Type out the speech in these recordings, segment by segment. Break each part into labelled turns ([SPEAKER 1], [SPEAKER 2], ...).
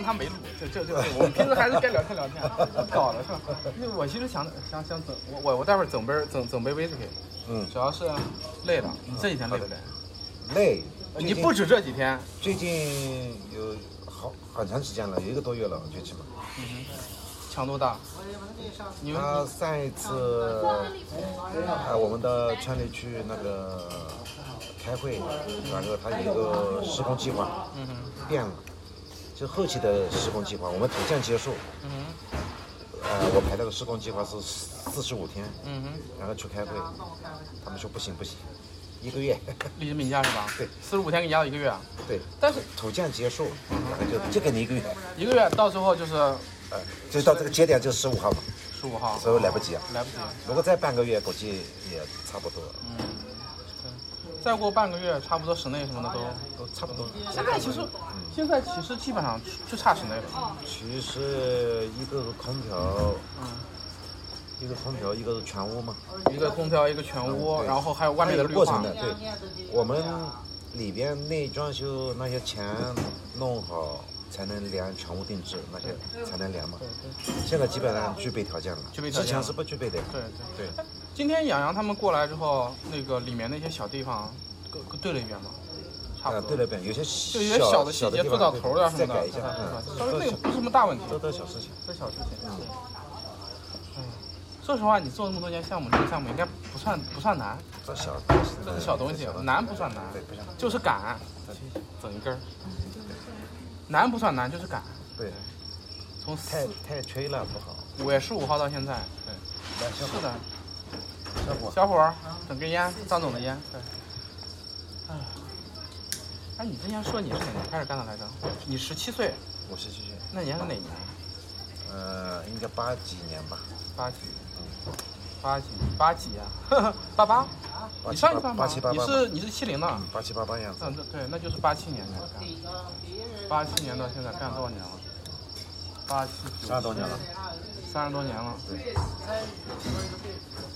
[SPEAKER 1] 对，我们平时还是该聊天聊天，搞了是吧？那我其实想想想整我我我待会儿整杯整整杯威士忌，
[SPEAKER 2] 嗯，
[SPEAKER 1] 主要是累了。你这几天累不累？
[SPEAKER 2] 累。最
[SPEAKER 1] 你
[SPEAKER 2] 近
[SPEAKER 1] 不止这几天，
[SPEAKER 2] 最近有好很长时间了，有一个多月了，我觉得起码。
[SPEAKER 1] 强度大。你们
[SPEAKER 2] 他上一次，呃，我们的圈里去那个开会，然后他有一个施工计划
[SPEAKER 1] 嗯哼
[SPEAKER 2] 变了，就后期的施工计划，我们土建结束，
[SPEAKER 1] 嗯哼
[SPEAKER 2] 呃，我排那个施工计划是四十五天，
[SPEAKER 1] 嗯哼，
[SPEAKER 2] 然后去开会，他们说不行不行，一个月，
[SPEAKER 1] 离你们压是吧？
[SPEAKER 2] 对
[SPEAKER 1] 四十五天给你压到一个月，啊
[SPEAKER 2] 对，
[SPEAKER 1] 但是
[SPEAKER 2] 土建结束，
[SPEAKER 1] 嗯
[SPEAKER 2] 然后就就给你一个月，
[SPEAKER 1] 一个月到时候就是
[SPEAKER 2] 呃，就到这个节点就十五号嘛，
[SPEAKER 1] 十五号，
[SPEAKER 2] 所以来不及啊，
[SPEAKER 1] 来不及。
[SPEAKER 2] 如果再半个月，估计也差不多，
[SPEAKER 1] 嗯，对再过半个月，差不多室内什么的都。
[SPEAKER 2] 都差不多。
[SPEAKER 1] 现在其实，
[SPEAKER 2] 嗯
[SPEAKER 1] 现在其实基本上就差室内了。
[SPEAKER 2] 其实一个空调，
[SPEAKER 1] 嗯，
[SPEAKER 2] 一个空调，一个是全屋嘛。
[SPEAKER 1] 一个空调，一个全屋，
[SPEAKER 2] 嗯对
[SPEAKER 1] 然后还有外面的
[SPEAKER 2] 那个
[SPEAKER 1] 绿
[SPEAKER 2] 过
[SPEAKER 1] 化
[SPEAKER 2] 程。的，对。我们里边内装修那些钱弄好，才能量全屋定制那些才能量嘛。
[SPEAKER 1] 对对
[SPEAKER 2] 现在基本上具备条件了，
[SPEAKER 1] 具备条件
[SPEAKER 2] 之前是不具备的。
[SPEAKER 1] 对对。
[SPEAKER 2] 对，
[SPEAKER 1] 今天养羊他们过来之后，那个里面那些小地方，各各对了一遍吗？差不
[SPEAKER 2] 呃，
[SPEAKER 1] 多。
[SPEAKER 2] 对了边有些
[SPEAKER 1] 就
[SPEAKER 2] 小
[SPEAKER 1] 有些小的细
[SPEAKER 2] 小
[SPEAKER 1] 节，
[SPEAKER 2] 地
[SPEAKER 1] 做
[SPEAKER 2] 方
[SPEAKER 1] 到头儿啊什
[SPEAKER 2] 再
[SPEAKER 1] 么
[SPEAKER 2] 改
[SPEAKER 1] 的，
[SPEAKER 2] 一下，嗯，
[SPEAKER 1] 稍微
[SPEAKER 2] 都
[SPEAKER 1] 那
[SPEAKER 2] 是
[SPEAKER 1] 个不是什么大问题，
[SPEAKER 2] 都都是小事情。
[SPEAKER 1] 这小事情。嗯，说实话，你做那么多件项目，这个项目应该不算不算难，
[SPEAKER 2] 这嗯小
[SPEAKER 1] 这是小东西，啊难不算难，
[SPEAKER 2] 对，不像
[SPEAKER 1] 就是敢，整一根儿，难不算难，就是敢。
[SPEAKER 2] 对，
[SPEAKER 1] 从四
[SPEAKER 2] 太太吹了不好。
[SPEAKER 1] 五月十五号到现在，
[SPEAKER 2] 来，小
[SPEAKER 1] 是的，
[SPEAKER 2] 小伙，
[SPEAKER 1] 小伙儿，整根烟，张总的烟。对。哎哎，你之前说你是哪年开始干的来着？你十七岁，
[SPEAKER 2] 我是继续。
[SPEAKER 1] 那年是啊哪年？
[SPEAKER 2] 呃，应该八几年吧，
[SPEAKER 1] 八几？八几？八几呀？ 八八？
[SPEAKER 2] 八
[SPEAKER 1] 你
[SPEAKER 2] 七
[SPEAKER 1] 上一
[SPEAKER 2] 八
[SPEAKER 1] 班
[SPEAKER 2] 八
[SPEAKER 1] 吗
[SPEAKER 2] 七八？
[SPEAKER 1] 你
[SPEAKER 2] 八
[SPEAKER 1] 是你是七零的。
[SPEAKER 2] 嗯八七八八样子。
[SPEAKER 1] 嗯，对对，那就是八七年的，八七年到现在干了多少年了？八七九
[SPEAKER 2] 三十多年了，
[SPEAKER 1] 三十多年了。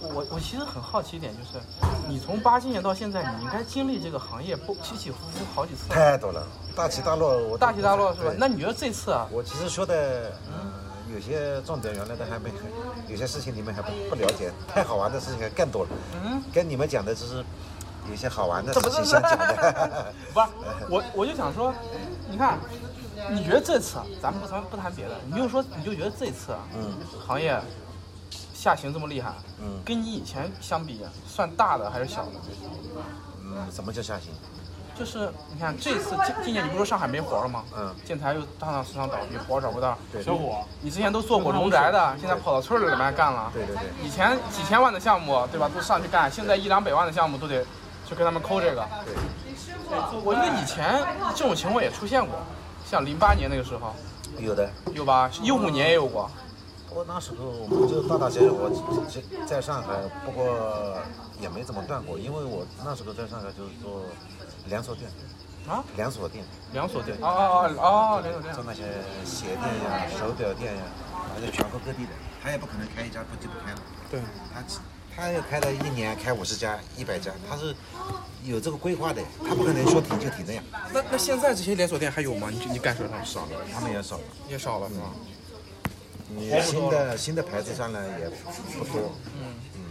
[SPEAKER 1] 我我其实很好奇一点，就是你从八七年到现在，你应该经历这个行业不起起伏伏好几次，
[SPEAKER 2] 太多了，大起大落，我
[SPEAKER 1] 大起大落是吧
[SPEAKER 2] 对？
[SPEAKER 1] 那你觉得这 次啊，
[SPEAKER 2] 我其实说的，嗯，有些重点原来的还没，有些事情你们还不不了解，太好玩的事情还更多了。
[SPEAKER 1] 嗯，
[SPEAKER 2] 跟你们讲的就是有些好玩的
[SPEAKER 1] 这
[SPEAKER 2] 事
[SPEAKER 1] 不
[SPEAKER 2] 情
[SPEAKER 1] 是
[SPEAKER 2] 想讲的。
[SPEAKER 1] 不是我我就想说，你看，你觉得这次啊，咱们不咱们不谈别的，你就说你就觉得这次啊，
[SPEAKER 2] 嗯
[SPEAKER 1] 行业下行这么厉害，
[SPEAKER 2] 嗯
[SPEAKER 1] 跟你以前相比，算大的还是小的？
[SPEAKER 2] 嗯，什么叫下行？
[SPEAKER 1] 就是你看这次今今年你不是说上海没活儿了吗？
[SPEAKER 2] 嗯，
[SPEAKER 1] 建材又当上市场倒闭，活儿找不到。
[SPEAKER 2] 对
[SPEAKER 3] 小伙，
[SPEAKER 1] 你之前都做过农宅的，现在跑到村儿里面干了。
[SPEAKER 2] 对对对，
[SPEAKER 1] 以前几千万的项目，对吧，都上去干，现在一两百万的项目都得去跟他们抠这个。
[SPEAKER 2] 对，
[SPEAKER 1] 我觉得以前这种情况也出现过，像零八年那个时候，
[SPEAKER 2] 有的。
[SPEAKER 1] 有吧？一五年也有过。
[SPEAKER 2] 我那时候我们就大大小小，我在在上海，不过也没怎么断过，因为我那时候在上海就是做连锁店，
[SPEAKER 1] 啊，
[SPEAKER 2] 连锁店
[SPEAKER 1] 连锁店。哦哦哦哦，连锁店嗯
[SPEAKER 2] 做。那些鞋店呀、手表店呀，反正全国各地的，他也不可能开一家不就不开了，
[SPEAKER 1] 对，
[SPEAKER 2] 他他要开了一年开五十家、一百家，他是有这个规划的，他不可能说停就停的呀，
[SPEAKER 1] 那那现在这些连锁店还有吗？你你干什么？
[SPEAKER 2] 少了，他们也少了，
[SPEAKER 1] 也少了是吧？
[SPEAKER 2] 你新的新的牌子上来也不多。
[SPEAKER 1] 嗯，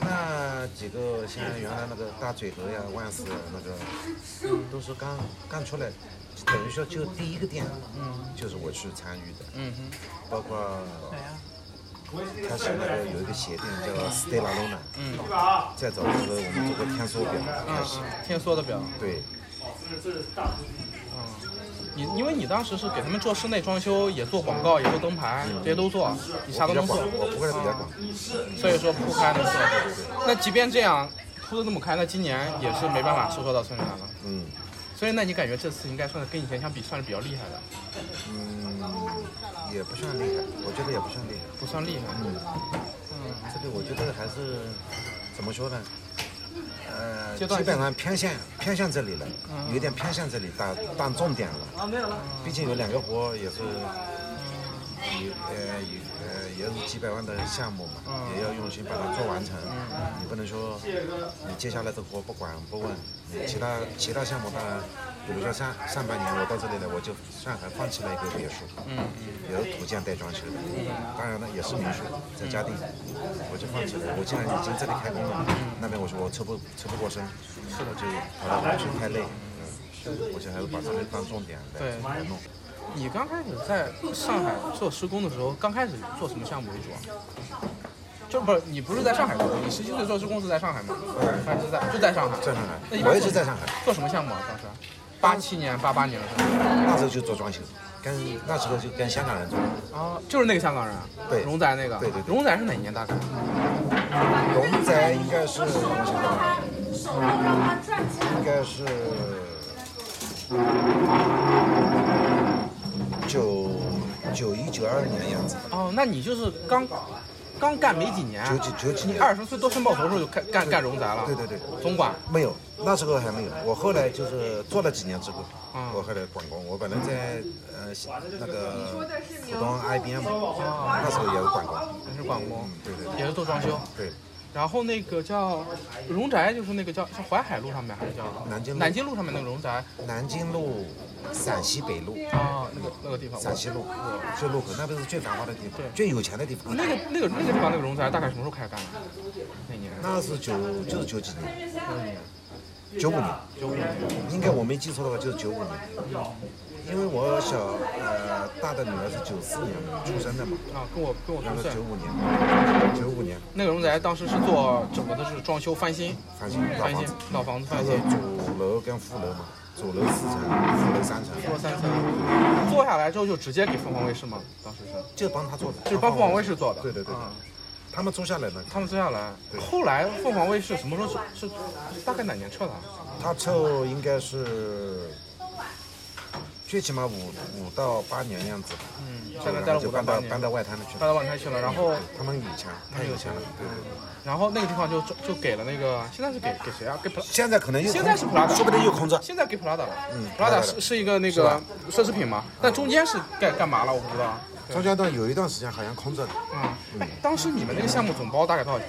[SPEAKER 2] 那几个像原来那个大嘴头呀、万斯呀那个，都是刚刚出来，等于说就第一个店，
[SPEAKER 1] 嗯
[SPEAKER 2] 就是我去参与的，
[SPEAKER 1] 嗯哼。
[SPEAKER 2] 包括开始那个有一个鞋店叫 Stella Luna，
[SPEAKER 1] 嗯，
[SPEAKER 2] 再早就是我们做过天梭表开始，
[SPEAKER 1] 天嗯梭的表。
[SPEAKER 2] 对，
[SPEAKER 1] 你因为你当时是给他们做室内装修，也做广告，也做灯牌，这些都做，你啥
[SPEAKER 2] 我
[SPEAKER 1] 都
[SPEAKER 2] 嗯比较
[SPEAKER 1] 能做，，
[SPEAKER 2] 广我铺盖比较广，
[SPEAKER 1] 所以说铺开的是。那即便这样铺的那么开，那今年也是没办法收缩到生源了。
[SPEAKER 2] 嗯
[SPEAKER 1] 所以那你感觉这次应该算是跟以前相比算是比较厉害的，
[SPEAKER 2] 嗯，也不算厉害，我觉得也不算厉害。
[SPEAKER 1] 不算厉害。
[SPEAKER 2] 这个我觉得还是怎么说呢？呃，
[SPEAKER 1] 阶段
[SPEAKER 2] 基
[SPEAKER 1] 性
[SPEAKER 2] 本上偏向偏向这里了，
[SPEAKER 1] 嗯啊
[SPEAKER 2] 有点偏向这里，打当重点了。毕竟有两个活也是也呃也呃也是几百万的项目嘛，
[SPEAKER 1] 嗯
[SPEAKER 2] 也要用心把它做完成。你不能说你接下来的活不管不问，你其他其他项目当然，比如说上上半年我到这里来，我就上海放弃了一个别墅，
[SPEAKER 1] 嗯
[SPEAKER 2] 也是土建带装修的，当然呢也是民宿，在嘉定，
[SPEAKER 1] 嗯
[SPEAKER 2] 我就放弃了。我既然已经这里开工了，那边我说我抽不抽不过身，我就跑到南区太累。嗯，我就还是把这个当重点来
[SPEAKER 1] 对
[SPEAKER 2] 来弄。
[SPEAKER 1] 你刚开始在上海做施工的时候，刚开始做什么项目为主啊？就不是你不是在上海做的，你十七岁做施工是在上海吗？还是在就在上海？
[SPEAKER 2] 呃在上海
[SPEAKER 1] 那一，般
[SPEAKER 2] 我一直在上海。
[SPEAKER 1] 做什么项目啊？当时八七年、八八年的时候
[SPEAKER 2] 那时候就做装修，跟那时候就跟香港人做，
[SPEAKER 1] 啊，就是那个香港人啊，
[SPEAKER 2] 对
[SPEAKER 1] 荣仔那个，
[SPEAKER 2] 对对对
[SPEAKER 1] 荣仔是哪一年大概？
[SPEAKER 2] 龙宅应该是我想想，
[SPEAKER 4] 手让他赚钱。
[SPEAKER 2] 应该是九九一九二年样子，
[SPEAKER 1] 哦，那你就是刚刚干没几年，
[SPEAKER 2] 九几九几
[SPEAKER 1] 你
[SPEAKER 2] 年，
[SPEAKER 1] 二十岁多申报头的时候就干干干荣宅了，
[SPEAKER 2] 对对对，
[SPEAKER 1] 总管
[SPEAKER 2] 没有，那时候还没有。我后来就是做了几年之后，
[SPEAKER 1] 嗯
[SPEAKER 2] 我后来管工，我本来在呃那个浦东 IBM，那时候也是管工，
[SPEAKER 1] 也是管工
[SPEAKER 2] 嗯，，对对
[SPEAKER 1] 也
[SPEAKER 2] 对
[SPEAKER 1] 是做装修。
[SPEAKER 2] 对，
[SPEAKER 1] 然后那个叫荣宅，就是那个叫是淮海路上面还是叫
[SPEAKER 2] 南京路
[SPEAKER 1] 南京路上面那个荣宅
[SPEAKER 2] 南京路、陕西北路。
[SPEAKER 1] 啊？那个那个地方，
[SPEAKER 2] 陕西路，最路口那边是最繁华的地方
[SPEAKER 1] 对，
[SPEAKER 2] 最有钱的地方。
[SPEAKER 1] 那个那个那个地方那个荣宅大概什么时候开始干的？那年
[SPEAKER 2] 那是九就是九几年，
[SPEAKER 1] 那年
[SPEAKER 2] 九五年，
[SPEAKER 1] 九五年
[SPEAKER 2] 应该我没记错的话就是九五年，因为我小呃大的女儿是九四年出生的嘛，
[SPEAKER 1] 啊，跟我跟我
[SPEAKER 2] 然
[SPEAKER 1] 同
[SPEAKER 2] 后
[SPEAKER 1] 岁
[SPEAKER 2] 九。五年，九五年
[SPEAKER 1] 那个荣宅当时是做整个的是装修翻新，
[SPEAKER 2] 翻新老
[SPEAKER 1] 翻
[SPEAKER 2] 房
[SPEAKER 1] 新
[SPEAKER 2] 子，
[SPEAKER 1] 老房子
[SPEAKER 2] 那
[SPEAKER 1] 翻
[SPEAKER 2] 时
[SPEAKER 1] 新
[SPEAKER 2] 候，主楼跟副楼嘛，主楼四层，副楼三层，
[SPEAKER 1] 做三层，做下来之后就直接给凤凰卫视嘛，当时是
[SPEAKER 2] 就帮他做的，
[SPEAKER 1] 就是帮凤凰卫视做的，
[SPEAKER 2] 对对对，
[SPEAKER 1] 啊
[SPEAKER 2] 他们租下来了，
[SPEAKER 1] 他们做下来，
[SPEAKER 2] 对
[SPEAKER 1] 后来凤凰卫视什么时候是是大概哪年撤的啊？
[SPEAKER 2] 他凑应该是最起码五五到八年样子吧。
[SPEAKER 1] 嗯，
[SPEAKER 2] 就
[SPEAKER 1] 大概
[SPEAKER 2] 然
[SPEAKER 1] 待了
[SPEAKER 2] 后就
[SPEAKER 1] 五到
[SPEAKER 2] 搬
[SPEAKER 1] 八
[SPEAKER 2] 到
[SPEAKER 1] 年，
[SPEAKER 2] 搬到外滩去
[SPEAKER 1] 搬到
[SPEAKER 2] 了。
[SPEAKER 1] 万泰去了，然后
[SPEAKER 2] 他们有钱，太有钱了。对对对。
[SPEAKER 1] 然后那个地方就就给了那个，现在是给给谁啊？给普拉，
[SPEAKER 2] 现在可能又
[SPEAKER 1] 现在是普拉达
[SPEAKER 2] 说不定又空着。
[SPEAKER 1] 现在给普拉达了。
[SPEAKER 2] 嗯
[SPEAKER 1] 普拉达
[SPEAKER 2] Prada
[SPEAKER 1] 是是一个那
[SPEAKER 2] 是
[SPEAKER 1] 个
[SPEAKER 2] 吧
[SPEAKER 1] 奢侈品嘛，但中间是干干嘛了？我不知道。
[SPEAKER 2] 中间段有一段时间好像空着的，
[SPEAKER 1] 啊，
[SPEAKER 2] 嗯
[SPEAKER 1] 哎，当时你们那个项目总包大概多少钱？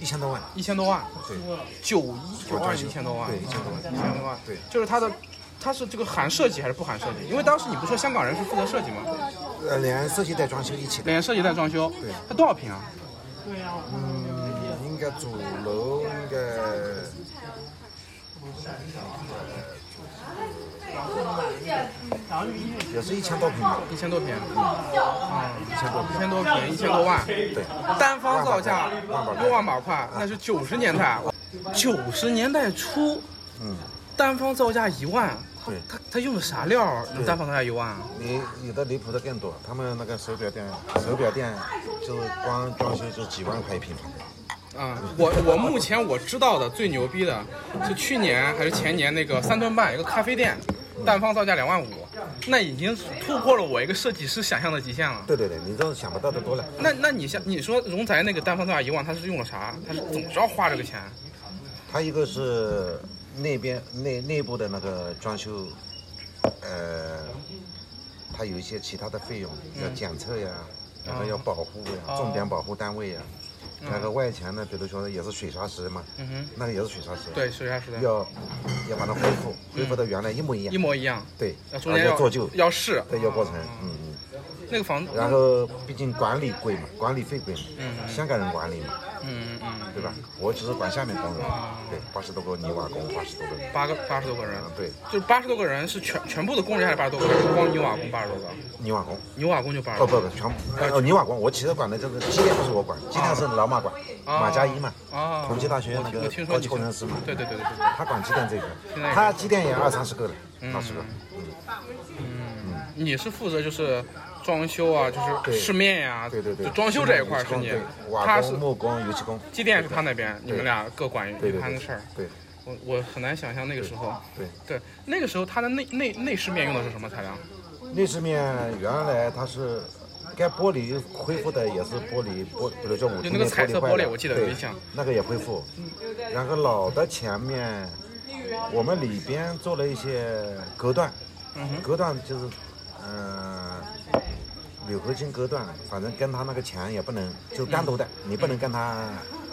[SPEAKER 2] 一千多万。
[SPEAKER 1] 一千多万，
[SPEAKER 2] 对，
[SPEAKER 1] 九一九二一千多万，啊
[SPEAKER 2] 对一千多万
[SPEAKER 1] 一千多万，
[SPEAKER 2] 对
[SPEAKER 1] 就是它的。它是这个含设计还是不含设计？因为当时你不说香港人是负责设计吗？
[SPEAKER 2] 呃，连设计带装修一起的，
[SPEAKER 1] 连设计带装修，
[SPEAKER 2] 对
[SPEAKER 1] 它多少平啊？
[SPEAKER 2] 嗯，应该主楼应该也是一千多平吧，
[SPEAKER 1] 一千多平，
[SPEAKER 2] 一千多
[SPEAKER 1] 啊一
[SPEAKER 2] 平。
[SPEAKER 1] 千多平，一千多万，
[SPEAKER 2] 对，
[SPEAKER 1] 单方造价
[SPEAKER 2] 万把块
[SPEAKER 1] 六万把块，那是九十年代，九十年代初
[SPEAKER 2] 嗯，
[SPEAKER 1] 单方造价一万，
[SPEAKER 2] 对
[SPEAKER 1] 他他用的啥料儿能
[SPEAKER 2] 对
[SPEAKER 1] 单方造价一万啊？
[SPEAKER 2] 你有的离谱的更多，他们那个手表店，手表店就是光装修就几万块一平方。
[SPEAKER 1] 啊、我我目前我知道的最牛逼的是去年还是前年那个三顿半有个咖啡店，单方造价两万五，那已经突破了我一个设计师想象的极限了。
[SPEAKER 2] 对对对，你这种想不到的多了。
[SPEAKER 1] 那那你像你说荣宅那个单方造价一万，他是用了啥？他是怎么着花这个钱？
[SPEAKER 2] 它一个是那边内内部的那个装修，呃，它有一些其他的费用，要检测呀，然后要保护呀，重点保护单位呀。那个外墙呢，比如说也是水沙石嘛，
[SPEAKER 1] 嗯哼，
[SPEAKER 2] 那个也是水沙石，，
[SPEAKER 1] 对，实际上是的，
[SPEAKER 2] 要要把它恢复，恢复到原来一模一样
[SPEAKER 1] 一，模一样。
[SPEAKER 2] 对，
[SPEAKER 1] 那中
[SPEAKER 2] 然后
[SPEAKER 1] 间
[SPEAKER 2] 要
[SPEAKER 1] 要
[SPEAKER 2] 做旧，
[SPEAKER 1] 要试，
[SPEAKER 2] 对，要过程，嗯嗯。
[SPEAKER 1] 那个房子，
[SPEAKER 2] 然后毕竟管理贵嘛，管理费贵嘛，
[SPEAKER 1] 嗯
[SPEAKER 2] 香港人管理嘛，
[SPEAKER 1] 嗯嗯嗯，
[SPEAKER 2] 对吧？我只是管下面工人，对，八十多个泥瓦工，八十多个人，
[SPEAKER 1] 八个八十多个人，
[SPEAKER 2] 嗯，对，
[SPEAKER 1] 就是八十多个人是全全部的工人还是八十多个人？光牛瓦工八十多个，
[SPEAKER 2] 泥瓦工，
[SPEAKER 1] 牛瓦工就八十
[SPEAKER 2] 哦
[SPEAKER 1] 多
[SPEAKER 2] 不
[SPEAKER 1] 个
[SPEAKER 2] 不，全部哦泥瓦工，我其实管的这个机电不是我管，机电是老马管，
[SPEAKER 1] 啊
[SPEAKER 2] 马加一嘛，
[SPEAKER 1] 啊。
[SPEAKER 2] 同济大学那
[SPEAKER 1] 我
[SPEAKER 2] 个
[SPEAKER 1] 听说
[SPEAKER 2] 高
[SPEAKER 1] 你
[SPEAKER 2] 级
[SPEAKER 1] 是
[SPEAKER 2] 工程师嘛，
[SPEAKER 1] 对对对对对，
[SPEAKER 2] 他管机电这
[SPEAKER 1] 现
[SPEAKER 2] 个
[SPEAKER 1] 在，
[SPEAKER 2] 他机电也二三十个了，
[SPEAKER 1] 嗯
[SPEAKER 2] 二十个，
[SPEAKER 1] 你是负责就是装修啊，就是
[SPEAKER 2] 对
[SPEAKER 1] 饰面呀、
[SPEAKER 2] 对对对，
[SPEAKER 1] 就装修这一块儿是你
[SPEAKER 2] 油漆工，对瓦
[SPEAKER 1] 他是
[SPEAKER 2] 工、木工、油漆工，
[SPEAKER 1] 机电是他那边，你们俩各管一
[SPEAKER 2] 对对
[SPEAKER 1] 摊
[SPEAKER 2] 对
[SPEAKER 1] 子事儿。，
[SPEAKER 2] 对
[SPEAKER 1] 我我很难想象那个时候，
[SPEAKER 2] 对。
[SPEAKER 1] 对那个时候他的内内内饰面用的是什么材 料？
[SPEAKER 2] 内饰面原来它是该玻璃恢复的也是玻璃玻，比如说五
[SPEAKER 1] 就
[SPEAKER 2] 平
[SPEAKER 1] 那
[SPEAKER 2] 面
[SPEAKER 1] 个彩色
[SPEAKER 2] 璃
[SPEAKER 1] 玻
[SPEAKER 2] 坏
[SPEAKER 1] 璃
[SPEAKER 2] 了，
[SPEAKER 1] 我记得有
[SPEAKER 2] 对
[SPEAKER 1] 印象，
[SPEAKER 2] 那个也恢复。然后老的前面，我们里边做了一些隔断，
[SPEAKER 1] 嗯哼，
[SPEAKER 2] 隔断就是，嗯、铝合金隔断，反正跟他那个墙也不能就
[SPEAKER 1] 嗯
[SPEAKER 2] 单独的，你不能跟他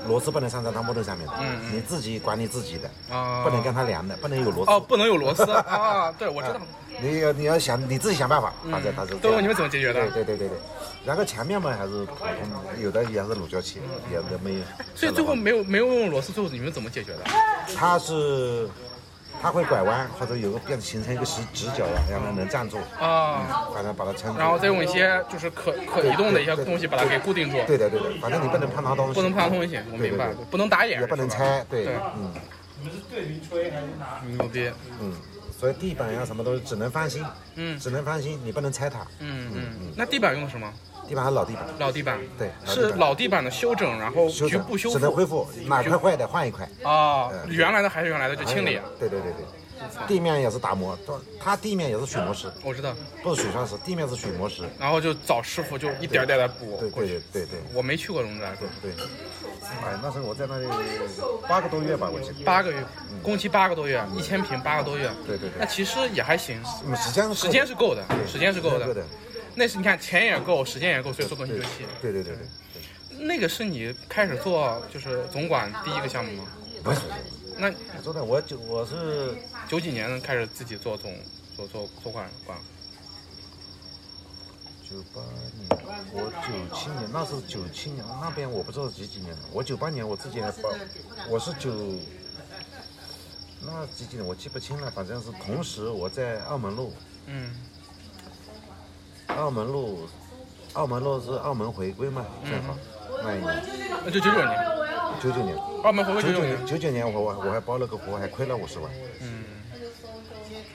[SPEAKER 2] 螺丝不能上在他摩托上面的，
[SPEAKER 1] 嗯
[SPEAKER 2] 你自己管理自己的，
[SPEAKER 1] 啊
[SPEAKER 2] 不能跟他量的，不能有螺丝。
[SPEAKER 1] 哦，不能有螺丝 啊！对，我知道。
[SPEAKER 2] 你要你要想你自己想办法，反正他是这
[SPEAKER 1] 嗯
[SPEAKER 2] 样。
[SPEAKER 1] 都问你们怎么解决的
[SPEAKER 2] 对对对对对。然后前面嘛还是普通的，有的也是乳胶漆，也是没有。
[SPEAKER 1] 所以最后没有没有用螺丝，最后你们怎么解决的？
[SPEAKER 2] 它是它会拐弯，或者有个变形成一个直直角呀，让它能站住，
[SPEAKER 1] 啊，
[SPEAKER 2] 反正把它撑住。
[SPEAKER 1] 然后再用一些就是可可移动的一些
[SPEAKER 2] 对对
[SPEAKER 1] 东西把它给固定住，
[SPEAKER 2] 对的对的，反正你不能碰它东西，
[SPEAKER 1] 不能碰东西。我
[SPEAKER 2] 对
[SPEAKER 1] 明白
[SPEAKER 2] 对对，
[SPEAKER 1] 不能打眼，
[SPEAKER 2] 也不能
[SPEAKER 1] 是吧
[SPEAKER 2] 拆，对，
[SPEAKER 1] 对
[SPEAKER 2] 嗯
[SPEAKER 1] 牛逼，
[SPEAKER 2] 嗯。所以地板呀什么都只能翻新，
[SPEAKER 1] 嗯
[SPEAKER 2] 只能翻新，你不能拆它。
[SPEAKER 1] 嗯嗯。那地板用的什么？
[SPEAKER 2] 地板还是老地板，
[SPEAKER 1] 老地板。
[SPEAKER 2] 对老地
[SPEAKER 1] 是
[SPEAKER 2] 板
[SPEAKER 1] 老地板的修整，然后
[SPEAKER 2] 修
[SPEAKER 1] 局
[SPEAKER 2] 整
[SPEAKER 1] 部修
[SPEAKER 2] 只能
[SPEAKER 1] 复
[SPEAKER 2] 恢。复，哪块坏的换一块。
[SPEAKER 1] 啊，
[SPEAKER 2] 嗯哎
[SPEAKER 1] 原来的还是原来的，就清理。啊嗯
[SPEAKER 2] 对对对对，地面也是打磨，都它地面也是水磨石，
[SPEAKER 1] 我知道，
[SPEAKER 2] 不是水上石，地面是水磨石。
[SPEAKER 1] 然后就找师傅就一点儿点的补
[SPEAKER 2] 对
[SPEAKER 1] 过
[SPEAKER 2] 对
[SPEAKER 1] 去。
[SPEAKER 2] 对对对
[SPEAKER 1] 我没去过龙山，啊
[SPEAKER 2] 对对。哎，那时候我在那里八个多月吧，我记得。
[SPEAKER 1] 八个月，工期八个多月，一千平八个多月。
[SPEAKER 2] 嗯对对对
[SPEAKER 1] 那其实也还行，
[SPEAKER 2] 嗯时间
[SPEAKER 1] 时间是够的，时间是够
[SPEAKER 2] 对
[SPEAKER 1] 的
[SPEAKER 2] 的。。
[SPEAKER 1] 那是你看钱也够，时间也够，所以做东西
[SPEAKER 2] 对
[SPEAKER 1] 就气。
[SPEAKER 2] 对对对对，
[SPEAKER 1] 那个是你开始做就是总管第一个项目吗？
[SPEAKER 2] 不是，
[SPEAKER 1] 那
[SPEAKER 2] 真的，我就我是
[SPEAKER 1] 九几年开始自己做总做做做管管，
[SPEAKER 2] 九八年，我九七年，那是九七年，那边我不知道几几年了。我九八年我自己还报，我是九，那几几年我记不清了，反正是同时我在澳门路，
[SPEAKER 1] 嗯
[SPEAKER 2] 澳门路，澳门路是澳门回归嘛，正好、
[SPEAKER 1] 嗯
[SPEAKER 2] 那一年，
[SPEAKER 1] 那就九九年，
[SPEAKER 2] 九九年，
[SPEAKER 1] 澳门回归
[SPEAKER 2] 九
[SPEAKER 1] 九九
[SPEAKER 2] 九
[SPEAKER 1] 年
[SPEAKER 2] 年，，九九年我我我还包了个活，还亏了五十万。
[SPEAKER 1] 嗯，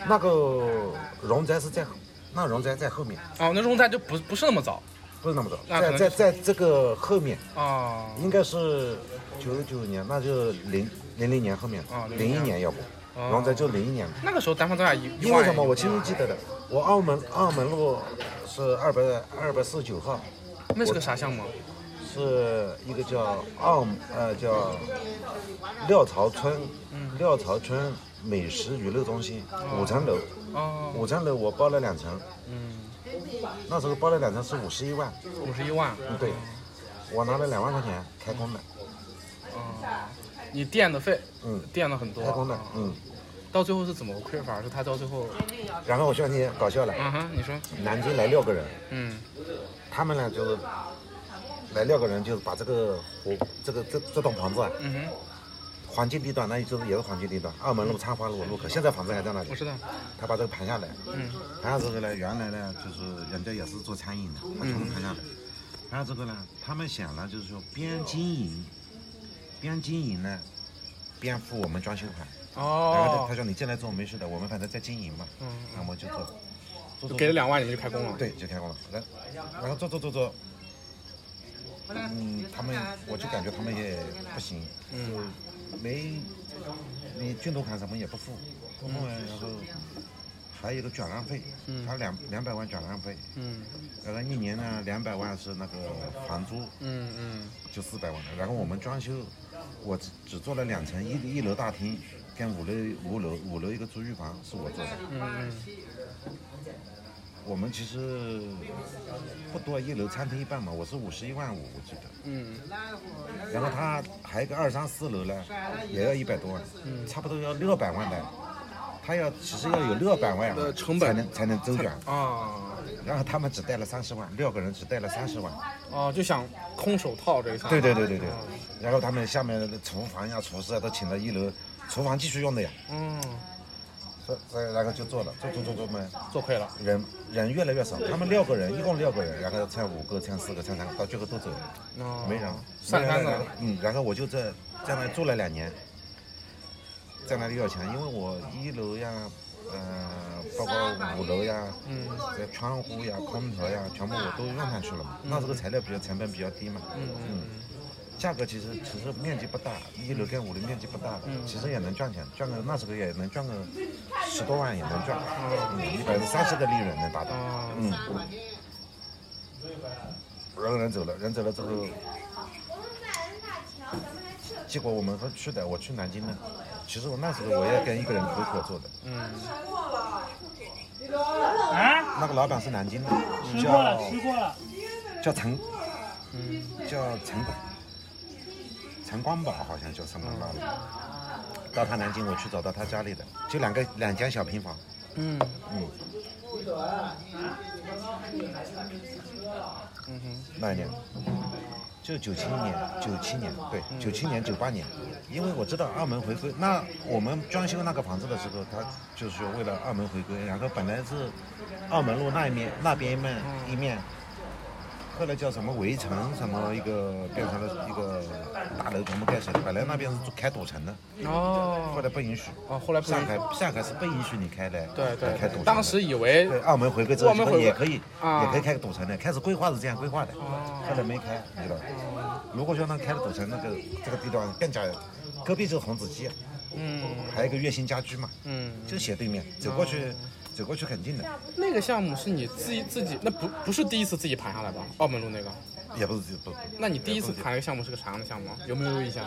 [SPEAKER 2] 那个荣宅是在后，那荣宅在后面，
[SPEAKER 1] 啊，那龙山就不不是那么早
[SPEAKER 2] 不是那么早，
[SPEAKER 1] 那可能
[SPEAKER 2] 在在在这个后面。
[SPEAKER 1] 啊
[SPEAKER 2] 应该是九九年，那就零零零年后面
[SPEAKER 1] 啊，
[SPEAKER 2] 零一
[SPEAKER 1] 01
[SPEAKER 2] 年要不，
[SPEAKER 1] 哦
[SPEAKER 2] 然后咱就零一年。
[SPEAKER 1] 那个时候单方造价一一
[SPEAKER 2] 因
[SPEAKER 1] 万
[SPEAKER 2] 为什么？我清晰记得的，我澳门澳门路是二百二百四十九号，
[SPEAKER 1] 那是个啥项目？啊
[SPEAKER 2] 是一个叫澳呃叫料潮村，料潮村美食娱乐中心五层楼，
[SPEAKER 1] 哦，
[SPEAKER 2] 五层楼我包了两层，
[SPEAKER 1] 嗯，
[SPEAKER 2] 那时候包了两层是五十一万，
[SPEAKER 1] 五十一万。
[SPEAKER 2] 嗯对，我拿了两万块钱开工的，
[SPEAKER 1] 啊，你垫的费，
[SPEAKER 2] 嗯
[SPEAKER 1] 垫了很多
[SPEAKER 2] 开工的
[SPEAKER 1] 啊，
[SPEAKER 2] 嗯，
[SPEAKER 1] 到最后是怎么个亏法？是他到最后，
[SPEAKER 2] 然后我兄弟搞笑了，
[SPEAKER 1] 嗯哼，你说，
[SPEAKER 2] 南京来六个人。
[SPEAKER 1] 嗯
[SPEAKER 2] 他们呢就是来六个人，就是把这个火这个这这栋房子啊，
[SPEAKER 1] 嗯哼，
[SPEAKER 2] 黄金地段，那就是也是黄金地段，澳门路、昌华路、路口，现在房子还在那里
[SPEAKER 1] 我。知道，
[SPEAKER 2] 他把这个盘下来，
[SPEAKER 1] 嗯
[SPEAKER 2] 盘下这个呢，原来呢就是人家也是做餐饮的，
[SPEAKER 1] 嗯
[SPEAKER 2] 他全部盘下来。盘下这个呢，他们想了就是说边经营，边经营呢，边付我们装修款。然后他
[SPEAKER 1] 哦，
[SPEAKER 2] 他说你进来做没事的，我们反正在经营嘛，
[SPEAKER 1] 嗯
[SPEAKER 2] 那我们就做。做
[SPEAKER 1] 就
[SPEAKER 2] 做
[SPEAKER 1] 给了两万，你们就开工了，
[SPEAKER 2] 嗯对，就开工了。然然后做做做做，嗯，他们我就感觉他们也不行，
[SPEAKER 1] 嗯
[SPEAKER 2] 就没你进度款什么也不付，不付完然后还有一个转让费，
[SPEAKER 1] 嗯
[SPEAKER 2] 他两两百万转让费，
[SPEAKER 1] 嗯
[SPEAKER 2] 然后一年呢两百万是那个房租，
[SPEAKER 1] 嗯嗯，
[SPEAKER 2] 就四百万了。然后我们装修，我只只做了两层，一一楼大厅跟五楼五楼五楼一个足浴房是我做的。
[SPEAKER 1] 嗯嗯，
[SPEAKER 2] 我们其实不多，一楼餐厅一半嘛，我是五十一万五，我记得。
[SPEAKER 1] 嗯，
[SPEAKER 2] 然后他还有个二三四楼呢，也要一百多万，差不多要六百万的。他要其实要有六百万
[SPEAKER 1] 呃成本
[SPEAKER 2] 才能才能周转，
[SPEAKER 1] 啊
[SPEAKER 2] 然后他们只贷了三十万，六个人只贷了三十万。
[SPEAKER 1] 哦，就想空手套这一项，
[SPEAKER 2] 对对对对对。然后他们下面的厨房呀、厨师啊都请到一楼，厨房继续用的呀。
[SPEAKER 1] 嗯，
[SPEAKER 2] 所所以然后就做了，做做做做嘛，
[SPEAKER 1] 做亏了，
[SPEAKER 2] 人人越来越少，他们六个人，一共六个人，然后唱五个，唱四个，唱三个，到最后都走了，
[SPEAKER 1] 哦
[SPEAKER 2] 没人了，
[SPEAKER 1] 散
[SPEAKER 2] 没人
[SPEAKER 1] 摊子
[SPEAKER 2] 了
[SPEAKER 1] 了，。
[SPEAKER 2] 嗯，然后我就在在那里住了两年，在那里要钱，因为我一楼呀，呃，包括五楼呀，
[SPEAKER 1] 嗯，
[SPEAKER 2] 这窗户呀、空调呀，全部我都用上去了嘛。那时候材料比较成本比较低嘛，嗯价格其实其实面积不大，一楼跟五楼面积不大的，其实也能赚钱，赚个那时候也能赚个十多万也能赚，嗯，一百三十个利润能达到，
[SPEAKER 1] 哦
[SPEAKER 2] 嗯。然后人走了，人走了之后，结果我们说去的，我
[SPEAKER 5] 嗯
[SPEAKER 2] 去南京了。其实我那时候我也跟一个人合伙做的，
[SPEAKER 1] 嗯，
[SPEAKER 5] 啊，
[SPEAKER 2] 那个老板是南京的，
[SPEAKER 5] 吃过
[SPEAKER 2] 叫
[SPEAKER 5] 了，吃过了，嗯
[SPEAKER 2] 叫陈，叫陈光，陈光宝好像叫什么老板。
[SPEAKER 5] 嗯
[SPEAKER 2] 到他南京，我去找到他家里的，就两个两间小平房，
[SPEAKER 1] 嗯
[SPEAKER 2] 嗯，
[SPEAKER 1] 嗯哼，
[SPEAKER 2] 那一年，就九七年，九七年，对，
[SPEAKER 1] 嗯
[SPEAKER 2] 九七年九八年，因为我知道澳门回归，那我们装修那个房子的时候，他就是说为了澳门回归，然后本来是澳门路那一面那边一面
[SPEAKER 1] 嗯
[SPEAKER 2] 一面，后来叫什么围城什么一个变成了一个大楼全部盖起来，本来那边是开赌城的，后
[SPEAKER 1] 哦
[SPEAKER 2] 来不允许。
[SPEAKER 1] 哦，后来不是
[SPEAKER 2] 上海上海是不允许你开的，
[SPEAKER 1] 对对
[SPEAKER 2] 开赌城
[SPEAKER 1] 对，
[SPEAKER 2] 的
[SPEAKER 1] 当时以为
[SPEAKER 2] 对，澳门回归之后
[SPEAKER 1] 澳门回归
[SPEAKER 2] 也可以，
[SPEAKER 1] 啊哦
[SPEAKER 2] 也可以开个赌城的。开始规划是这样规划的，后来没开，你知道吧？如果说能开了赌城，那个这个地段更加，隔壁就是红紫鸡，
[SPEAKER 1] 嗯
[SPEAKER 2] 啊还有一个月星家居嘛，
[SPEAKER 1] 嗯，
[SPEAKER 2] 就斜对面，走过去，走过去很近的，
[SPEAKER 1] 那个项目是你自己自己，那不不是第一次自己盘下来吧？澳门路那个，
[SPEAKER 2] 也不是不。不
[SPEAKER 1] 那你第一次盘那个项目是个啥样的项目？啊有没有印象？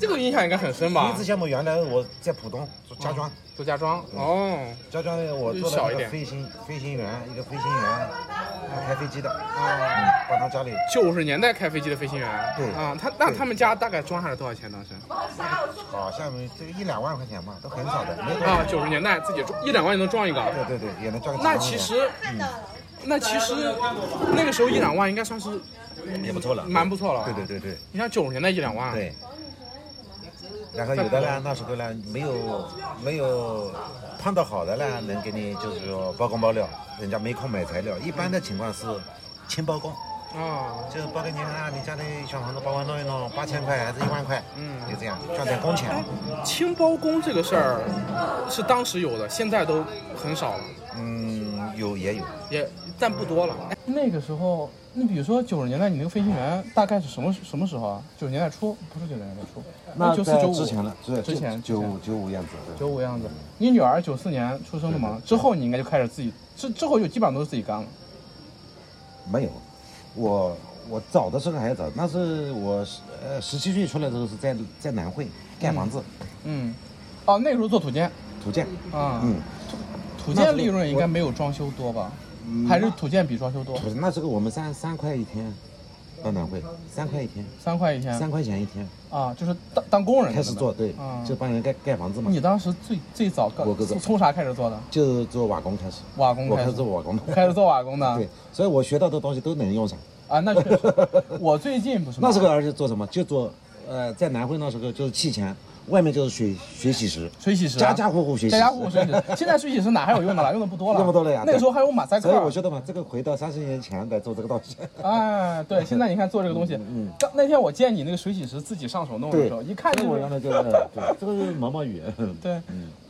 [SPEAKER 1] 这个印象应该很深
[SPEAKER 2] 第
[SPEAKER 1] 吧
[SPEAKER 2] 一次？项目原来我在浦东做家装，
[SPEAKER 1] 杜家庄哦，
[SPEAKER 2] 家装我做
[SPEAKER 1] 嗯小
[SPEAKER 2] 了
[SPEAKER 1] 一
[SPEAKER 2] 一
[SPEAKER 1] 点
[SPEAKER 2] 个飞行飞行员，一个飞行员，他开飞机
[SPEAKER 1] 哦
[SPEAKER 2] 的，嗯，帮他家里
[SPEAKER 1] 九十年代开飞机的飞行员
[SPEAKER 2] 对
[SPEAKER 1] 啊，他
[SPEAKER 2] 嗯
[SPEAKER 1] 那他们家大概装下来多少钱当时？
[SPEAKER 2] 好像这个一两万块钱嘛，都很少的，没多
[SPEAKER 1] 啊，
[SPEAKER 2] 少。
[SPEAKER 1] 九十年代自己装一两万就能装一个，
[SPEAKER 2] 对对对，也能赚个几
[SPEAKER 1] 那
[SPEAKER 2] 万
[SPEAKER 1] 其
[SPEAKER 2] 块
[SPEAKER 1] 实，
[SPEAKER 2] 嗯
[SPEAKER 1] 嗯那其实那个时候一两万应该算是
[SPEAKER 2] 也不错了，
[SPEAKER 1] 蛮不错了。啊嗯
[SPEAKER 2] 对对对对
[SPEAKER 1] 你像九十年代一两万，
[SPEAKER 2] 对。然后有的呢，那时候呢，没有没有碰到好的呢，能给你就是说包工包料，人家没空买材料。一般的情况是轻包工，
[SPEAKER 1] 啊，
[SPEAKER 2] 就是包给你啊，你家里小房子帮我弄一弄，八千块还是一万块，
[SPEAKER 1] 嗯
[SPEAKER 2] 就这样赚点工钱。
[SPEAKER 1] 轻包工这个事儿是当时有的，现在都很少了，
[SPEAKER 2] 嗯，有也有，
[SPEAKER 1] 也但不多了。那个时候，你比如说九十年代，你那个飞行员大概是什么什么时候啊？九十年代初，不是九十年代初，九四九五
[SPEAKER 2] 之前了，对，
[SPEAKER 1] 之前
[SPEAKER 2] 九五九五样子，对
[SPEAKER 1] 九五样子。你女儿九四年出生的嘛，之后你应该就开始自己，之之后就基本上都是自己干了。
[SPEAKER 2] 没有，我我早的时候还早，那是我十呃十七岁出来的时候是在在南汇盖房子、
[SPEAKER 1] 嗯，哦，那个时候做土建
[SPEAKER 2] 土建，
[SPEAKER 1] 啊，
[SPEAKER 2] 嗯，
[SPEAKER 1] 土建利润应该没有装修多吧？
[SPEAKER 2] 嗯
[SPEAKER 1] 还是土建比装修多？
[SPEAKER 2] 不是那时候我们三三块一天到南汇，三块一天，
[SPEAKER 1] 三块一天
[SPEAKER 2] 三块钱一天
[SPEAKER 1] 啊，就是当当工人
[SPEAKER 2] 开始做，
[SPEAKER 1] 的
[SPEAKER 2] 对，
[SPEAKER 1] 嗯
[SPEAKER 2] 就帮人盖盖房子嘛
[SPEAKER 1] 那。，你当时最最早干
[SPEAKER 2] 我哥哥
[SPEAKER 1] 从从啥开始做的？
[SPEAKER 2] 就做瓦工开始，
[SPEAKER 1] 瓦工
[SPEAKER 2] 我
[SPEAKER 1] 开始
[SPEAKER 2] 开始做瓦工，
[SPEAKER 1] 开始做啊瓦工的。
[SPEAKER 2] 对，所以我学到的东西都能用上。
[SPEAKER 1] 啊，那确实。我最近不是吗
[SPEAKER 2] 那时候而且做什么？就做呃在南汇那时候就是砌墙，外面就是水水洗石，
[SPEAKER 1] 水洗石啊，
[SPEAKER 2] 家家户户水洗
[SPEAKER 1] 家
[SPEAKER 2] 石，
[SPEAKER 1] 家户户水洗石。现在水洗石哪还有用的了？用的不多了，
[SPEAKER 2] 用不多了呀
[SPEAKER 1] 那个时候还有马赛克
[SPEAKER 2] 所以我
[SPEAKER 1] 儿。
[SPEAKER 2] 觉得嘛，这个回到三十年前来做这个东西，
[SPEAKER 1] 哎，对，现在你看做这个东西，
[SPEAKER 2] 嗯
[SPEAKER 1] 刚那天我见你那个水洗石自己上手弄的时候，一看就
[SPEAKER 2] 这
[SPEAKER 1] 是
[SPEAKER 2] 我嗯原来就是对，这个是毛毛雨，
[SPEAKER 1] 对，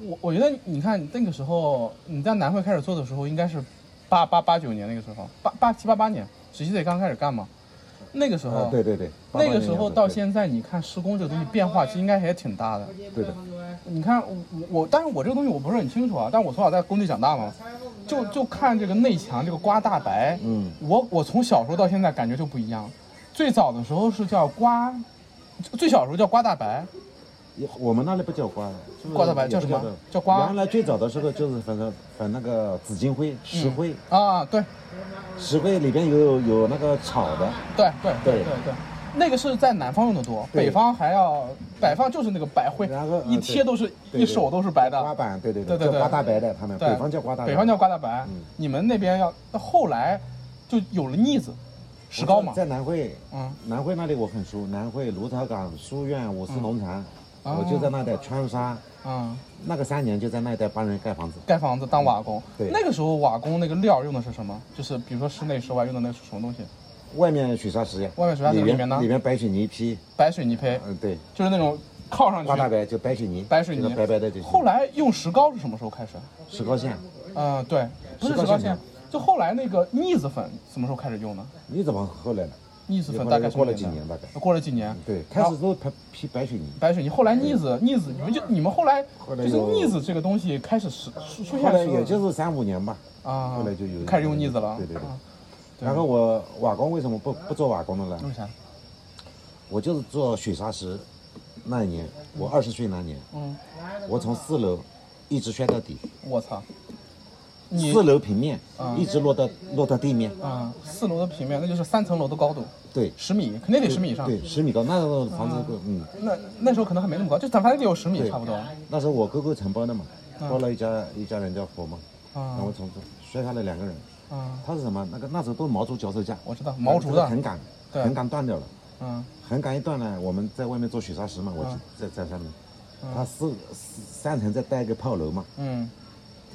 [SPEAKER 1] 我我觉得你看那个时候你在南汇开始做的时候，应该是八八八九年那个时候，八八七八八年，十七岁刚开始干嘛？那个时候，
[SPEAKER 2] 啊，对对对，
[SPEAKER 1] 哦那个时候到
[SPEAKER 2] 在，
[SPEAKER 1] 现在，你看施工这个东西变化，其实应该也挺大的。
[SPEAKER 2] 对的，
[SPEAKER 1] 你看我我，但是我这个东西我不是很清楚啊，但我从小在工地长大嘛，就就看这个内墙这个刮大白，
[SPEAKER 2] 嗯，
[SPEAKER 1] 我我从小时候到现在感觉就不一样。最早的时候是叫刮，最小时候叫刮大白，
[SPEAKER 2] 我们那里不叫瓜，是不是
[SPEAKER 1] 瓜大白叫什么
[SPEAKER 2] 也不
[SPEAKER 1] 叫瓜嗯
[SPEAKER 2] 原来最早的时候就是反正反那个紫金灰、石灰，
[SPEAKER 1] 啊，对
[SPEAKER 2] 石灰里边有有那个草的，
[SPEAKER 1] 对对对对
[SPEAKER 2] 对
[SPEAKER 1] 对，那个是在南方用的多，
[SPEAKER 2] 对
[SPEAKER 1] 北方还要北方就是那个白灰
[SPEAKER 2] 然后，嗯
[SPEAKER 1] 一贴都是
[SPEAKER 2] 对对
[SPEAKER 1] 一手都是白的，
[SPEAKER 2] 瓜板，对对
[SPEAKER 1] 对对
[SPEAKER 2] 叫
[SPEAKER 1] 对
[SPEAKER 2] 瓜大白的，他们
[SPEAKER 1] 对
[SPEAKER 2] 北方叫瓜大白，
[SPEAKER 1] 北方叫刮大白
[SPEAKER 2] 嗯，
[SPEAKER 1] 你们那边要到后来就有了腻子，石膏嘛
[SPEAKER 2] 我，在南汇，
[SPEAKER 1] 嗯，
[SPEAKER 2] 南汇那里我很熟，南汇芦草港书院、五四农场，
[SPEAKER 1] 嗯
[SPEAKER 2] 我就在那带川沙，
[SPEAKER 1] 嗯，
[SPEAKER 2] 那个三年就在那一带帮人盖房子，
[SPEAKER 1] 盖房子当瓦工。
[SPEAKER 2] 对
[SPEAKER 1] 那个时候瓦工那个料用的是什么？就是比如说室内、室外用的那是什么东西？
[SPEAKER 2] 外面水沙石呀，
[SPEAKER 1] 外面水沙石
[SPEAKER 2] 里边
[SPEAKER 1] 里面呢
[SPEAKER 2] 里面白水泥坯，
[SPEAKER 1] 白水泥坯，
[SPEAKER 2] 嗯，对，
[SPEAKER 1] 就是那种靠上
[SPEAKER 2] 瓜大
[SPEAKER 1] 去
[SPEAKER 2] 白就白水泥，
[SPEAKER 1] 白水
[SPEAKER 2] 这
[SPEAKER 1] 泥，
[SPEAKER 2] 个白白的就行。
[SPEAKER 1] 后来用石膏是什么时候开始？
[SPEAKER 2] 石膏线，
[SPEAKER 1] 嗯，对，不是
[SPEAKER 2] 石膏
[SPEAKER 1] 石膏
[SPEAKER 2] 线
[SPEAKER 1] 线，就后来那个腻子粉什么时候开始用呢？
[SPEAKER 2] 你怎么后来了？
[SPEAKER 1] 腻子
[SPEAKER 2] 也
[SPEAKER 1] 粉
[SPEAKER 2] 后
[SPEAKER 1] 大
[SPEAKER 2] 来
[SPEAKER 1] 概
[SPEAKER 2] 又
[SPEAKER 1] 什
[SPEAKER 2] 过
[SPEAKER 1] 么
[SPEAKER 2] 了几
[SPEAKER 1] 代
[SPEAKER 2] 年，大概，
[SPEAKER 1] 呃过了几年，
[SPEAKER 2] 对，开始都批批白水泥，
[SPEAKER 1] 白水泥，后来腻子腻子，你们就你们后来
[SPEAKER 2] 后来
[SPEAKER 1] 就是
[SPEAKER 2] 有
[SPEAKER 1] 腻子这个东西开始实出出现
[SPEAKER 2] 后来
[SPEAKER 1] 的时候
[SPEAKER 2] 也就是三五年吧，
[SPEAKER 1] 啊，
[SPEAKER 2] 后来就有
[SPEAKER 1] 开始用腻子了，
[SPEAKER 2] 对对
[SPEAKER 1] 啊
[SPEAKER 2] 对
[SPEAKER 1] 对嗯
[SPEAKER 2] 然后我瓦工为什么不不做瓦工的
[SPEAKER 1] 为
[SPEAKER 2] 呢？
[SPEAKER 1] 啥？
[SPEAKER 2] 我就是做水沙石，那一年我二十岁那年，
[SPEAKER 1] 嗯，
[SPEAKER 2] 我从四楼一直摔到底，
[SPEAKER 1] 我操，你
[SPEAKER 6] 四楼平面
[SPEAKER 1] 啊
[SPEAKER 6] 一直落到落到地面，
[SPEAKER 1] 啊，四楼的平面，那就是三层楼的高度，
[SPEAKER 6] 对，
[SPEAKER 1] 十米，肯定得十米以上。
[SPEAKER 6] 对，十米高，那个房子够，嗯，
[SPEAKER 1] 那那时候可能还没那么高，就咱反正得有十米
[SPEAKER 6] 对
[SPEAKER 1] 差不多。啊
[SPEAKER 6] 那时候我哥哥承包的嘛，
[SPEAKER 1] 嗯
[SPEAKER 6] 包了一家一家人叫佛嘛，然后
[SPEAKER 1] 啊
[SPEAKER 6] 从这摔下来两个人，
[SPEAKER 1] 啊，
[SPEAKER 6] 他是什么？那个那时候都是毛竹脚手架，
[SPEAKER 1] 我知道毛竹的
[SPEAKER 6] 横杆，
[SPEAKER 1] 对
[SPEAKER 6] 横杆断掉了，
[SPEAKER 1] 嗯
[SPEAKER 6] 横杆一断呢，我们在外面做雪砂石嘛，我
[SPEAKER 1] 嗯
[SPEAKER 6] 在在上面，
[SPEAKER 1] 嗯
[SPEAKER 6] 他四四三层再带一个炮楼嘛，
[SPEAKER 1] 嗯，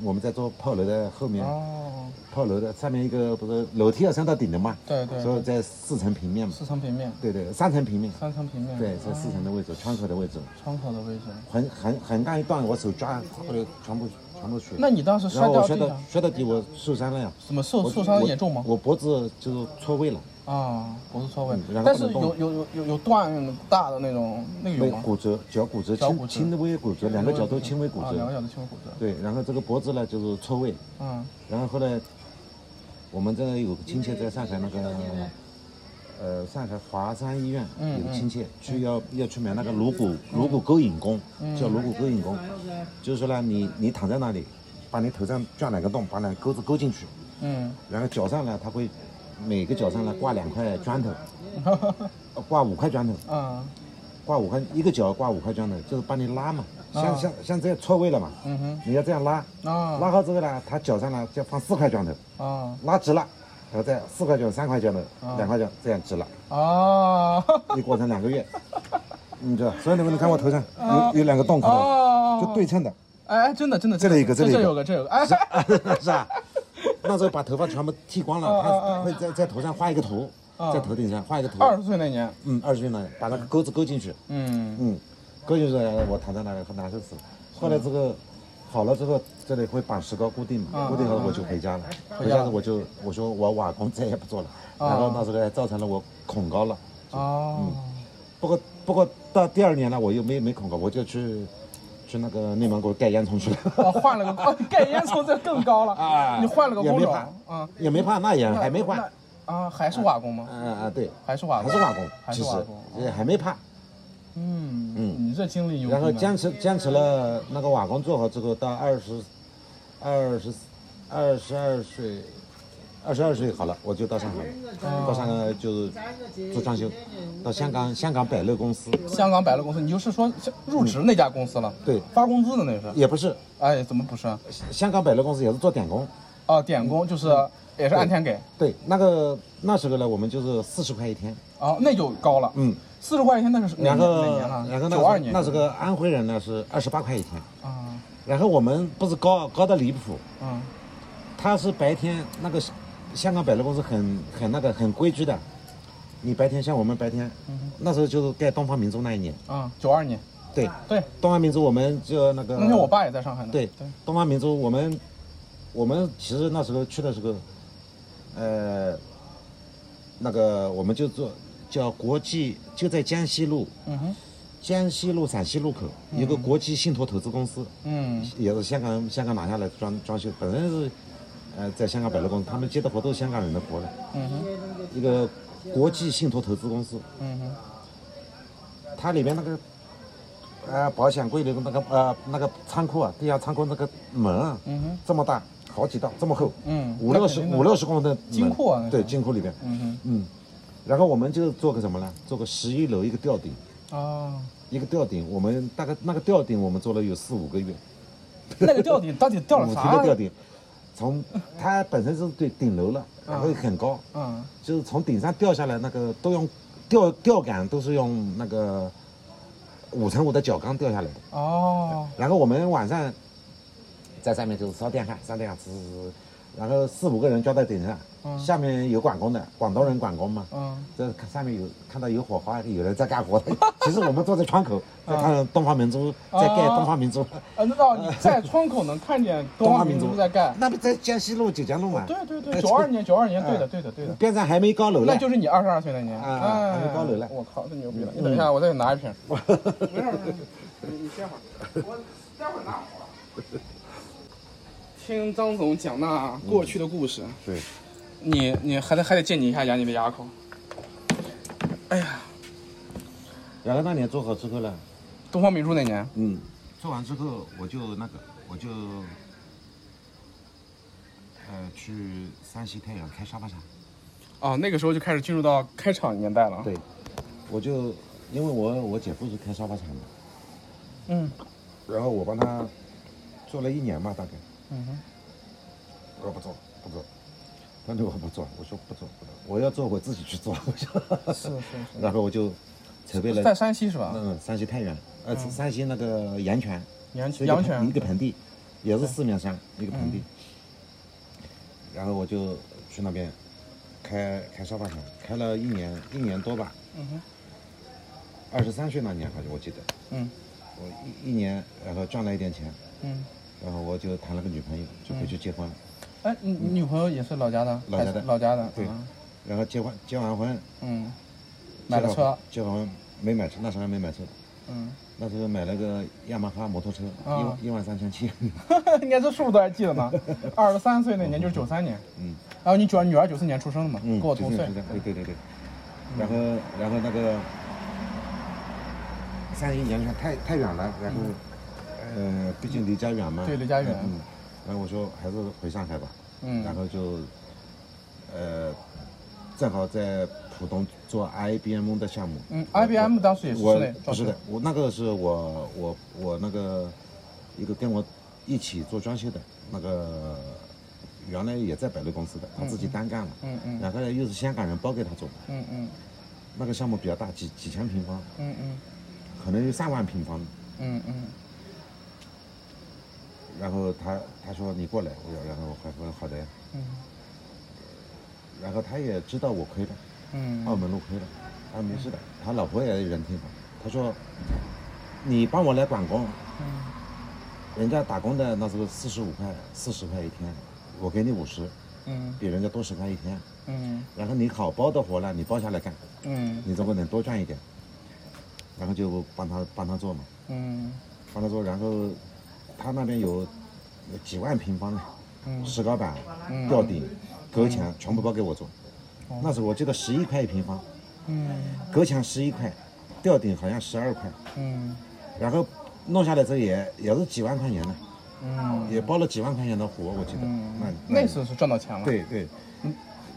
[SPEAKER 6] 我们在做炮楼的后面，
[SPEAKER 1] 哦，
[SPEAKER 6] 炮楼的上面一个不是楼梯要升到顶的嘛，
[SPEAKER 1] 对对
[SPEAKER 6] 所以在四层平面嘛，
[SPEAKER 1] 四层平面，
[SPEAKER 6] 对对，三层平面，
[SPEAKER 1] 三哦层平面，
[SPEAKER 6] 对，在四层的位置，窗口的位置，
[SPEAKER 1] 窗口的位置。
[SPEAKER 6] 横横横杆一断，我手抓后来全部全部水，
[SPEAKER 1] 那你当时
[SPEAKER 6] 然
[SPEAKER 1] 摔
[SPEAKER 6] 后
[SPEAKER 1] 掉
[SPEAKER 6] 我摔
[SPEAKER 1] 地
[SPEAKER 6] 到
[SPEAKER 1] 上，
[SPEAKER 6] 摔到底，我受伤了呀，
[SPEAKER 1] 怎么受
[SPEAKER 6] 我
[SPEAKER 1] 哦受伤
[SPEAKER 6] 我
[SPEAKER 1] 严重吗？
[SPEAKER 6] 我脖子就是错位了，
[SPEAKER 1] 啊，不是错位
[SPEAKER 6] 嗯，然后
[SPEAKER 1] 但
[SPEAKER 6] 不
[SPEAKER 1] 是
[SPEAKER 6] 能
[SPEAKER 1] 有
[SPEAKER 6] 动
[SPEAKER 1] 有有有有断大的那种那个有
[SPEAKER 6] 被
[SPEAKER 1] 吗？
[SPEAKER 6] 骨折，脚骨折，
[SPEAKER 1] 脚骨
[SPEAKER 6] 轻
[SPEAKER 1] 折
[SPEAKER 6] 轻微骨折，两个脚都轻微骨
[SPEAKER 1] 啊两个
[SPEAKER 6] 折，
[SPEAKER 1] 脚都轻微骨折。
[SPEAKER 6] 对，然后这个脖子呢就是错位，
[SPEAKER 1] 嗯
[SPEAKER 6] 然后后来我们这有个亲戚在上海那个。呃，上海华山医院
[SPEAKER 1] 嗯
[SPEAKER 6] 有个亲戚去要要去买那个颅骨颅骨勾引弓，
[SPEAKER 1] 嗯
[SPEAKER 6] 叫颅骨勾引弓， 就是说呢，你你躺在那里，把你头上钻两个洞，把两个钩子勾进去，
[SPEAKER 1] 嗯，
[SPEAKER 6] 然后脚上呢，他会每个脚上呢挂两块砖头，呃挂五块砖头，
[SPEAKER 1] 嗯啊
[SPEAKER 6] 挂五块，一个脚挂五块砖头，就是帮你拉嘛，像像像这样错位了嘛，
[SPEAKER 1] 啊嗯哼
[SPEAKER 6] 你要这样拉，
[SPEAKER 1] 啊
[SPEAKER 6] 拉好之后呢，他脚上呢就放四块砖头，
[SPEAKER 1] 啊
[SPEAKER 6] 拉直了，然后再四块砖、三块砖头、两块砖这样直了，
[SPEAKER 1] 啊！
[SPEAKER 6] 一过程两个月，你知道，所以你们看我头上
[SPEAKER 1] 啊
[SPEAKER 6] 有有两个洞，看到吗？
[SPEAKER 1] 哦，
[SPEAKER 6] 就对 称的，
[SPEAKER 1] 哎，真的真的，
[SPEAKER 6] 这里一个
[SPEAKER 1] 真的这
[SPEAKER 6] 这里一个
[SPEAKER 1] 有个，这有个，哎，
[SPEAKER 6] 是吧？那时候把头发全部剃光
[SPEAKER 1] 啊
[SPEAKER 6] 了，他会在在头上画一个图，在头顶上画一个图，
[SPEAKER 1] 二十岁那年，
[SPEAKER 6] 嗯，二十岁呢，把那个钩子勾进去，
[SPEAKER 1] 嗯
[SPEAKER 6] 嗯，勾进去我躺在那里很难受死了。后来这个好了之后，这里会绑石膏固定
[SPEAKER 1] 啊
[SPEAKER 6] 嘛，固定好了我就回家了。回家了我就我说我瓦工再也不做了，然后那时候还造成了我恐高了。
[SPEAKER 1] 哦，
[SPEAKER 6] 不过不过到第二年呢，我又没没恐高，我就去去那个内蒙古盖烟 囱去了。
[SPEAKER 1] 哦，换了个盖烟囱，这更高了
[SPEAKER 6] 啊
[SPEAKER 1] 你换了个
[SPEAKER 6] 也
[SPEAKER 1] 工
[SPEAKER 6] 没
[SPEAKER 1] 种
[SPEAKER 6] 换
[SPEAKER 1] 啊，
[SPEAKER 6] 也没换，那也还没换。
[SPEAKER 1] 那啊，还是瓦工吗？
[SPEAKER 6] 嗯嗯对，
[SPEAKER 1] 还是瓦
[SPEAKER 6] 还
[SPEAKER 1] 工，
[SPEAKER 6] 是瓦工，
[SPEAKER 1] 还
[SPEAKER 6] 其
[SPEAKER 1] 是
[SPEAKER 6] 实
[SPEAKER 1] 瓦工。啊
[SPEAKER 6] 也还没怕。
[SPEAKER 1] 嗯
[SPEAKER 6] 嗯
[SPEAKER 1] 你这经历有
[SPEAKER 6] 然后坚持坚持了那个瓦工做好之后，到二十、二十、二十二岁、二十二岁好了，我就到上海了。到上海就是做装修，到香港香港百乐公司，
[SPEAKER 1] 香港百乐公司，你就是说入职那家公司了，
[SPEAKER 6] 嗯对嗯
[SPEAKER 1] 发工资的那是，
[SPEAKER 6] 也不是
[SPEAKER 1] 哎，怎么不是？
[SPEAKER 6] 香港百乐公司也是做点工。
[SPEAKER 1] 哦，点工就是也是按天给，
[SPEAKER 6] 嗯对，那个那时候呢，我们就是四十块一天，
[SPEAKER 1] 哦，那就高了，
[SPEAKER 6] 嗯，
[SPEAKER 1] 四十块钱那是哪年
[SPEAKER 6] 然后
[SPEAKER 1] 哪年啊？
[SPEAKER 6] 然后那
[SPEAKER 1] 九二年，
[SPEAKER 6] 那时候安徽人呢是二十八块一天，
[SPEAKER 1] 啊，
[SPEAKER 6] 然后我们不是高高的离谱，
[SPEAKER 1] 嗯
[SPEAKER 6] 他是白天那个香港百乐公司很很那个很规矩的，你白天像我们白天，那时候就是盖东方明珠那一年，
[SPEAKER 1] 啊，九二年，
[SPEAKER 6] 对，
[SPEAKER 1] 对，
[SPEAKER 6] 东方明珠我们就那个
[SPEAKER 1] 那天我爸也在上海呢，
[SPEAKER 6] 呃对
[SPEAKER 1] 对，
[SPEAKER 6] 东方明珠我们我们其实那时候去的时候，呃，那个我们就做叫国际就在江西路
[SPEAKER 1] 嗯哼，
[SPEAKER 6] 江西路陕西路口有个国际信托投资公司，
[SPEAKER 1] 嗯
[SPEAKER 6] 也是香港香港拿下来装装修，本身是呃在香港百乐公司，他们接的活都是香港人的活了。
[SPEAKER 1] 嗯哼
[SPEAKER 6] 一个国际信托投资公司，
[SPEAKER 1] 嗯哼。
[SPEAKER 6] 它里面那个呃保险柜里的那个呃那个仓库啊，地下仓库那个门啊，
[SPEAKER 1] 嗯哼
[SPEAKER 6] 这么大，好几道，这么厚，
[SPEAKER 1] 嗯
[SPEAKER 6] 五六
[SPEAKER 1] 那
[SPEAKER 6] 十
[SPEAKER 1] 肯定的
[SPEAKER 6] 五六十公分的门
[SPEAKER 1] 金库啊那是
[SPEAKER 6] 对，金库里边，
[SPEAKER 1] 嗯哼
[SPEAKER 6] 嗯，然后我们就做个什么呢？做个十一楼一个吊顶，
[SPEAKER 1] 哦，
[SPEAKER 6] 一个吊顶，我们大概那个吊顶我们做了有四五个月，
[SPEAKER 1] 那个吊顶到底吊了
[SPEAKER 6] 五
[SPEAKER 1] 啥
[SPEAKER 6] 层的？吊顶，从它本身是对顶楼了，然后很高，
[SPEAKER 1] 嗯，
[SPEAKER 6] 就是从顶上掉下来那个都用吊吊杆都是用那个五乘五的角钢吊下来的。
[SPEAKER 1] 哦，
[SPEAKER 6] 然后我们晚上在上面就是烧电焊，烧电焊滋滋滋，然后四五个人抓在顶上，
[SPEAKER 1] 嗯
[SPEAKER 6] 下面有管工的，广东人管工嘛。
[SPEAKER 1] 嗯，
[SPEAKER 6] 这看上面有看到有火花，有人在干活的。其实我们坐在窗口，在看东方明珠，在盖东方明珠，
[SPEAKER 1] 啊，那哦，你在窗口能看 见东方明珠在 盖。
[SPEAKER 6] 那不在江西路、九江路嘛？
[SPEAKER 1] 对对 对，九二年，九二年，对的，对的，对的，
[SPEAKER 6] 边上还没高楼嘞
[SPEAKER 1] 那。就是你二十二岁那年。
[SPEAKER 6] 啊
[SPEAKER 1] 哎
[SPEAKER 6] 还没高楼嘞
[SPEAKER 1] 我靠，这牛逼了！你等一下，我再拿一瓶。嗯 没事，你歇会儿，我待会儿拿好了。 听张总讲那过去的故事，
[SPEAKER 6] 对，
[SPEAKER 1] 你你还得还得借你一下养你的牙口。哎呀，
[SPEAKER 6] 然后那年做好之后呢，
[SPEAKER 1] 东方明珠那年，
[SPEAKER 6] 嗯，做完之后我就那个，我就呃，去山西太原开沙发厂。
[SPEAKER 1] 哦，那个时候就开始进入到开厂年代了。，
[SPEAKER 6] 对，我就因为我我姐夫是开沙发厂的，
[SPEAKER 1] 嗯
[SPEAKER 6] 然后我帮他做了一年吧，大概。
[SPEAKER 1] 嗯哼，
[SPEAKER 6] 我不做，不做。他说我不做，我说不做，不做，我要做我自己去做。我说
[SPEAKER 1] 是是
[SPEAKER 6] 然后我就筹备
[SPEAKER 1] 是，在
[SPEAKER 6] 了，
[SPEAKER 1] 山西是吧？
[SPEAKER 6] 嗯，山西太原，呃，山西那个阳泉，
[SPEAKER 1] 阳
[SPEAKER 6] 是一个
[SPEAKER 1] 阳
[SPEAKER 6] 盆一
[SPEAKER 1] 嗯泉
[SPEAKER 6] 个盆地，也是四面山一个盆地。
[SPEAKER 1] 嗯
[SPEAKER 6] 然后我就去那边开开沙发厂，开了一年一年多吧，
[SPEAKER 1] 嗯哼，
[SPEAKER 6] 二十三岁那年好像我记得，
[SPEAKER 1] 嗯
[SPEAKER 6] 我一一年然后赚了一点钱，
[SPEAKER 1] 嗯。
[SPEAKER 6] 然后我就谈了个女朋友，就回去结婚。
[SPEAKER 1] 哎，你你女朋友也是老家的？
[SPEAKER 6] 老
[SPEAKER 1] 还
[SPEAKER 6] 家
[SPEAKER 1] 是
[SPEAKER 6] 的
[SPEAKER 1] 哎老家的。
[SPEAKER 6] 对
[SPEAKER 1] 啊
[SPEAKER 6] 然后结婚结完婚，
[SPEAKER 1] 嗯，买了
[SPEAKER 6] 结了
[SPEAKER 1] 车
[SPEAKER 6] 婚，，结完婚没买车，那时候还没买车，
[SPEAKER 1] 嗯，
[SPEAKER 6] 那时候买了个雅马哈摩托车，一
[SPEAKER 1] 啊
[SPEAKER 6] 万一万三 千七。
[SPEAKER 1] 应该这数都还记得呢。二十三岁那年就是九三年，
[SPEAKER 6] 嗯
[SPEAKER 1] 然后你九女儿九四年出生的嘛，
[SPEAKER 6] 嗯，
[SPEAKER 1] 跟我
[SPEAKER 6] 就
[SPEAKER 1] 同
[SPEAKER 6] 是
[SPEAKER 1] 岁嗯
[SPEAKER 6] 是。的对对对对。然后然后那个三一年远太太远了，然后呃，毕竟离家远嘛，
[SPEAKER 1] 嗯对离家远
[SPEAKER 6] 嗯，然后我说还是回上海吧，然
[SPEAKER 1] 嗯
[SPEAKER 6] 后就呃，正好在浦东做 IBM 的项目。
[SPEAKER 1] 嗯
[SPEAKER 6] 我
[SPEAKER 1] ，IBM 当时也是
[SPEAKER 6] 我
[SPEAKER 1] 室内
[SPEAKER 6] 不
[SPEAKER 1] 装
[SPEAKER 6] 是
[SPEAKER 1] 修
[SPEAKER 6] 的，，我那个是我我我那个一个跟我一起做装修的那个，原来也在百乐公司的，他自己单干了，
[SPEAKER 1] 嗯嗯
[SPEAKER 6] 然后呢又是香港人包给他做的，
[SPEAKER 1] 嗯嗯
[SPEAKER 6] 那个项目比较大，几几千平方，
[SPEAKER 1] 嗯嗯
[SPEAKER 6] 可能有上万平方。
[SPEAKER 1] 嗯嗯
[SPEAKER 6] 然后他他说你过来，我要，然后我还说好的呀，
[SPEAKER 1] 嗯
[SPEAKER 6] 然后他也知道我亏了，
[SPEAKER 1] 嗯
[SPEAKER 6] 澳门路亏了，他说没事的，他老婆也人挺好，他说你帮我来管工，啊
[SPEAKER 1] 嗯
[SPEAKER 6] 人家打工的那时候四十五块，四十块一天，我给你五十，
[SPEAKER 1] 嗯
[SPEAKER 6] 比人家多十块一天。
[SPEAKER 1] 嗯
[SPEAKER 6] 然后你好包的活了，你包下来干，
[SPEAKER 1] 嗯
[SPEAKER 6] 你总归能多赚一点。然后就帮他帮他做嘛，
[SPEAKER 1] 嗯
[SPEAKER 6] 帮他做。然后他那边有有几万平方的
[SPEAKER 1] 嗯
[SPEAKER 6] 石膏板、
[SPEAKER 1] 嗯
[SPEAKER 6] 吊顶、隔墙，全部包给我做
[SPEAKER 1] 哦。
[SPEAKER 6] 那时候我记得十一块一平方，
[SPEAKER 1] 嗯
[SPEAKER 6] 隔墙十一块，吊顶好像十二块，
[SPEAKER 1] 嗯
[SPEAKER 6] 然后弄下来这也也是几万块钱呢，
[SPEAKER 1] 嗯，
[SPEAKER 6] 也包了几万块钱的活，我记得。那
[SPEAKER 1] 那时候是赚到钱了。，
[SPEAKER 6] 对对，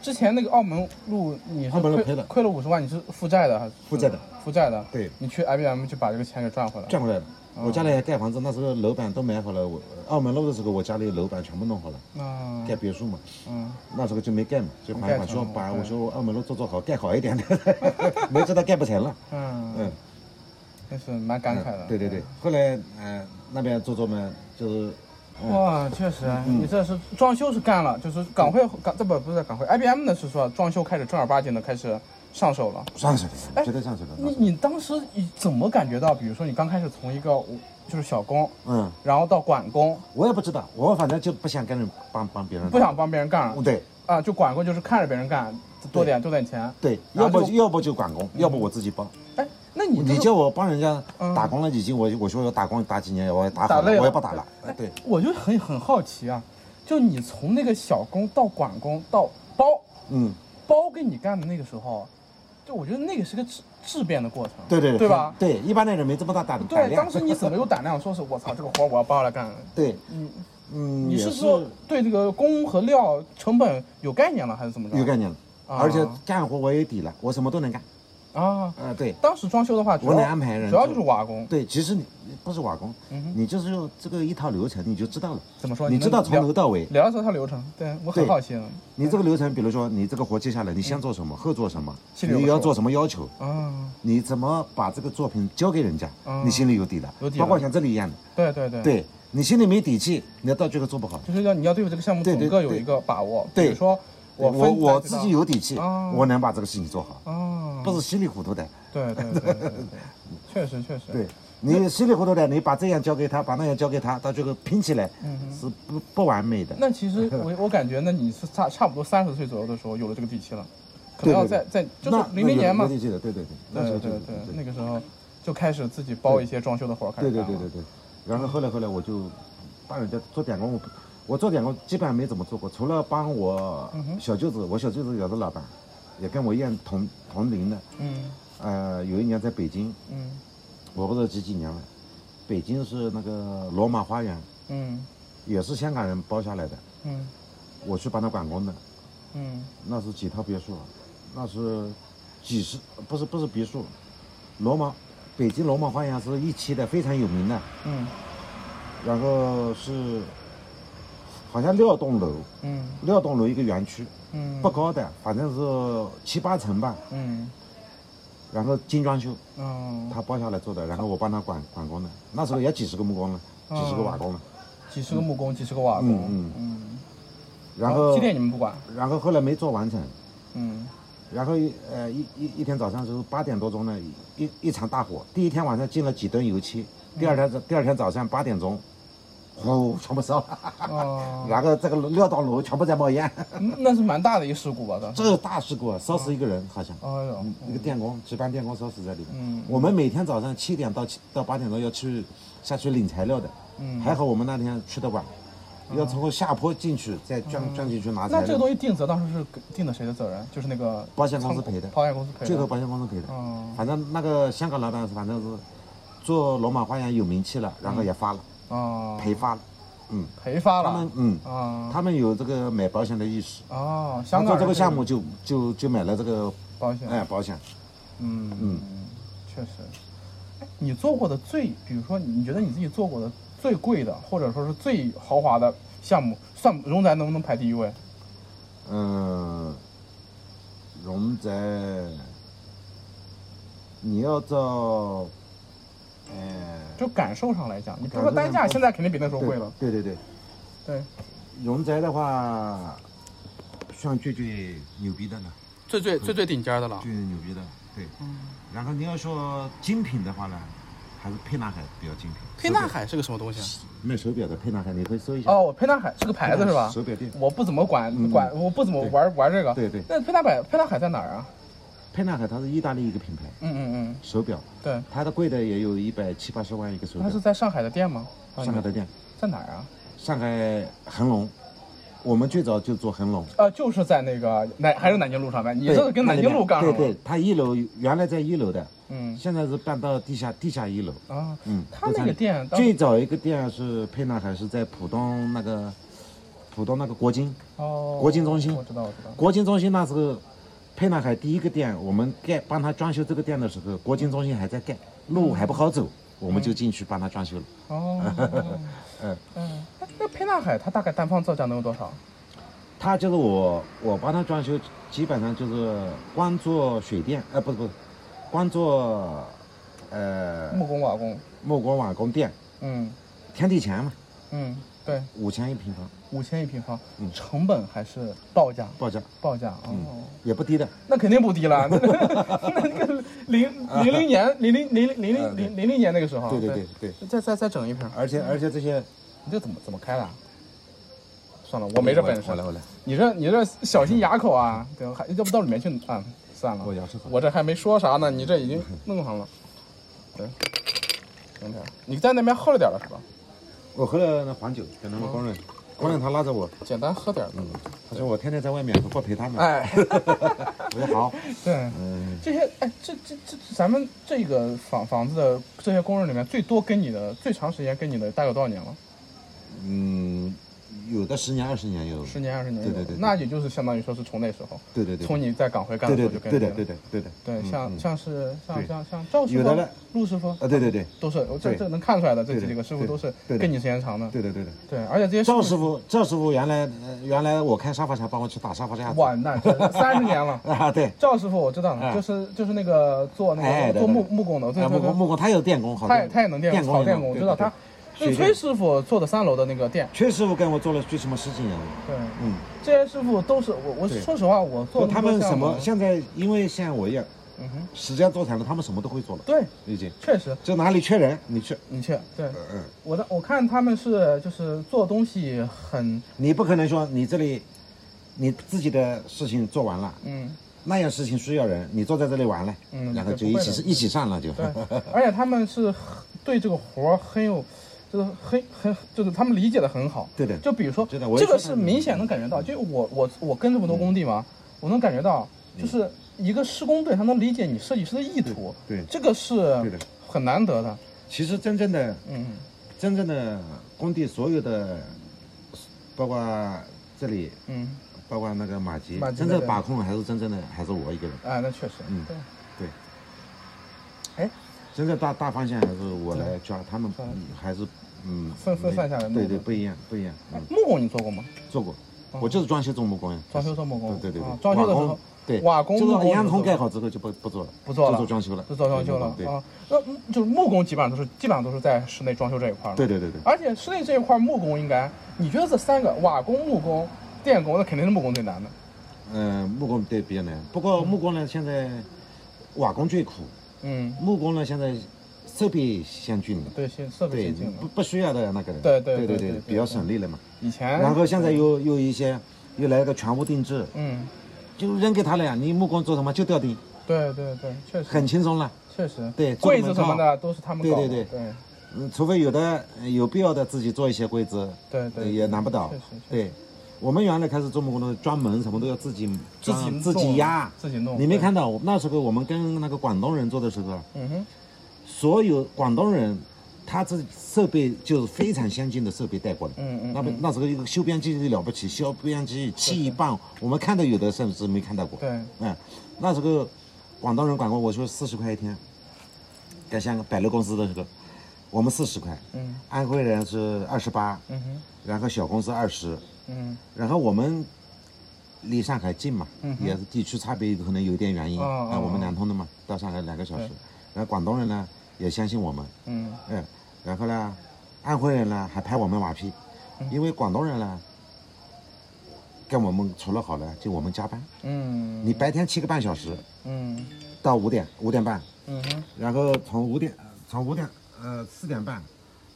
[SPEAKER 1] 之前那个澳门路你是
[SPEAKER 6] 澳门路
[SPEAKER 1] 亏
[SPEAKER 6] 亏了
[SPEAKER 1] 亏了五十万，你是负债的还是？
[SPEAKER 6] 负债的，
[SPEAKER 1] 负债的。
[SPEAKER 6] 对
[SPEAKER 1] 你去 IBM 就把这个钱给赚回来。
[SPEAKER 6] 赚回来了。
[SPEAKER 1] 哦
[SPEAKER 6] 我家里还盖房子，那时候楼板都买好了。我澳门楼的时候，我家里楼板全部弄好了，
[SPEAKER 1] 啊
[SPEAKER 6] 盖别墅嘛。
[SPEAKER 1] 嗯
[SPEAKER 6] 那时候就没盖嘛，就
[SPEAKER 1] 没
[SPEAKER 6] 缓一
[SPEAKER 1] 盖
[SPEAKER 6] 缓
[SPEAKER 1] 成
[SPEAKER 6] 说把
[SPEAKER 1] 对
[SPEAKER 6] 我说澳门楼做做好，盖好一点的， 没知道盖不成了。
[SPEAKER 1] 嗯，
[SPEAKER 6] 嗯，
[SPEAKER 1] 那是蛮感慨的。
[SPEAKER 6] 对对对。后来呃那边做做嘛，就是嗯
[SPEAKER 1] 哇，确实，啊你这是装修是干了，就是港汇港这不不是港汇，IBM 的是说装修开始正儿八经的开始上手了。
[SPEAKER 6] 上手
[SPEAKER 1] 哎
[SPEAKER 6] 了，绝对上手了。
[SPEAKER 1] 你你当时你怎么感觉到？比如说你刚开始从一个就是小工，
[SPEAKER 6] 嗯，
[SPEAKER 1] 然后到管工，
[SPEAKER 6] 我也不知道，我反正就不想跟人帮帮别人，
[SPEAKER 1] 不想。帮别人干了
[SPEAKER 6] 对
[SPEAKER 1] 啊，就管工就是看着别人干，多点多点钱。
[SPEAKER 6] 对，
[SPEAKER 1] 然
[SPEAKER 6] 要
[SPEAKER 1] 后
[SPEAKER 6] 不
[SPEAKER 1] 就
[SPEAKER 6] 要不就管工，要不我自己包。
[SPEAKER 1] 哎，那你
[SPEAKER 6] 你
[SPEAKER 1] 这个
[SPEAKER 6] 叫我帮人家
[SPEAKER 1] 嗯
[SPEAKER 6] 打工了，已经我我说我打工打几年，我也打
[SPEAKER 1] 打
[SPEAKER 6] 好
[SPEAKER 1] 累了
[SPEAKER 6] 我也不打了。哎，对，
[SPEAKER 1] 我就很很好奇啊，就你从那个小工到管工到包
[SPEAKER 6] 嗯，
[SPEAKER 1] 包给你干的那个时候，就我觉得那个是个质质变的过程。
[SPEAKER 6] 对对
[SPEAKER 1] 对吧？
[SPEAKER 6] 对，一般的人没这么大胆胆
[SPEAKER 1] 对，
[SPEAKER 6] 量
[SPEAKER 1] 当。时你怎么有胆量说是我操这个活我要包来干？
[SPEAKER 6] 对，
[SPEAKER 1] 你
[SPEAKER 6] 嗯，
[SPEAKER 1] 你
[SPEAKER 6] 也
[SPEAKER 1] 是
[SPEAKER 6] 是
[SPEAKER 1] 说对这个工和料成本有概念了还是怎么着？
[SPEAKER 6] 有概念了，
[SPEAKER 1] 啊
[SPEAKER 6] 而且干活我也有底了，我什么都能干。
[SPEAKER 1] 啊。
[SPEAKER 6] 呃，对
[SPEAKER 1] 当时装修的话，主要
[SPEAKER 6] 我得安排人
[SPEAKER 1] 主要
[SPEAKER 6] 做
[SPEAKER 1] 就是瓦工。
[SPEAKER 6] 对，其实你不是瓦工，你就是用这个一套流程，你就知道了。
[SPEAKER 1] 嗯怎么说？
[SPEAKER 6] 你
[SPEAKER 1] 能嗯
[SPEAKER 6] 知道从
[SPEAKER 1] 聊
[SPEAKER 6] 头到尾，
[SPEAKER 1] 聊一下它流程，对我很
[SPEAKER 6] 对
[SPEAKER 1] 好奇呢。
[SPEAKER 6] 你这个流程，比如说你这个活接下来，你先做什么，后做什么，
[SPEAKER 1] 嗯心里有
[SPEAKER 6] 你
[SPEAKER 1] 个
[SPEAKER 6] 要
[SPEAKER 1] 数
[SPEAKER 6] 做什么要求，
[SPEAKER 1] 啊，
[SPEAKER 6] 你怎么把这个作品交给人家，
[SPEAKER 1] 嗯
[SPEAKER 6] 你心里有底了。
[SPEAKER 1] 有底了嗯
[SPEAKER 6] 包括像这里一样的，
[SPEAKER 1] 对对对，
[SPEAKER 6] 对你心里没底气，你到最后做不好。
[SPEAKER 1] 就是要你要对这个项目
[SPEAKER 6] 对
[SPEAKER 1] 整
[SPEAKER 6] 对
[SPEAKER 1] 个有
[SPEAKER 6] 对
[SPEAKER 1] 一个把握。
[SPEAKER 6] 对
[SPEAKER 1] 比如说
[SPEAKER 6] 我
[SPEAKER 1] 分
[SPEAKER 6] 我
[SPEAKER 1] 才知
[SPEAKER 6] 自
[SPEAKER 1] 道
[SPEAKER 6] 己有底气，
[SPEAKER 1] 哦
[SPEAKER 6] 我能把这个事情做好，
[SPEAKER 1] 啊，
[SPEAKER 6] 不是稀里糊涂的。
[SPEAKER 1] 对对对对对，对确实确实。
[SPEAKER 6] 对你稀里糊涂的，你把这样交给他，把那样交给他，到最后拼起来是不不完美的。
[SPEAKER 1] 嗯那其 实我我感觉，那你是差差不多三十岁左右的时候有了这个底气了，可能要
[SPEAKER 6] 对对
[SPEAKER 1] 在在就
[SPEAKER 6] 那
[SPEAKER 1] 是零零年嘛呃
[SPEAKER 6] 那有，有底气的，对对对，那
[SPEAKER 1] 对
[SPEAKER 6] 时候
[SPEAKER 1] 对
[SPEAKER 6] 就
[SPEAKER 1] 对
[SPEAKER 6] 有，
[SPEAKER 1] 那个时候就开始自己包一些装修的活儿，开始
[SPEAKER 6] 对对
[SPEAKER 1] 干
[SPEAKER 6] 对
[SPEAKER 1] 了
[SPEAKER 6] 对对。然后后来后来我就帮人家做点工，我不我做点工基本上没怎么做过，除了帮我
[SPEAKER 1] 嗯
[SPEAKER 6] 小舅子，我小舅子也是老板，也跟我一样同同龄的。
[SPEAKER 1] 嗯
[SPEAKER 6] 呃，有一年在北京，
[SPEAKER 1] 嗯
[SPEAKER 6] 我不知道几几年了，北京是那个罗马花园，
[SPEAKER 1] 嗯
[SPEAKER 6] 也是香港人包下来的。
[SPEAKER 1] 嗯
[SPEAKER 6] 我去帮他赶工的，
[SPEAKER 1] 嗯
[SPEAKER 6] 那是几套别墅，那是几十不是不是别墅，罗马北京罗马方洋是一期的非常有名的，
[SPEAKER 1] 嗯
[SPEAKER 6] 然后是好像六栋楼，
[SPEAKER 1] 嗯
[SPEAKER 6] 六栋楼一个园区，
[SPEAKER 1] 嗯
[SPEAKER 6] 不高的，反正是七八层吧，
[SPEAKER 1] 嗯
[SPEAKER 6] 然后精装修，
[SPEAKER 1] 嗯，
[SPEAKER 6] 他包下来做的，然后我帮他管管工的，那时候也几十个木工了，几十个瓦工了，
[SPEAKER 1] 几十个木工，几十个瓦工，
[SPEAKER 6] 嗯
[SPEAKER 1] 嗯，
[SPEAKER 6] 然后
[SPEAKER 1] 机电你们不管，
[SPEAKER 6] 然后后来没做完成，
[SPEAKER 1] 嗯
[SPEAKER 6] 然后一呃一一一天早上就是八点多钟呢，一一场大火，第一天晚上进了几吨油漆，第二天早第二天早上八点钟，呼全部烧了，
[SPEAKER 1] 哦，
[SPEAKER 6] 然后这个六道楼全部在冒烟，
[SPEAKER 1] 嗯那是蛮大的一个事故吧？当时，
[SPEAKER 6] 这是大事故，啊，烧死一个人好像，
[SPEAKER 1] 哎呦，
[SPEAKER 6] 一个电工值班电工烧死在里面。
[SPEAKER 1] 嗯
[SPEAKER 6] 我们每天早上七点到七到八点钟要去下去领材料的，
[SPEAKER 1] 嗯，哦
[SPEAKER 6] 还好我们那天去的晚，要从个下坡进去再钻钻进去拿材
[SPEAKER 1] 那这个
[SPEAKER 6] 料
[SPEAKER 1] 东，西定责当时是给定的谁的责任？就是那个
[SPEAKER 6] 保险公司
[SPEAKER 1] 仓库
[SPEAKER 6] 赔的
[SPEAKER 1] 保险公司赔的，
[SPEAKER 6] 最后保险公司赔的。
[SPEAKER 1] 嗯
[SPEAKER 6] 反正那个香港老板反正是做罗马花园有名气了，然后也发了，
[SPEAKER 1] 哦，
[SPEAKER 6] 赔发了，嗯，
[SPEAKER 1] 赔发
[SPEAKER 6] 他
[SPEAKER 1] 了
[SPEAKER 6] 们，嗯，
[SPEAKER 1] 啊，
[SPEAKER 6] 他们有这个买保险的意识，
[SPEAKER 1] 哦，
[SPEAKER 6] 他
[SPEAKER 1] 香港
[SPEAKER 6] 做
[SPEAKER 1] 人
[SPEAKER 6] 这个项目
[SPEAKER 1] 对
[SPEAKER 6] 就就就买了这个
[SPEAKER 1] 保险，
[SPEAKER 6] 哎保险，
[SPEAKER 1] 嗯嗯，确实。哎你做过的最，比如说，你觉得你自己做过的最贵的，或者说是最豪华的项目，算荣宅能不能排第一位？
[SPEAKER 6] 嗯，荣宅，你要照，呃，
[SPEAKER 1] 就感受上来讲，你不
[SPEAKER 6] 感
[SPEAKER 1] 说
[SPEAKER 6] 受
[SPEAKER 1] 单
[SPEAKER 6] 上
[SPEAKER 1] 价
[SPEAKER 6] 不
[SPEAKER 1] 现在肯定比那时候贵
[SPEAKER 6] 对
[SPEAKER 1] 了，
[SPEAKER 6] 对对对，
[SPEAKER 1] 对，
[SPEAKER 6] 荣宅的话，算最最牛逼的了，
[SPEAKER 1] 最最最最顶尖的了
[SPEAKER 6] 最牛逼的，对。
[SPEAKER 1] 嗯
[SPEAKER 6] 然后你要说精品的话呢，还是沛纳海比较精品。
[SPEAKER 1] 沛纳海是个什么东西啊？
[SPEAKER 6] 卖手表的沛纳海，你可以搜一下。
[SPEAKER 1] 哦，沛纳海是个牌子是吧？
[SPEAKER 6] 手表店。
[SPEAKER 1] 我不怎么管
[SPEAKER 6] 嗯
[SPEAKER 1] 管，我不怎么
[SPEAKER 6] 对
[SPEAKER 1] 玩玩这个。
[SPEAKER 6] 对对
[SPEAKER 1] 那沛纳海沛纳海在哪儿啊？
[SPEAKER 6] 沛纳海它是意大利一个品牌，
[SPEAKER 1] 嗯嗯嗯，
[SPEAKER 6] 手表，
[SPEAKER 1] 对，
[SPEAKER 6] 它的贵的也有一百七八十万一个手
[SPEAKER 1] 它
[SPEAKER 6] 表
[SPEAKER 1] 是。在上海的店吗？
[SPEAKER 6] 上海的店，
[SPEAKER 1] 在哪儿啊？
[SPEAKER 6] 上海恒隆，我们最早就做恒隆。
[SPEAKER 1] 呃，就是在那个南，还是南京路上呗。你
[SPEAKER 6] 对
[SPEAKER 1] 这是跟
[SPEAKER 6] 它
[SPEAKER 1] 南
[SPEAKER 6] 里
[SPEAKER 1] 京
[SPEAKER 6] 面
[SPEAKER 1] 路杠上
[SPEAKER 6] 对
[SPEAKER 1] 了。
[SPEAKER 6] 对，它一楼原来在一楼的，
[SPEAKER 1] 嗯
[SPEAKER 6] 现在是搬到地下地下一楼。
[SPEAKER 1] 啊，
[SPEAKER 6] 嗯，
[SPEAKER 1] 他
[SPEAKER 6] 都
[SPEAKER 1] 那
[SPEAKER 6] 在
[SPEAKER 1] 个店当
[SPEAKER 6] 最早一个店是沛纳海，是在浦东那个浦东那个国金。
[SPEAKER 1] 哦，
[SPEAKER 6] 国金中心
[SPEAKER 1] 我知道我知道。
[SPEAKER 6] 国金中心那时候，沛纳海第一个店，我们盖帮他装修这个店的时候，国金中心还在盖，路还不好走，我们就进去帮他装修了。
[SPEAKER 1] 哦，
[SPEAKER 6] 嗯，
[SPEAKER 1] 嗯，那那沛纳海它大概单方造价能有多少？
[SPEAKER 6] 他就是我，我帮他装修，基本上就是呃光做水电，呃，不是不是，光做呃
[SPEAKER 1] 木工瓦工。
[SPEAKER 6] 木工瓦工店，
[SPEAKER 1] 嗯
[SPEAKER 6] 天地钱嘛，
[SPEAKER 1] 嗯，对，
[SPEAKER 6] 五千一平方
[SPEAKER 1] 五千一平方，
[SPEAKER 6] 嗯
[SPEAKER 1] 成本还是报价？
[SPEAKER 6] 报价，嗯
[SPEAKER 1] 报价哦。
[SPEAKER 6] 也不低的。
[SPEAKER 1] 那肯定不低 了，那那个零零零年零零零零
[SPEAKER 6] 啊
[SPEAKER 1] 零
[SPEAKER 6] 对
[SPEAKER 1] 零零零年那个时候，
[SPEAKER 6] 对对对对，
[SPEAKER 1] 再再再整一瓶，
[SPEAKER 6] 而且而且这些
[SPEAKER 1] 你这怎么怎么开的啊？算了，我没这本事
[SPEAKER 6] 我。来我来，
[SPEAKER 1] 你这你这小心牙口啊，对，还要不到里面去啊？算了，
[SPEAKER 6] 我牙齿好
[SPEAKER 1] 我这还没说啥呢，你这已经弄上了。对，整点儿，你在那边喝了点儿了是吧？
[SPEAKER 6] 我喝了那黄酒给
[SPEAKER 1] 哦
[SPEAKER 6] 他们工人，工人他拉着我。
[SPEAKER 1] 简单喝点儿。
[SPEAKER 6] 他说我天天在外面，不过陪他们。
[SPEAKER 1] 哎，
[SPEAKER 6] 我说好，
[SPEAKER 1] 对，
[SPEAKER 6] 嗯，
[SPEAKER 1] 这些哎，这这这咱们这个房房子的这些工人里面，最多跟你的最长时间跟你的大概有多少年了？
[SPEAKER 6] 嗯，有的十年二十年有，
[SPEAKER 1] 十年、二十年有
[SPEAKER 6] 对对对对
[SPEAKER 1] 那也就是相当于说是从那时候，
[SPEAKER 6] 对对对，
[SPEAKER 1] 从你在港回干
[SPEAKER 6] 对
[SPEAKER 1] 的时
[SPEAKER 6] 对
[SPEAKER 1] 候就跟
[SPEAKER 6] 对对
[SPEAKER 1] 你
[SPEAKER 6] 的
[SPEAKER 1] 了
[SPEAKER 6] 对的对的，
[SPEAKER 1] 对，
[SPEAKER 6] 嗯
[SPEAKER 1] 像
[SPEAKER 6] 嗯
[SPEAKER 1] 像是像
[SPEAKER 6] 对
[SPEAKER 1] 像像赵师
[SPEAKER 6] 有的
[SPEAKER 1] 傅
[SPEAKER 6] 嘞、
[SPEAKER 1] 陆师傅
[SPEAKER 6] 啊对对对
[SPEAKER 1] 都是，我这
[SPEAKER 6] 对
[SPEAKER 1] 这能看出来的，这
[SPEAKER 6] 对的
[SPEAKER 1] 几个师傅
[SPEAKER 6] 对
[SPEAKER 1] 都是
[SPEAKER 6] 对的
[SPEAKER 1] 跟你时间长的。
[SPEAKER 6] 对的对的。
[SPEAKER 1] 对，而且这些
[SPEAKER 6] 赵
[SPEAKER 1] 傅
[SPEAKER 6] 师傅，赵师傅原来呃原来我开沙发侠帮我去打沙发架子，
[SPEAKER 1] 哇，那三十年了。
[SPEAKER 6] 啊对，
[SPEAKER 1] 赵师傅我知道了，
[SPEAKER 6] 哎
[SPEAKER 1] 就是就是那个做那
[SPEAKER 6] 哎
[SPEAKER 1] 个
[SPEAKER 6] 对
[SPEAKER 1] 做
[SPEAKER 6] 对
[SPEAKER 1] 木
[SPEAKER 6] 对
[SPEAKER 1] 木工的，对
[SPEAKER 6] 啊木
[SPEAKER 1] 对
[SPEAKER 6] 工
[SPEAKER 1] 对，
[SPEAKER 6] 木工他有电工，好
[SPEAKER 1] 他
[SPEAKER 6] 多
[SPEAKER 1] 也他也能电
[SPEAKER 6] 电
[SPEAKER 1] 工
[SPEAKER 6] 工
[SPEAKER 1] 炒
[SPEAKER 6] 也
[SPEAKER 1] 电
[SPEAKER 6] 能
[SPEAKER 1] 工，我
[SPEAKER 6] 对
[SPEAKER 1] 知道
[SPEAKER 6] 对
[SPEAKER 1] 他
[SPEAKER 6] 对
[SPEAKER 1] 是
[SPEAKER 6] 水电
[SPEAKER 1] 崔师傅做的三楼的那个店。
[SPEAKER 6] 崔师傅跟我做了最起码十几年了。
[SPEAKER 1] 对，
[SPEAKER 6] 嗯，
[SPEAKER 1] 这些师傅都是我我
[SPEAKER 6] 对
[SPEAKER 1] 说实话，我做
[SPEAKER 6] 就
[SPEAKER 1] 那
[SPEAKER 6] 他
[SPEAKER 1] 多
[SPEAKER 6] 们
[SPEAKER 1] 项
[SPEAKER 6] 什
[SPEAKER 1] 目
[SPEAKER 6] 么现在因为像我一样，
[SPEAKER 1] 嗯哼，
[SPEAKER 6] 时间做长了，他们什么都会做了，
[SPEAKER 1] 对，
[SPEAKER 6] 已经。
[SPEAKER 1] 确实，
[SPEAKER 6] 就哪里缺人，你去，
[SPEAKER 1] 你去对。
[SPEAKER 6] 嗯嗯，
[SPEAKER 1] 我的我看他们是就是做东西很
[SPEAKER 6] 你不可能说你这里你自己的事情做完了，
[SPEAKER 1] 嗯
[SPEAKER 6] 那样事情需要人，你坐在这里玩了，
[SPEAKER 1] 嗯
[SPEAKER 6] 然后
[SPEAKER 1] 对
[SPEAKER 6] 就
[SPEAKER 1] 不
[SPEAKER 6] 一
[SPEAKER 1] 会
[SPEAKER 6] 起
[SPEAKER 1] 的
[SPEAKER 6] 一起上了就。
[SPEAKER 1] 对，而且他们是很对这个活儿很有，就是很很就是他们理解的很好。
[SPEAKER 6] 对的
[SPEAKER 1] 就比如说
[SPEAKER 6] 知道我也
[SPEAKER 1] 这个
[SPEAKER 6] 说他
[SPEAKER 1] 是
[SPEAKER 6] 们
[SPEAKER 1] 明显能感觉到，就我我我跟这么多工地嘛，
[SPEAKER 6] 嗯
[SPEAKER 1] 我能感觉到，就是一个施工队他能理解你设计师的意图，
[SPEAKER 6] 对对
[SPEAKER 1] 这个是
[SPEAKER 6] 对的
[SPEAKER 1] 很难得的。
[SPEAKER 6] 其实真正的
[SPEAKER 1] 嗯
[SPEAKER 6] 真正的工地所有的，包括这里
[SPEAKER 1] 嗯，
[SPEAKER 6] 包括那个马吉
[SPEAKER 1] 马，吉
[SPEAKER 6] 真
[SPEAKER 1] 那
[SPEAKER 6] 正
[SPEAKER 1] 个
[SPEAKER 6] 把控还是真正的还是我一个人，
[SPEAKER 1] 啊，那确实，
[SPEAKER 6] 嗯
[SPEAKER 1] 对，
[SPEAKER 6] 对。
[SPEAKER 1] 哎，
[SPEAKER 6] 真正大大方向还是我来抓，他们
[SPEAKER 1] 算了
[SPEAKER 6] 嗯还是嗯
[SPEAKER 1] 分分
[SPEAKER 6] 没
[SPEAKER 1] 散下来
[SPEAKER 6] 对
[SPEAKER 1] 弄
[SPEAKER 6] 对，
[SPEAKER 1] 吧
[SPEAKER 6] 不一样不一样，嗯，
[SPEAKER 1] 木工你做过吗？
[SPEAKER 6] 做过，
[SPEAKER 1] 哦
[SPEAKER 6] 我就是装修做木工呀，
[SPEAKER 1] 装修做木工
[SPEAKER 6] 对对对
[SPEAKER 1] 啊
[SPEAKER 6] 对，
[SPEAKER 1] 装修的时
[SPEAKER 6] 瓦
[SPEAKER 1] 候
[SPEAKER 6] 工对
[SPEAKER 1] 瓦工木
[SPEAKER 6] 就
[SPEAKER 1] 工
[SPEAKER 6] 是
[SPEAKER 1] 你
[SPEAKER 6] 洋
[SPEAKER 1] 做
[SPEAKER 6] 葱
[SPEAKER 1] 过
[SPEAKER 6] 盖好之后就不不做了，
[SPEAKER 1] 不做了
[SPEAKER 6] 就做装修了，哦
[SPEAKER 1] 就做装修了
[SPEAKER 6] 对
[SPEAKER 1] 啊。那嗯就是木工基本上都是基本上都是在室内装修这一块儿。
[SPEAKER 6] 对。对对对，
[SPEAKER 1] 而且室内这一块木工应该，你觉得这三个瓦工、木工、电工，那肯定是木工最难的。
[SPEAKER 6] 嗯，木工对比较难，不过木工呢现在瓦工最苦，
[SPEAKER 1] 嗯，
[SPEAKER 6] 木工呢现在设备先进了，
[SPEAKER 1] 对，新设备
[SPEAKER 6] 对
[SPEAKER 1] 先进了
[SPEAKER 6] 不。不需要的那个人，
[SPEAKER 1] 对对
[SPEAKER 6] 对
[SPEAKER 1] 对对
[SPEAKER 6] 对
[SPEAKER 1] 对
[SPEAKER 6] 比较省力了嘛。
[SPEAKER 1] 以前，
[SPEAKER 6] 然后现在又又一些又来个全屋定制，
[SPEAKER 1] 嗯，
[SPEAKER 6] 就扔给他了呀，你木工做什么就吊顶，
[SPEAKER 1] 对对对，确实
[SPEAKER 6] 很轻松了。
[SPEAKER 1] 确实。
[SPEAKER 6] 对做
[SPEAKER 1] 柜
[SPEAKER 6] 门
[SPEAKER 1] 子什么
[SPEAKER 6] 框
[SPEAKER 1] 的都是他们
[SPEAKER 6] 对
[SPEAKER 1] 搞的。
[SPEAKER 6] 对对
[SPEAKER 1] 对
[SPEAKER 6] 嗯，除非有的呃有必要的自己做一些规则，
[SPEAKER 1] 对对
[SPEAKER 6] 呃也难不倒
[SPEAKER 1] 确实。确
[SPEAKER 6] 对，我们原来开始做木工的时候，专门什么都要自己
[SPEAKER 1] 自己
[SPEAKER 6] 装
[SPEAKER 1] 弄
[SPEAKER 6] 自己压，
[SPEAKER 1] 自己弄
[SPEAKER 6] 你没
[SPEAKER 1] 对
[SPEAKER 6] 看到我那时候我们跟那个广东人做的时候，
[SPEAKER 1] 嗯哼，
[SPEAKER 6] 所有广东人。他这设备就是非常先进的设备带过来，
[SPEAKER 1] 嗯嗯
[SPEAKER 6] 那么那时候一个修边机就了不起，修边机气一棒，我们看到有的甚至没看到过。
[SPEAKER 1] 对，
[SPEAKER 6] 嗯，那时候广东人管过我说四十块一天，在香港百乐公司的时候，我们四十块，
[SPEAKER 1] 嗯
[SPEAKER 6] 安徽人是二十八，
[SPEAKER 1] 嗯哼，
[SPEAKER 6] 然后小公司二十，
[SPEAKER 1] 嗯
[SPEAKER 6] 然后我们离上海近嘛，
[SPEAKER 1] 嗯哼
[SPEAKER 6] 也是地区差别可能有点原因，
[SPEAKER 1] 哦
[SPEAKER 6] 啊、
[SPEAKER 1] 哦
[SPEAKER 6] 我们
[SPEAKER 1] 哦
[SPEAKER 6] 南通的嘛，到上海两个小时，
[SPEAKER 1] 对
[SPEAKER 6] 然后广东人呢也相信我们，
[SPEAKER 1] 嗯
[SPEAKER 6] 嗯，然后呢，安徽人呢还拍我们马屁，
[SPEAKER 1] 嗯
[SPEAKER 6] 因为广东人呢跟我们处了好了，就我们加班，
[SPEAKER 1] 嗯
[SPEAKER 6] 你白天七个半小时。
[SPEAKER 1] 嗯
[SPEAKER 6] 到五点五点半，
[SPEAKER 1] 嗯哼，
[SPEAKER 6] 然后从五点从五点呃四点半，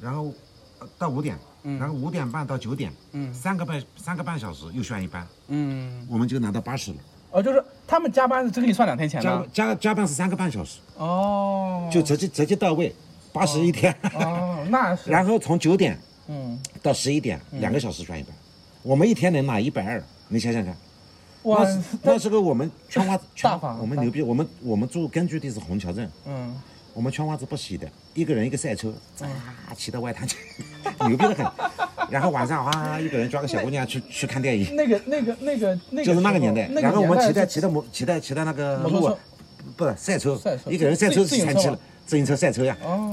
[SPEAKER 6] 然后呃到五点，然后五点半到九点，
[SPEAKER 1] 嗯
[SPEAKER 6] 三个半三个半小时又算一班，
[SPEAKER 1] 嗯，
[SPEAKER 6] 我们就拿到八十了。
[SPEAKER 1] 哦，就是他们加班是只给你算两天钱
[SPEAKER 6] 加
[SPEAKER 1] 的。
[SPEAKER 6] 加加班是三个半小时，
[SPEAKER 1] 哦。
[SPEAKER 6] 就直接直接到位，八十一天。
[SPEAKER 1] 哦，那是。
[SPEAKER 6] 然后从九点
[SPEAKER 1] 嗯，
[SPEAKER 6] 到十一点，两个小时算一班，我们一天能拿一百二，你想想看。
[SPEAKER 1] 哇
[SPEAKER 6] 那时，那时候我们圈袜子，圈
[SPEAKER 1] 大方
[SPEAKER 6] 我们
[SPEAKER 1] 大
[SPEAKER 6] 牛逼，我们我们住根据地是虹桥镇，
[SPEAKER 1] 嗯，
[SPEAKER 6] 我们圈袜子不洗的，一个人一个赛车，啊，骑到 外滩去，牛逼的很。然后晚上啊，一个人抓个小姑娘去去看电影，
[SPEAKER 1] 那个那个那个那个，
[SPEAKER 6] 就是那个年代。
[SPEAKER 1] 那个
[SPEAKER 6] 然后我们骑
[SPEAKER 1] 年代
[SPEAKER 6] 的
[SPEAKER 1] 是
[SPEAKER 6] 骑的摩骑的骑的那个
[SPEAKER 1] 摩托
[SPEAKER 6] 路
[SPEAKER 1] 车
[SPEAKER 6] 啊，不是赛车
[SPEAKER 1] 赛，车
[SPEAKER 6] 一个人赛
[SPEAKER 1] 自
[SPEAKER 6] 车是
[SPEAKER 1] 自行
[SPEAKER 6] 三
[SPEAKER 1] 车
[SPEAKER 6] 骑
[SPEAKER 1] 吗
[SPEAKER 6] 了，自行车赛车呀，
[SPEAKER 1] 哦，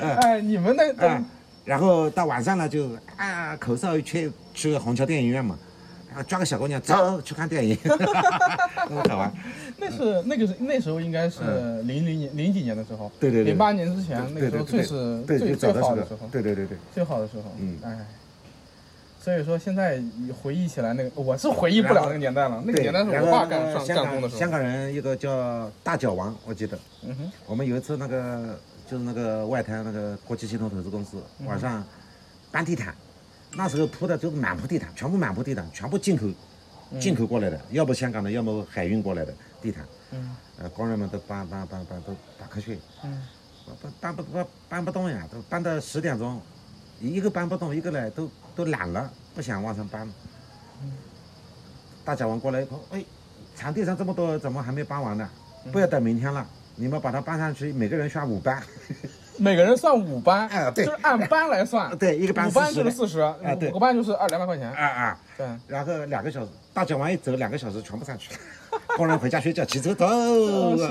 [SPEAKER 1] 哎，你们那
[SPEAKER 6] 啊
[SPEAKER 1] 个，
[SPEAKER 6] 然后到晚上了就啊口哨一吹，去虹桥电影院嘛，然后抓个小姑娘
[SPEAKER 1] 啊
[SPEAKER 6] 走去看电 影，那么好玩。
[SPEAKER 1] 那是那个是那时候应该是零零年零几年的时候，
[SPEAKER 6] 嗯对对对
[SPEAKER 1] 零八年之前那个时
[SPEAKER 6] 对对
[SPEAKER 1] 候最是
[SPEAKER 6] 对，
[SPEAKER 1] 最
[SPEAKER 6] 就找
[SPEAKER 1] 最
[SPEAKER 6] 到
[SPEAKER 1] 好
[SPEAKER 6] 这
[SPEAKER 1] 的
[SPEAKER 6] 个
[SPEAKER 1] 时候，，
[SPEAKER 6] 对对对对。
[SPEAKER 1] 最好的时候，
[SPEAKER 6] 嗯
[SPEAKER 1] 哎。所以说现在回忆起来，那个我是回忆不了那个年代了。那个
[SPEAKER 6] 对，
[SPEAKER 1] 年代是
[SPEAKER 6] 然
[SPEAKER 1] 我
[SPEAKER 6] 后
[SPEAKER 1] 爸
[SPEAKER 6] 那个
[SPEAKER 1] 干上
[SPEAKER 6] 香
[SPEAKER 1] 干
[SPEAKER 6] 港
[SPEAKER 1] 工的时候。
[SPEAKER 6] 香港人一个叫大脚王，我记得
[SPEAKER 1] 嗯哼，
[SPEAKER 6] 我们有一次那个就是那个外滩那个国际系统投资公司
[SPEAKER 1] 嗯
[SPEAKER 6] 晚上搬地毯，那时候铺的就是满铺地毯，全部满铺地毯，全部进口进口过来的，要么香港的，要么海运过来的地毯。
[SPEAKER 1] 嗯
[SPEAKER 6] 呃，工人们都搬搬搬搬都打瞌睡，
[SPEAKER 1] 嗯
[SPEAKER 6] 搬搬不搬搬不动呀，都搬到十点钟，一个搬不动，一个呢都都懒了，不想往上搬了。大脚王过来一看，哎，场地上这么多，怎么还没搬完呢？
[SPEAKER 1] 嗯
[SPEAKER 6] 不要等明天了，你们把它搬上去，每个人刷五 班。
[SPEAKER 1] 每个人算五班，
[SPEAKER 6] 哎对啊
[SPEAKER 1] 就是按班来算，
[SPEAKER 6] 对一个班
[SPEAKER 1] 五班就是
[SPEAKER 6] 40
[SPEAKER 1] 四十，
[SPEAKER 6] 哎对
[SPEAKER 1] 五个班就是二两百块钱，
[SPEAKER 6] 啊啊！
[SPEAKER 1] 对，
[SPEAKER 6] 然后两个小时，大脚王一走，两个小时全部上去了。工人回家睡觉，骑车走
[SPEAKER 1] 哦， 是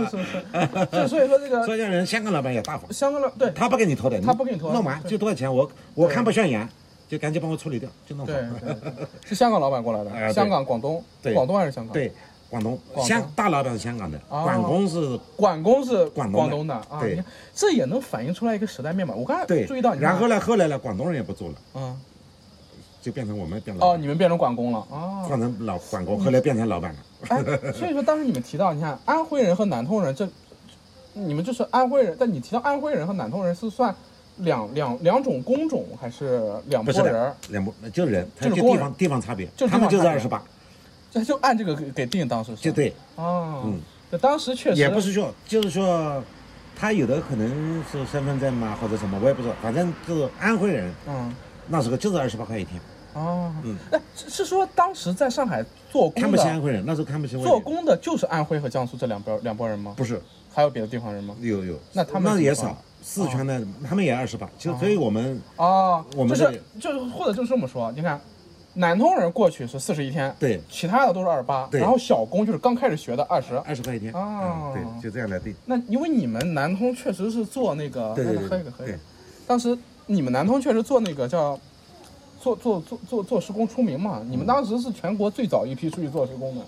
[SPEAKER 6] 啊。
[SPEAKER 1] 是是， 所以所以说这个
[SPEAKER 6] 所以人香港老板也大方，
[SPEAKER 1] 香港的对
[SPEAKER 6] 他不给你拖的，
[SPEAKER 1] 他不给你拖
[SPEAKER 6] 弄完就多少钱，我我看不顺眼，就赶紧帮我处理掉，就弄好。
[SPEAKER 1] 对对，对是香港老板过来
[SPEAKER 6] 哎
[SPEAKER 1] 的，
[SPEAKER 6] 对
[SPEAKER 1] 香港广东，
[SPEAKER 6] 对
[SPEAKER 1] 广东还是香港？，
[SPEAKER 6] 对，广东
[SPEAKER 1] 广东
[SPEAKER 6] 香大老板是香港的，
[SPEAKER 1] 哦
[SPEAKER 6] 广工是
[SPEAKER 1] 管工是
[SPEAKER 6] 广东
[SPEAKER 1] 广
[SPEAKER 6] 的
[SPEAKER 1] 东的啊，
[SPEAKER 6] 对
[SPEAKER 1] 你看这也能反映出来一个时代面貌。我刚才
[SPEAKER 6] 对
[SPEAKER 1] 注意到，你看
[SPEAKER 6] 然后呢，后来呢，广东人也不做了，
[SPEAKER 1] 嗯，
[SPEAKER 6] 就变成我们变老
[SPEAKER 1] 哦，
[SPEAKER 6] 板，
[SPEAKER 1] 你们变成管工了啊。
[SPEAKER 6] 换成老广工，后来变成老板了。
[SPEAKER 1] 哎，所以说当时你们提到，你看安徽人和南通人，这你们就是安徽人，但你提到安徽人和南通人是算两两两种工种还是两
[SPEAKER 6] 不
[SPEAKER 1] 拨
[SPEAKER 6] 是
[SPEAKER 1] 人
[SPEAKER 6] 的
[SPEAKER 1] 儿？，
[SPEAKER 6] 两拨就是人，他
[SPEAKER 1] 就是
[SPEAKER 6] 就
[SPEAKER 1] 工
[SPEAKER 6] 地
[SPEAKER 1] 人
[SPEAKER 6] 方地方差别，
[SPEAKER 1] 就是
[SPEAKER 6] 他们
[SPEAKER 1] 地
[SPEAKER 6] 就
[SPEAKER 1] 方
[SPEAKER 6] 是
[SPEAKER 1] 差
[SPEAKER 6] 二
[SPEAKER 1] 别
[SPEAKER 6] 十八，
[SPEAKER 1] 这就按这个给给定当时是
[SPEAKER 6] 就对，
[SPEAKER 1] 哦，
[SPEAKER 6] 嗯，
[SPEAKER 1] 就当时确实
[SPEAKER 6] 也不是说就是说，他有的可能是身份证嘛或者什么，我也不知道，反正就是安徽人
[SPEAKER 1] 嗯。
[SPEAKER 6] 那时候就是二十八块一天，
[SPEAKER 1] 哦，
[SPEAKER 6] 嗯
[SPEAKER 1] 哎，是是说当时在上海做
[SPEAKER 6] 看
[SPEAKER 1] 工
[SPEAKER 6] 不起安
[SPEAKER 1] 的，啊
[SPEAKER 6] 徽人，那时候看不起我。
[SPEAKER 1] 做工的就是安徽和江苏这两边两拨人吗？
[SPEAKER 6] 不是
[SPEAKER 1] 还有别的地方人吗？
[SPEAKER 6] 有有，
[SPEAKER 1] 那他们
[SPEAKER 6] 那也
[SPEAKER 1] 怎么
[SPEAKER 6] 少，四川的他们也二十八，就所以我们
[SPEAKER 1] 哦，
[SPEAKER 6] 我们
[SPEAKER 1] 就
[SPEAKER 6] 这里
[SPEAKER 1] 是就是或者就是这么说，你看，南通人过去是四十一天，
[SPEAKER 6] 对
[SPEAKER 1] 其他的都是二十八，
[SPEAKER 6] 对
[SPEAKER 1] 然后小工就是刚开始学的二十。
[SPEAKER 6] 二十块一天，
[SPEAKER 1] 哦
[SPEAKER 6] 嗯，对，就这样来定。
[SPEAKER 1] 那因为你们南通确实是做那个，
[SPEAKER 6] 对对
[SPEAKER 1] 那
[SPEAKER 6] 对
[SPEAKER 1] 个喝一个喝一个
[SPEAKER 6] 对。
[SPEAKER 1] 当时你们南通确实做那个叫做做做做做施工出名嘛，
[SPEAKER 6] 嗯
[SPEAKER 1] 你们当时是全国最早一批出去做施工的。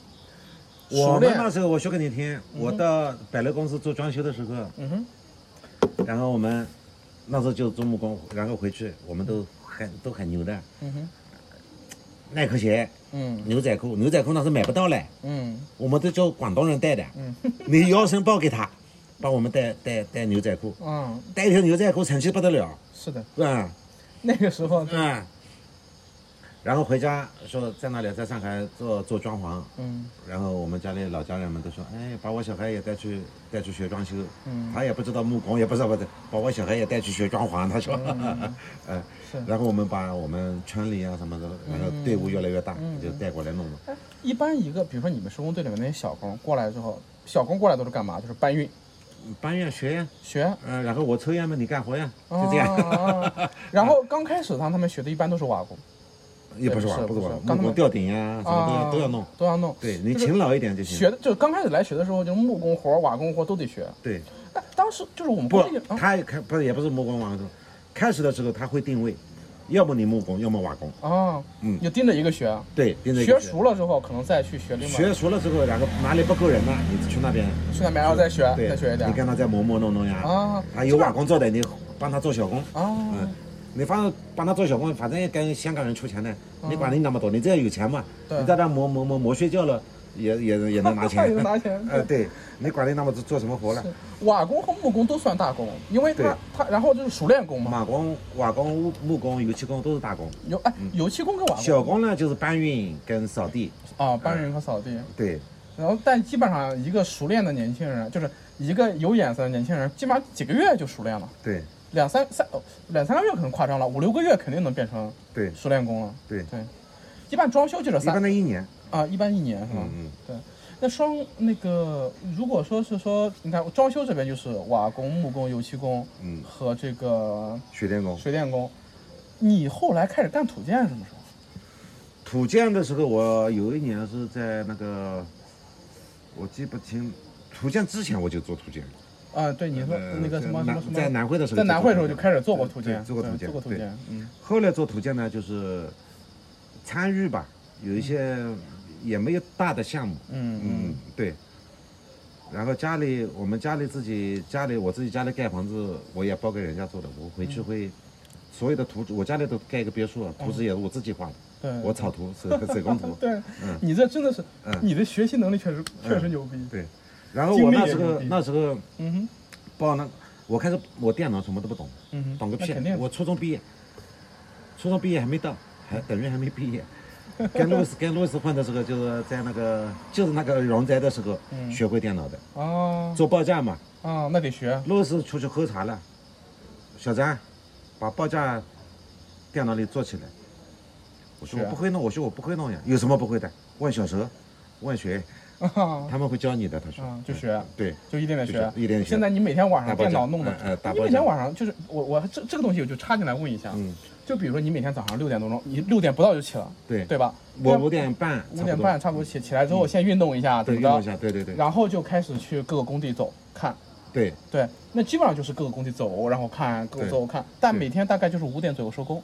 [SPEAKER 6] 我
[SPEAKER 1] 熟
[SPEAKER 6] 们
[SPEAKER 1] 练
[SPEAKER 6] 那时候，我说给你听，我到百乐公司做装修的时候，
[SPEAKER 1] 嗯哼，
[SPEAKER 6] 然后我们那时候就做木工，然后回去我们都很都很牛的，
[SPEAKER 1] 嗯哼，
[SPEAKER 6] 耐克鞋、
[SPEAKER 1] 嗯
[SPEAKER 6] 牛仔裤，牛仔裤那时候买不到嘞，
[SPEAKER 1] 嗯
[SPEAKER 6] 我们都叫广东人带的，
[SPEAKER 1] 嗯
[SPEAKER 6] 你腰身包给他，帮我们带带带牛仔裤，
[SPEAKER 1] 嗯，
[SPEAKER 6] 带一条牛仔裤成绩不得了，
[SPEAKER 1] 是的，
[SPEAKER 6] 是吧？
[SPEAKER 1] 那个时候，
[SPEAKER 6] 嗯。然后回家说在那里，在上海做做装潢，
[SPEAKER 1] 嗯
[SPEAKER 6] 然后我们家里老家人们都说，哎，把我小孩也带去带去学装修，
[SPEAKER 1] 嗯
[SPEAKER 6] 他也不知道木工，也不知道不知道把我小孩也带去学装潢，他说，
[SPEAKER 1] 嗯
[SPEAKER 6] 呃
[SPEAKER 1] 是，嗯
[SPEAKER 6] 然后我们把我们村里啊什么的，然后队伍越来越大，就带过来弄了。
[SPEAKER 1] 一般一个，比如说你们施工队里面那些小工过来之后，小工过来都是干嘛？就是搬运、
[SPEAKER 6] 搬呀学呀，
[SPEAKER 1] 学，
[SPEAKER 6] 呃，然后我抽烟嘛，你干活呀，
[SPEAKER 1] 哦
[SPEAKER 6] 就这样。
[SPEAKER 1] 哦然后刚开始让他们学的一般都是瓦工，
[SPEAKER 6] 也不是玩，
[SPEAKER 1] 不
[SPEAKER 6] 不
[SPEAKER 1] 是
[SPEAKER 6] 是
[SPEAKER 1] 不是
[SPEAKER 6] 玩，
[SPEAKER 1] 刚
[SPEAKER 6] 木
[SPEAKER 1] 才
[SPEAKER 6] 工吊顶呀，什么都要
[SPEAKER 1] 啊
[SPEAKER 6] 都要弄。
[SPEAKER 1] 都要弄。
[SPEAKER 6] 对你
[SPEAKER 1] 就是
[SPEAKER 6] 勤劳一点就行。
[SPEAKER 1] 学的就是刚开始来学的时候，就是木工活、瓦工活都得学。
[SPEAKER 6] 对，
[SPEAKER 1] 那当时就是我们
[SPEAKER 6] 不
[SPEAKER 1] 工地，啊
[SPEAKER 6] 他也开不是也不是木工瓦工，开始的时候他会定位，要么你木工，要么瓦工。
[SPEAKER 1] 啊，
[SPEAKER 6] 嗯
[SPEAKER 1] 你盯着一个学，啊
[SPEAKER 6] 对，盯着一
[SPEAKER 1] 学
[SPEAKER 6] 个
[SPEAKER 1] 熟了之后，可能再去学另外，
[SPEAKER 6] 学熟了之后，然后哪里不够人呢？你去那边，
[SPEAKER 1] 去那边然后再学，
[SPEAKER 6] 对，
[SPEAKER 1] 再学一点
[SPEAKER 6] 你跟他再磨磨弄弄呀。
[SPEAKER 1] 啊
[SPEAKER 6] 他有瓦工做的，你帮他做小工。
[SPEAKER 1] 啊
[SPEAKER 6] 嗯，你反正帮他做小工，反正也跟香港人出钱的，你管你那么多，你只要有钱嘛，
[SPEAKER 1] 哦对
[SPEAKER 6] 你在那磨磨磨磨睡觉了，也也也能拿
[SPEAKER 1] 也
[SPEAKER 6] 钱。
[SPEAKER 1] 能拿钱
[SPEAKER 6] 呃，对，你管你那么多做什么活了？
[SPEAKER 1] 瓦工和木工都算大工，因为他
[SPEAKER 6] 对
[SPEAKER 1] 他然后就是熟练工嘛，
[SPEAKER 6] 瓦工、瓦工、木工、油漆工都是大工，
[SPEAKER 1] 油哎油漆工跟瓦
[SPEAKER 6] 小
[SPEAKER 1] 工
[SPEAKER 6] 工呢就是搬运跟扫地。
[SPEAKER 1] 啊搬运和扫地，
[SPEAKER 6] 对，
[SPEAKER 1] 然后但基本上一个熟练的年轻人，就是一个有眼色的年轻人，基本上几个月就熟练了，
[SPEAKER 6] 对，
[SPEAKER 1] 两三三哦两三个月可能夸张了，五六个月肯定能变成
[SPEAKER 6] 对，
[SPEAKER 1] 熟练工了。
[SPEAKER 6] 对
[SPEAKER 1] 对，一般装修就这
[SPEAKER 6] 一
[SPEAKER 1] 三
[SPEAKER 6] 般的一年。
[SPEAKER 1] 啊，一般一年是吧？
[SPEAKER 6] 嗯嗯。
[SPEAKER 1] 对，那双那个，如果说是说，你看装修这边就是瓦工、木工、油漆工，
[SPEAKER 6] 嗯
[SPEAKER 1] 和这个
[SPEAKER 6] 水电工，
[SPEAKER 1] 水电工。你后来开始干土建是什么时候？
[SPEAKER 6] 土建的时候，我有一年是在那个，我记不清，土建之前我就做土建。
[SPEAKER 1] 啊，对，你说
[SPEAKER 6] 呃
[SPEAKER 1] 那个什么什么
[SPEAKER 6] 在南
[SPEAKER 1] 什么，
[SPEAKER 6] 在南汇的时候
[SPEAKER 1] 在
[SPEAKER 6] 就
[SPEAKER 1] 南
[SPEAKER 6] 做
[SPEAKER 1] 汇
[SPEAKER 6] 过
[SPEAKER 1] 的时候就开始做过
[SPEAKER 6] 对
[SPEAKER 1] 土建，
[SPEAKER 6] 对做过
[SPEAKER 1] 对
[SPEAKER 6] 土建
[SPEAKER 1] 做过土
[SPEAKER 6] 对
[SPEAKER 1] 建，嗯
[SPEAKER 6] 后来做土建呢，就是参与吧，有一些也没有大的项目。
[SPEAKER 1] 嗯
[SPEAKER 6] 嗯，对。然后家里，我们家里自己家里，我自己家里盖房子，我也包给人家做的。我回
[SPEAKER 1] 嗯
[SPEAKER 6] 去会，所有的图纸，我家里都盖一个别墅啊，图纸也是我自己画的，
[SPEAKER 1] 对，。
[SPEAKER 6] 我草图、手手工图
[SPEAKER 1] 对，你这真的是，
[SPEAKER 6] 嗯
[SPEAKER 1] 你的学习能力确实确实牛逼，
[SPEAKER 6] 对。然后
[SPEAKER 1] 经
[SPEAKER 6] 我
[SPEAKER 1] 历
[SPEAKER 6] 那
[SPEAKER 1] 也
[SPEAKER 6] 时
[SPEAKER 1] 牛
[SPEAKER 6] 候
[SPEAKER 1] 逼
[SPEAKER 6] 那时候
[SPEAKER 1] 嗯哼，
[SPEAKER 6] 报那，我开始我电脑什么都不懂，
[SPEAKER 1] 嗯哼，
[SPEAKER 6] 懂个
[SPEAKER 1] 那
[SPEAKER 6] 屁啊
[SPEAKER 1] 肯！定，
[SPEAKER 6] 我初中毕业，初中毕业还没到，还等于还没毕业。跟路易斯跟路易斯混的时候，就是在那个就是那个荣宅的时候、
[SPEAKER 1] 嗯
[SPEAKER 6] 学会电脑的，
[SPEAKER 1] 啊
[SPEAKER 6] 做报价嘛。
[SPEAKER 1] 啊，那得学，
[SPEAKER 6] 路易斯出去喝茶了，小张，把报价电脑里做起来。我说
[SPEAKER 1] 是
[SPEAKER 6] 我
[SPEAKER 1] 啊
[SPEAKER 6] 不会弄，我说我不会弄呀，有什么不会的？问小蛇，问谁？
[SPEAKER 1] 啊
[SPEAKER 6] 他们会教你的。他说，
[SPEAKER 1] 啊，就学。
[SPEAKER 6] 对
[SPEAKER 1] 就一点点
[SPEAKER 6] 就
[SPEAKER 1] 学，
[SPEAKER 6] 一点点学
[SPEAKER 1] 现在你每天晚上
[SPEAKER 6] 打包
[SPEAKER 1] 电脑
[SPEAKER 6] 间
[SPEAKER 1] 弄的
[SPEAKER 6] 嗯嗯，打
[SPEAKER 1] 你
[SPEAKER 6] 包
[SPEAKER 1] 每天
[SPEAKER 6] 间
[SPEAKER 1] 晚上就是我我这这个东西我就插进来问一下，
[SPEAKER 6] 嗯，
[SPEAKER 1] 就比如说你每天早上六点多钟，你六点不到就起了，
[SPEAKER 6] 对
[SPEAKER 1] 对吧？
[SPEAKER 6] 我
[SPEAKER 1] 那
[SPEAKER 6] 五点半，
[SPEAKER 1] 五点半，差不多起起来之后先运动一下，
[SPEAKER 6] 嗯
[SPEAKER 1] 怎
[SPEAKER 6] 对，运
[SPEAKER 1] 么
[SPEAKER 6] 动一
[SPEAKER 1] 着，
[SPEAKER 6] 下，对对对
[SPEAKER 1] 然后就开始去各个工地走看，
[SPEAKER 6] 对
[SPEAKER 1] 对，那基本上就是各个工地走，然后看各个
[SPEAKER 6] 对
[SPEAKER 1] 走看，但
[SPEAKER 6] 对
[SPEAKER 1] 每天大概就是五点左右收工，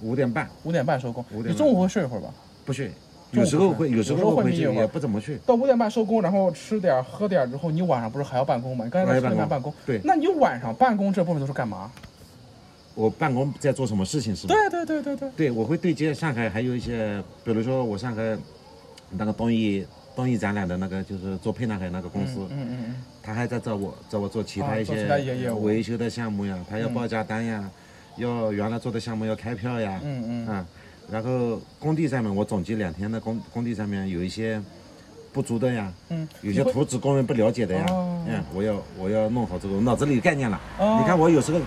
[SPEAKER 6] 五点半
[SPEAKER 1] 五点半收工，
[SPEAKER 6] 5点
[SPEAKER 1] 你中午会睡一会儿吧？
[SPEAKER 6] 不去，
[SPEAKER 1] 中午
[SPEAKER 6] 有时候
[SPEAKER 1] 不去
[SPEAKER 6] 会，有时
[SPEAKER 1] 有时候
[SPEAKER 6] 候
[SPEAKER 1] 会
[SPEAKER 6] 会
[SPEAKER 1] 眯
[SPEAKER 6] 去，
[SPEAKER 1] 一会儿
[SPEAKER 6] 也不怎么去。
[SPEAKER 1] 到五点半收工，然后吃点儿喝点儿之后，你晚上不是还要办公吗？你刚才在
[SPEAKER 6] 还
[SPEAKER 1] 十
[SPEAKER 6] 要
[SPEAKER 1] 点
[SPEAKER 6] 办
[SPEAKER 1] 半
[SPEAKER 6] 公
[SPEAKER 1] 办公，
[SPEAKER 6] 对
[SPEAKER 1] 那你晚上办公这部分都是干嘛？
[SPEAKER 6] 我办公在做什么事情是吗？
[SPEAKER 1] 对对对对对，
[SPEAKER 6] 对，我会对接上海还有一些，比如说我上海那个东艺东艺展览的那个，就是做沛纳海那个公司，
[SPEAKER 1] 嗯嗯嗯。嗯
[SPEAKER 6] 他还在找我找我做其
[SPEAKER 1] 啊
[SPEAKER 6] 他一
[SPEAKER 1] 做其
[SPEAKER 6] 些
[SPEAKER 1] 他一些业务
[SPEAKER 6] 维修的项目呀，他要报价单呀，要原来做的项目要开票呀，
[SPEAKER 1] 嗯嗯
[SPEAKER 6] 啊，然后工地上面我总结两天的工工地上面有一些不足的呀，
[SPEAKER 1] 嗯
[SPEAKER 6] 有
[SPEAKER 1] 你
[SPEAKER 6] 些
[SPEAKER 1] 会
[SPEAKER 6] 图纸工人不了解的呀，哎
[SPEAKER 1] 哦
[SPEAKER 6] 嗯，我要我要弄好这个，我脑子里有概念了。
[SPEAKER 1] 哦
[SPEAKER 6] 你看我有时候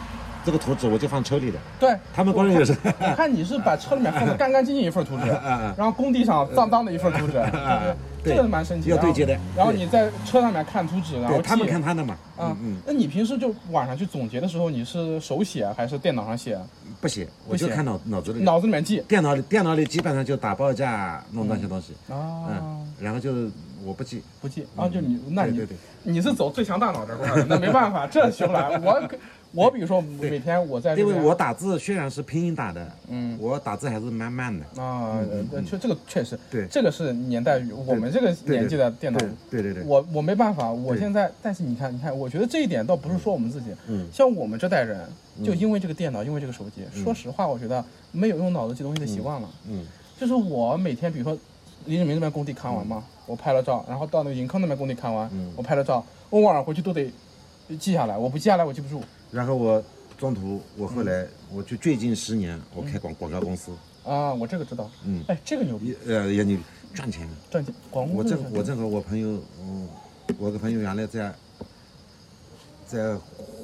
[SPEAKER 6] 这个图纸我就放车里的，
[SPEAKER 1] 对，
[SPEAKER 6] 他们工人也是。
[SPEAKER 1] 我看你是把车里面放的干干净净一份图
[SPEAKER 6] 啊
[SPEAKER 1] 纸，然后工地上脏脏的一份图纸，这
[SPEAKER 6] 对
[SPEAKER 1] 个蛮神奇。
[SPEAKER 6] 要
[SPEAKER 1] 然后
[SPEAKER 6] 对接的
[SPEAKER 1] 然后
[SPEAKER 6] 对
[SPEAKER 1] 你在车上面看图纸，然后
[SPEAKER 6] 对他们
[SPEAKER 1] 记
[SPEAKER 6] 看他的嘛，
[SPEAKER 1] 啊
[SPEAKER 6] 嗯嗯，，
[SPEAKER 1] 那你平时就晚上去总结的时候，你是手写还是电脑上写？
[SPEAKER 6] 嗯不写，我就
[SPEAKER 1] 不写
[SPEAKER 6] 看脑脑子里，
[SPEAKER 1] 脑子里面记
[SPEAKER 6] 电脑里电脑里基本上就打报价弄那些东西，
[SPEAKER 1] 啊
[SPEAKER 6] 嗯，，然后就我不记，
[SPEAKER 1] 不记啊，就你那你
[SPEAKER 6] 对对
[SPEAKER 1] 你是走最强大脑这块儿的，那没办法， 这学不来。我我比如说每天我在这
[SPEAKER 6] 因为
[SPEAKER 1] 边
[SPEAKER 6] 我打字虽然是拼音打的，
[SPEAKER 1] 嗯
[SPEAKER 6] 我打字还是慢慢的，
[SPEAKER 1] 啊，呃确这个确实，
[SPEAKER 6] 嗯对
[SPEAKER 1] 这个是年代与我们这个
[SPEAKER 6] 对
[SPEAKER 1] 年纪的电脑。
[SPEAKER 6] 对对对对，
[SPEAKER 1] 我我没办法，我
[SPEAKER 6] 对
[SPEAKER 1] 现在，但是你看，你看，我觉得这一点倒不是说我们自己，
[SPEAKER 6] 嗯
[SPEAKER 1] 像我们这代人，就因为这个电脑，因为这个手机，说实话，我觉得没有用脑子记东西的习惯了。
[SPEAKER 6] 嗯
[SPEAKER 1] 就是我每天，比如说林志明那边工地看完嘛，我拍了照，然后到那个银坑那边工地看完，
[SPEAKER 6] 嗯
[SPEAKER 1] 我拍了照，我晚上回去都得记下来，我不记下来我记不住
[SPEAKER 6] 然后我中途我后
[SPEAKER 1] 嗯
[SPEAKER 6] 来我就最近十年我开广广告公司，
[SPEAKER 1] 啊。我这个知道，
[SPEAKER 6] 嗯，
[SPEAKER 1] 哎，这个牛逼，
[SPEAKER 6] 也呃也你赚钱，
[SPEAKER 1] 赚钱，广告
[SPEAKER 6] 我
[SPEAKER 1] 真的
[SPEAKER 6] 正
[SPEAKER 1] 赚钱
[SPEAKER 6] 我正和我朋友，嗯，我有个朋友原来在在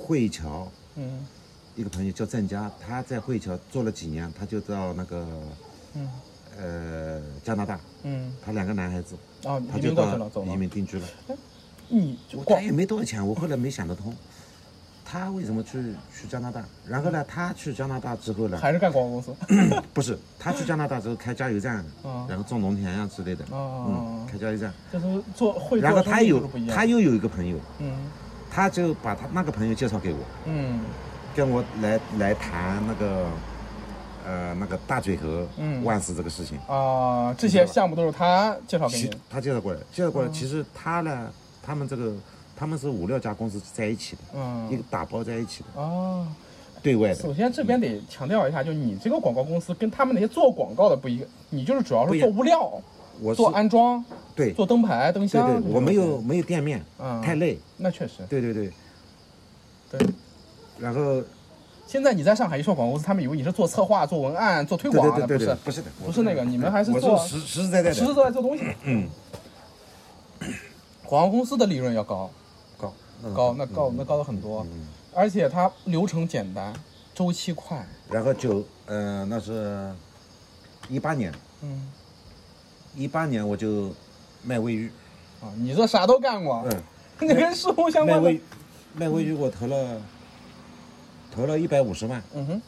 [SPEAKER 6] 汇桥，
[SPEAKER 1] 嗯
[SPEAKER 6] 一个朋友叫郑佳，他在汇桥做了几年，他就到那个
[SPEAKER 1] 嗯
[SPEAKER 6] 呃加拿大，
[SPEAKER 1] 嗯，
[SPEAKER 6] 他两个男孩子，
[SPEAKER 1] 啊，嗯
[SPEAKER 6] 他
[SPEAKER 1] 移
[SPEAKER 6] 就
[SPEAKER 1] 民过去了，
[SPEAKER 6] 到
[SPEAKER 1] 走了
[SPEAKER 6] 移，民定居了。
[SPEAKER 1] 你
[SPEAKER 6] 我
[SPEAKER 1] 广
[SPEAKER 6] 他也没多少钱，我后来没想得通，他为什么去去加拿大？然后呢，他去加拿大之后呢，
[SPEAKER 1] 还是干广告 公司
[SPEAKER 6] 不是他去加拿大之后开加油站，
[SPEAKER 1] 啊
[SPEAKER 6] 然后种农田呀、之类的，
[SPEAKER 1] 啊
[SPEAKER 6] 嗯，，开加油站。
[SPEAKER 1] 就是做会
[SPEAKER 6] 然后
[SPEAKER 1] 做
[SPEAKER 6] 他
[SPEAKER 1] 生意就
[SPEAKER 6] 有
[SPEAKER 1] 是不一样，
[SPEAKER 6] 他又有一个朋友，
[SPEAKER 1] 嗯
[SPEAKER 6] 他就把他那个朋友介绍给我，
[SPEAKER 1] 嗯
[SPEAKER 6] 跟我来来谈那个，呃，那个大嘴和
[SPEAKER 1] 嗯
[SPEAKER 6] 万斯这个事情。
[SPEAKER 1] 啊，这些项目都是他介绍给
[SPEAKER 6] 其
[SPEAKER 1] 你的，
[SPEAKER 6] 他介绍过来，介绍
[SPEAKER 1] 哦
[SPEAKER 6] 过来，其实他呢，他们这个他们是五六家公司在一起的，一
[SPEAKER 1] 嗯
[SPEAKER 6] 个打包在一起的，
[SPEAKER 1] 啊。
[SPEAKER 6] 对外的
[SPEAKER 1] 首。先这边得强调一下，就你这个广告公司跟他们那些做广告的不一样，你就是主要
[SPEAKER 6] 不
[SPEAKER 1] 是
[SPEAKER 6] 一
[SPEAKER 1] 做
[SPEAKER 6] 样
[SPEAKER 1] 物料、
[SPEAKER 6] 我是
[SPEAKER 1] 做安装、
[SPEAKER 6] 对
[SPEAKER 1] 做灯牌、灯
[SPEAKER 6] 对
[SPEAKER 1] 箱。
[SPEAKER 6] 对，
[SPEAKER 1] 这种
[SPEAKER 6] 我没
[SPEAKER 1] 东
[SPEAKER 6] 有
[SPEAKER 1] 西，
[SPEAKER 6] 没有店面，
[SPEAKER 1] 嗯，
[SPEAKER 6] 太累。
[SPEAKER 1] 那确实
[SPEAKER 6] 对对对，
[SPEAKER 1] 对。
[SPEAKER 6] 然后
[SPEAKER 1] 现在你在上海一说广告公司，他们以为你是做策划、做文案、做推
[SPEAKER 6] 对对
[SPEAKER 1] 广的，
[SPEAKER 6] 对对对，
[SPEAKER 1] 不
[SPEAKER 6] 不
[SPEAKER 1] 是
[SPEAKER 6] 是的，
[SPEAKER 1] 不是那个，你们还是
[SPEAKER 6] 我
[SPEAKER 1] 做啊
[SPEAKER 6] 是实实实在在
[SPEAKER 1] 实实
[SPEAKER 6] 的
[SPEAKER 1] 在在做东西。
[SPEAKER 6] 嗯，
[SPEAKER 1] 广告公司的利润要高，
[SPEAKER 6] 高
[SPEAKER 1] 高
[SPEAKER 6] 嗯
[SPEAKER 1] 那高那高了很多，而且它流程简单，周期快。
[SPEAKER 6] 然后九呃那是一八年，
[SPEAKER 1] 嗯，
[SPEAKER 6] 一八年我就卖卫浴，
[SPEAKER 1] 啊，你这啥都干过，
[SPEAKER 6] 嗯，
[SPEAKER 1] 你跟事务相
[SPEAKER 6] 卖
[SPEAKER 1] 关的
[SPEAKER 6] 卫，浴卖卫浴我投了投了一百五十万，
[SPEAKER 1] 嗯哼，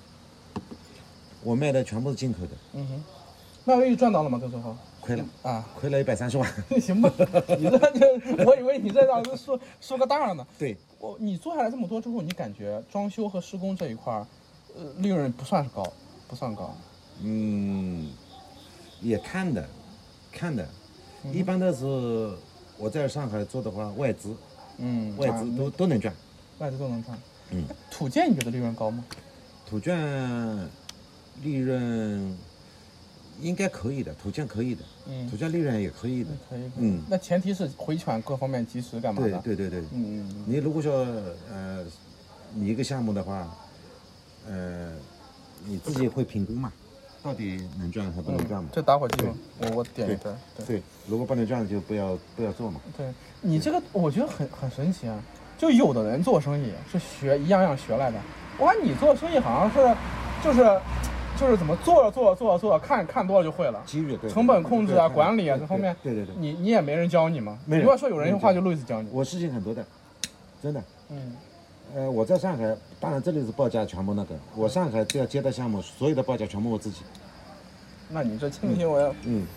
[SPEAKER 6] 我卖的全部是进口的，
[SPEAKER 1] 嗯哼，漫威赚到了吗？到最后
[SPEAKER 6] 亏了
[SPEAKER 1] 啊，
[SPEAKER 6] 亏了一百三十万，
[SPEAKER 1] 行吧，你这就我以为你这让人说说个当儿呢。
[SPEAKER 6] 对，
[SPEAKER 1] 我你做下来这么多之后，你感觉装修和施工这一块儿，呃，利润不算是高，不算高。
[SPEAKER 6] 嗯，也看的，看的，
[SPEAKER 1] 嗯
[SPEAKER 6] 一般都是我在上海做的话，外资
[SPEAKER 1] 嗯，
[SPEAKER 6] 外
[SPEAKER 1] 啊
[SPEAKER 6] 资都都能赚，
[SPEAKER 1] 外资都能赚。
[SPEAKER 6] 嗯，
[SPEAKER 1] 土建你觉得利润高吗？
[SPEAKER 6] 土建利润应该可以的，土建可以的，
[SPEAKER 1] 嗯
[SPEAKER 6] 土建利润也可以的，
[SPEAKER 1] 可以。
[SPEAKER 6] 嗯，
[SPEAKER 1] 那前提是回款各方面及时，干嘛
[SPEAKER 6] 对
[SPEAKER 1] 的？
[SPEAKER 6] 对对对，
[SPEAKER 1] 嗯，嗯
[SPEAKER 6] 你如果说呃，你一个项目的话，呃，你自己会评估嘛，到底能赚还不能赚
[SPEAKER 1] 嗯
[SPEAKER 6] 嘛，？
[SPEAKER 1] 这打火机吗？我我点一根。对
[SPEAKER 6] 对，如果不能赚就不要不要做嘛，
[SPEAKER 1] 对，你这个我觉得很很神奇啊！就有的人做生意是学一样样学来的，我看你做生意好像是，就是，就是怎么做着做着做着做着看看多了就会了，
[SPEAKER 6] 机遇对
[SPEAKER 1] 成本控制啊、
[SPEAKER 6] 对
[SPEAKER 1] 管理啊
[SPEAKER 6] 对
[SPEAKER 1] 这方面，
[SPEAKER 6] 对对对。
[SPEAKER 1] 你你也没人教你吗？
[SPEAKER 6] 没人
[SPEAKER 1] 你要说有人的话，
[SPEAKER 6] 没
[SPEAKER 1] 就路易斯教你。
[SPEAKER 6] 我事情很多的，真的。
[SPEAKER 1] 嗯
[SPEAKER 6] 呃，我在上海，当然这里是报价全部那个，我上海只要接的项目，所有的报价全部我自己。
[SPEAKER 1] 那你这庆幸我，
[SPEAKER 6] 嗯，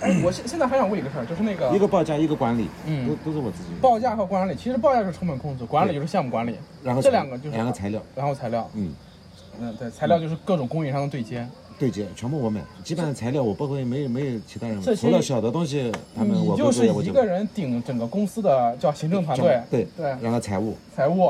[SPEAKER 1] 哎，我现现在还想问一个事儿，就是那个
[SPEAKER 6] 一个报价，一个管理，
[SPEAKER 1] 嗯
[SPEAKER 6] 都都是我自己。
[SPEAKER 1] 报价和管理，其实报价就是成本控制，管理就是项目管理，
[SPEAKER 6] 然后
[SPEAKER 1] 这
[SPEAKER 6] 材
[SPEAKER 1] 两个就是
[SPEAKER 6] 然后材料，
[SPEAKER 1] 然后材料，
[SPEAKER 6] 嗯，
[SPEAKER 1] 嗯对，材料就是各种供应商的对接。
[SPEAKER 6] 对接全部我买，基本上材料我不会，没有没有其他人
[SPEAKER 1] 这
[SPEAKER 6] 买，
[SPEAKER 1] 些
[SPEAKER 6] 除了小的东西，他们
[SPEAKER 1] 你
[SPEAKER 6] 我
[SPEAKER 1] 就
[SPEAKER 6] 不
[SPEAKER 1] 是
[SPEAKER 6] 会，我
[SPEAKER 1] 一
[SPEAKER 6] 就
[SPEAKER 1] 个人顶整个公司的叫行政团队，
[SPEAKER 6] 对
[SPEAKER 1] 对，
[SPEAKER 6] 然后财务，
[SPEAKER 1] 财 务。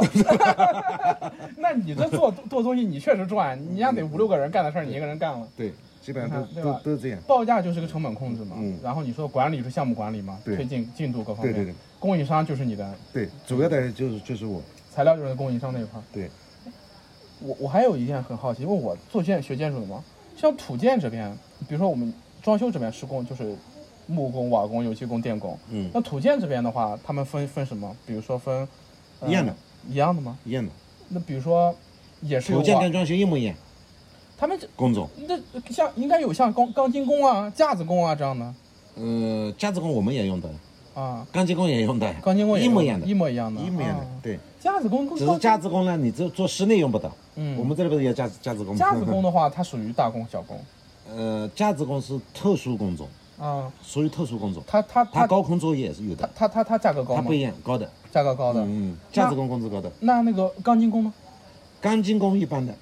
[SPEAKER 1] 那你这做做东西，你确实赚，你家得五六个人干的事儿，你一个人干了。
[SPEAKER 6] 对，基本
[SPEAKER 1] 你
[SPEAKER 6] 上
[SPEAKER 1] 看
[SPEAKER 6] 都
[SPEAKER 1] 对吧
[SPEAKER 6] 都都这样。
[SPEAKER 1] 报价就是个成本控制嘛，
[SPEAKER 6] 嗯
[SPEAKER 1] 然后你说管理是项目管理嘛，
[SPEAKER 6] 对
[SPEAKER 1] 推进进度各方面，
[SPEAKER 6] 对对对
[SPEAKER 1] 供应商就是你的
[SPEAKER 6] 对，主要的就是就是我，
[SPEAKER 1] 材料就是供应商那一块儿。
[SPEAKER 6] 对，
[SPEAKER 1] 我我还有一件很好奇，因为我做建学建筑的嘛，像土建这边，比如说我们装修这边施工就是木工、瓦工、油漆工、电工，
[SPEAKER 6] 嗯，
[SPEAKER 1] 那土建这边的话，他们分分什么？比如说分、呃
[SPEAKER 6] 一样的，
[SPEAKER 1] 一样的吗？
[SPEAKER 6] 一样的。
[SPEAKER 1] 那比如说，
[SPEAKER 2] 也是有
[SPEAKER 6] 土建
[SPEAKER 2] 瓦
[SPEAKER 6] 跟，装修一模一样，
[SPEAKER 1] 他们这
[SPEAKER 6] 工种。
[SPEAKER 1] 那像应该有像钢钢筋工啊、架子工啊这样的
[SPEAKER 6] 呃，架子工我们也用的，
[SPEAKER 1] 啊，
[SPEAKER 6] 钢筋工也用的，
[SPEAKER 1] 钢筋工也
[SPEAKER 6] 一模
[SPEAKER 1] 有
[SPEAKER 6] 一样的，
[SPEAKER 1] 一模一样的，
[SPEAKER 6] 一模一样的
[SPEAKER 1] 啊。
[SPEAKER 6] 对，
[SPEAKER 1] 架子工
[SPEAKER 6] 只是架子工呢，你只做室内用不到。
[SPEAKER 1] 嗯
[SPEAKER 6] 我们这里边也架架子工。
[SPEAKER 1] 架子工。的话，它属于大工小工
[SPEAKER 6] 呃，架子工是特殊工种，
[SPEAKER 1] 啊，
[SPEAKER 6] 属于特殊工种，
[SPEAKER 1] 它它
[SPEAKER 6] 它
[SPEAKER 1] 它
[SPEAKER 6] 高空作业也是有
[SPEAKER 1] 它
[SPEAKER 6] 的，
[SPEAKER 1] 它它它价格高
[SPEAKER 6] 它
[SPEAKER 1] 吗
[SPEAKER 6] 不？一样，高的。
[SPEAKER 1] 价格高的，
[SPEAKER 6] 嗯，嗯架子工工资高的，
[SPEAKER 1] 那那个钢筋工呢？
[SPEAKER 6] 钢筋工一般的，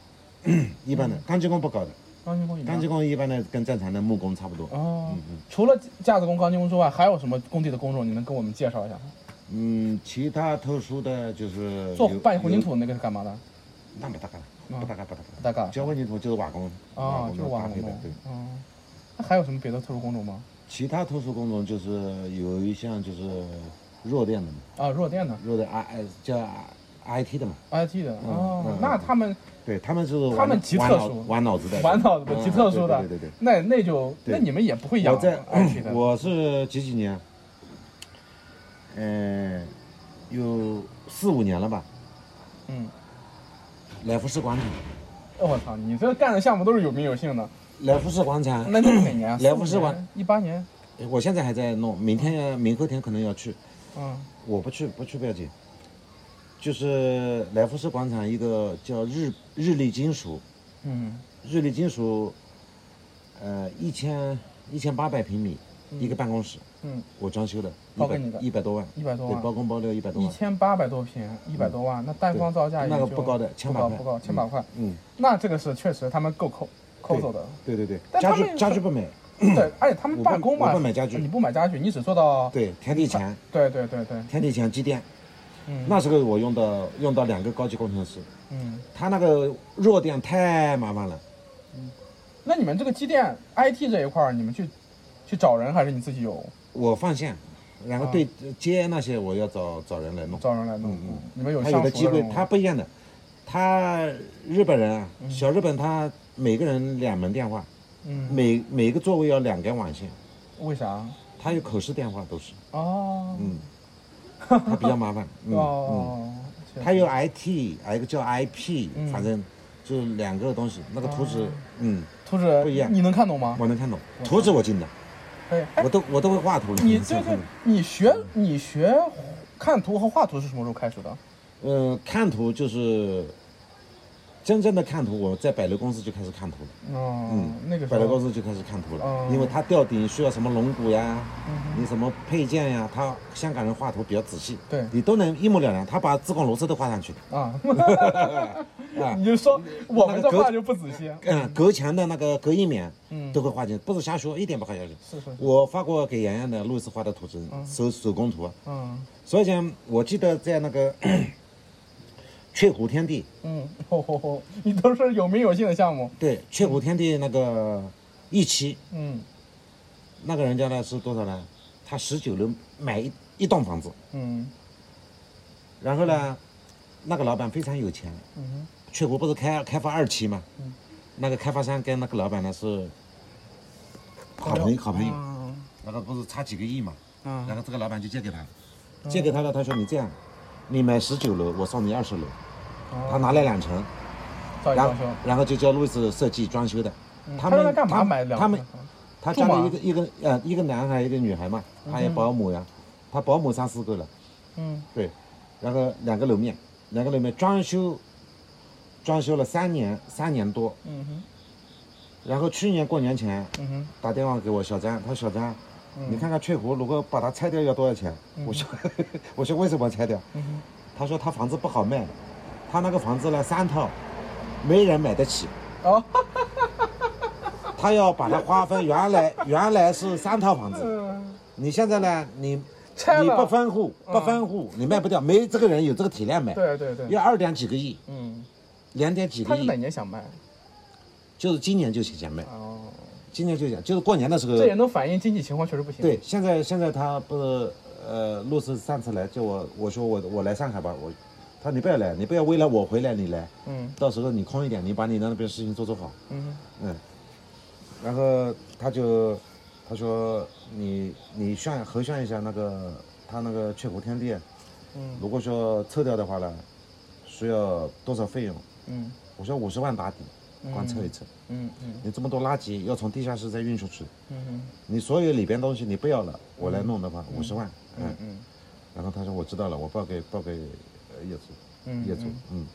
[SPEAKER 6] 一般的，钢筋工不高的，
[SPEAKER 1] 钢筋工一样
[SPEAKER 6] 钢筋工嗯一般的跟正常的木工差不多。
[SPEAKER 1] 哦，除了架子工、钢筋工之外，还有什么工地的工种？你能跟我们介绍一下吗？
[SPEAKER 6] 嗯，其他特殊的就是
[SPEAKER 1] 做
[SPEAKER 6] 有
[SPEAKER 1] 拌混凝，土那个是干嘛的？
[SPEAKER 6] 有那不大干了，
[SPEAKER 1] 啊
[SPEAKER 6] 不大干，不大干。
[SPEAKER 1] 大概
[SPEAKER 6] 交混凝土就是瓦工，
[SPEAKER 1] 啊，就是瓦
[SPEAKER 6] 搭配
[SPEAKER 1] 工
[SPEAKER 6] 的
[SPEAKER 1] 工
[SPEAKER 6] 对。。
[SPEAKER 1] 嗯，那还有什么别的特殊工种吗？
[SPEAKER 6] 其他特殊工种就是有一项就是弱电的嘛，
[SPEAKER 1] 啊，弱电的、
[SPEAKER 6] 弱电 I 呃叫 I T 的嘛，
[SPEAKER 1] IT 的。哦
[SPEAKER 6] 嗯，
[SPEAKER 1] 那他们
[SPEAKER 6] 对他们是玩
[SPEAKER 1] 他们极特殊
[SPEAKER 6] 玩脑玩脑子的，
[SPEAKER 1] 玩脑子的
[SPEAKER 6] 嗯
[SPEAKER 1] 极特殊的
[SPEAKER 6] 对对对
[SPEAKER 1] 那那就
[SPEAKER 6] 对
[SPEAKER 1] 那你们也不会
[SPEAKER 6] 对对。
[SPEAKER 1] 养
[SPEAKER 6] 我在嗯
[SPEAKER 1] IT 的。
[SPEAKER 6] 我是几几年？嗯，有四五年了吧。
[SPEAKER 1] 嗯，
[SPEAKER 6] 来福士广场，
[SPEAKER 1] 哦我操，你这干的项目都是有名有姓的。
[SPEAKER 6] 来福士广场，
[SPEAKER 1] 那那是哪年啊？
[SPEAKER 6] 来福士吧
[SPEAKER 1] 一八年。
[SPEAKER 6] 我现在还在弄，明天明后天可能要去。
[SPEAKER 1] 嗯
[SPEAKER 6] 我不去，不去不要紧。就是来福士广场一个叫日日立金属，
[SPEAKER 1] 嗯
[SPEAKER 6] 日立金属，呃，一千一千八百平米、一个办公室，
[SPEAKER 1] 嗯，
[SPEAKER 6] 我装修的，
[SPEAKER 1] 包
[SPEAKER 6] 一
[SPEAKER 1] 给
[SPEAKER 6] 百
[SPEAKER 1] 你的
[SPEAKER 6] 一百多万，
[SPEAKER 1] 一百多
[SPEAKER 6] 对，包
[SPEAKER 1] 万，
[SPEAKER 6] 工包料一百多
[SPEAKER 1] 一
[SPEAKER 6] 万，
[SPEAKER 1] 千八百多平，一百多万，那单方造价也
[SPEAKER 6] 那个
[SPEAKER 1] 就
[SPEAKER 6] 不高的千把
[SPEAKER 1] 不高
[SPEAKER 6] 块
[SPEAKER 1] 不高，千把块。
[SPEAKER 6] 嗯，
[SPEAKER 1] 那这个是确实他们够抠抠走的，
[SPEAKER 6] 对对对，
[SPEAKER 1] 但
[SPEAKER 6] 家
[SPEAKER 1] 他们
[SPEAKER 6] 具家具不买，
[SPEAKER 1] 对，而且他们
[SPEAKER 6] 我不
[SPEAKER 1] 办公嘛，
[SPEAKER 6] 我不买家具
[SPEAKER 1] 你不买家具，你只做到
[SPEAKER 6] 对，天地墙，
[SPEAKER 1] 对对对对，
[SPEAKER 6] 天地墙机电，
[SPEAKER 1] 啊嗯，
[SPEAKER 6] 那时候我用到用到两个高级工程师，
[SPEAKER 1] 嗯，
[SPEAKER 6] 他那个弱电太麻烦了，
[SPEAKER 1] 那你们这个机电 IT 这一块儿，你们去去找人还是你自己有
[SPEAKER 6] 我放线，然后对、接那些我要找找人来弄，
[SPEAKER 1] 啊找人来弄？
[SPEAKER 6] 嗯嗯
[SPEAKER 1] 你们有
[SPEAKER 6] 他
[SPEAKER 1] 相熟
[SPEAKER 6] 有的机
[SPEAKER 1] 这
[SPEAKER 6] 会
[SPEAKER 1] 种
[SPEAKER 6] 他不一样的，他日本人啊，小日本他每个人两门电话，
[SPEAKER 1] 嗯，
[SPEAKER 6] 每每个座位要两根网线，
[SPEAKER 1] 为啥？
[SPEAKER 6] 他有口试电话都是，
[SPEAKER 1] 哦，
[SPEAKER 6] 嗯，他比较 麻烦，嗯
[SPEAKER 1] 哦，确
[SPEAKER 6] 嗯，
[SPEAKER 1] 实
[SPEAKER 6] 他有 IT，还有一个叫 IP，
[SPEAKER 1] 嗯哦
[SPEAKER 6] 反正就两个东西，那个图纸，嗯，
[SPEAKER 1] 图纸
[SPEAKER 6] 不一样
[SPEAKER 1] 你能看懂吗？
[SPEAKER 6] 我能啊看懂，图纸我进的，
[SPEAKER 1] 哎，
[SPEAKER 6] 我都我都会画图了，
[SPEAKER 1] 你
[SPEAKER 6] 嗯
[SPEAKER 1] 这
[SPEAKER 6] 才
[SPEAKER 1] 个
[SPEAKER 6] 看懂
[SPEAKER 1] 你学你学看图和画图是什么时候开始的？
[SPEAKER 6] 呃，看图就是真正的看图，我在百乐公司就开始看图了。
[SPEAKER 1] 哦，那个时
[SPEAKER 6] 嗯百乐公
[SPEAKER 1] 候，
[SPEAKER 6] 司就开始看图
[SPEAKER 1] 哦
[SPEAKER 6] 了，因为它吊顶需要什么龙骨呀，
[SPEAKER 1] 嗯
[SPEAKER 6] 你什么配件呀，他香港人画图比较仔细，
[SPEAKER 1] 对
[SPEAKER 6] 你都能一目了然。他把自贡楼车都画上去
[SPEAKER 1] 哼 啊，
[SPEAKER 6] 的啊
[SPEAKER 1] 你，就说我们这
[SPEAKER 6] 那个格
[SPEAKER 1] 画就不仔细，
[SPEAKER 6] 嗯，隔墙的那个隔音棉
[SPEAKER 1] 嗯
[SPEAKER 6] 都会画进去，不是瞎说，一点不会瞎说。
[SPEAKER 1] 是是，是
[SPEAKER 6] 我发过给洋洋的路易斯画的图纸，手手工图。
[SPEAKER 1] 嗯
[SPEAKER 6] 所以讲，我记得在那个 翠湖天地，
[SPEAKER 1] 嗯，吼吼吼，你都是有名有姓的项目，
[SPEAKER 6] 对，翠湖天地那个一期，
[SPEAKER 1] 嗯
[SPEAKER 6] 那个人家呢是多少呢？他十九楼买一一栋房子，
[SPEAKER 1] 嗯
[SPEAKER 6] 然后呢，那个老板非常有钱，
[SPEAKER 1] 嗯
[SPEAKER 6] 翠湖不是开开发二期嘛，
[SPEAKER 1] 嗯
[SPEAKER 6] 那个开发商跟那个老板呢是好朋友，好朋友，
[SPEAKER 1] 嗯
[SPEAKER 6] 那个不是差几个亿嘛，然
[SPEAKER 1] 嗯
[SPEAKER 6] 后这个老板就借给他，借给他了，他说你这样，你买十九楼，我送你二十楼，
[SPEAKER 1] 哦
[SPEAKER 6] 他拿了两成，
[SPEAKER 1] 造一
[SPEAKER 6] 然后
[SPEAKER 1] 装修，
[SPEAKER 6] 然后就叫路易斯设计装修的，他
[SPEAKER 1] 让嗯
[SPEAKER 6] 们
[SPEAKER 1] 他干嘛
[SPEAKER 6] 他
[SPEAKER 1] 买两
[SPEAKER 6] 他们他家
[SPEAKER 1] 住吗
[SPEAKER 6] 里一个一个呃一个男孩一个女孩嘛，还有保姆呀，他保姆三四个了，
[SPEAKER 1] 嗯
[SPEAKER 6] 对，然后两个楼面，两个楼面装修，装修了三年三年多，
[SPEAKER 1] 嗯哼
[SPEAKER 6] 然后去年过年前
[SPEAKER 1] 嗯哼
[SPEAKER 6] 打电话给我小张，他说小张，你看看翠湖如果把它拆掉要多少钱？我说我说为什么拆掉？
[SPEAKER 1] 嗯哼，
[SPEAKER 6] 他说他房子不好卖，他那个房子呢三套，没人买得起。
[SPEAKER 1] 哦，
[SPEAKER 6] 他要把它划分，原来原来是三套房子，
[SPEAKER 1] 嗯
[SPEAKER 6] 你现在呢？你
[SPEAKER 1] 拆了嗯
[SPEAKER 6] 你不分户，不分户，你卖不掉，没这个人有这个体量买，
[SPEAKER 1] 对对对，
[SPEAKER 6] 要二点几个亿，
[SPEAKER 1] 嗯，
[SPEAKER 6] 两点几
[SPEAKER 1] 他
[SPEAKER 6] 个
[SPEAKER 1] 是哪
[SPEAKER 6] 亿，
[SPEAKER 1] 年想卖？
[SPEAKER 6] 就是今年就想卖，
[SPEAKER 1] 哦，
[SPEAKER 6] 今年就想，就是过年的时候
[SPEAKER 1] 这。也能反映经济情况确实不行，
[SPEAKER 6] 呃对，现在现在他不是呃，陆斯上次来叫我，我说我我来上海吧，我，他说你不要来，你不要为了我回来你来，
[SPEAKER 1] 嗯
[SPEAKER 6] 到时候你空一点，你把你那边事情做做好，
[SPEAKER 1] 嗯
[SPEAKER 6] 嗯，然后他就他说你你算核算一下那个他那个雀湖天地，啊
[SPEAKER 1] 嗯
[SPEAKER 6] 如果说撤掉的话呢，需要多少费用？
[SPEAKER 1] 嗯
[SPEAKER 6] 我说五十万打底，光测一测。
[SPEAKER 1] 嗯嗯
[SPEAKER 6] 你这么多垃圾要从地下室再运出去，
[SPEAKER 1] 嗯
[SPEAKER 6] 你所有里边东西你不要了，我来弄的话五十万，嗯
[SPEAKER 1] 嗯嗯
[SPEAKER 6] 然后他说我知道了，我报给报给呃业主，
[SPEAKER 1] 嗯，
[SPEAKER 6] 业主，嗯，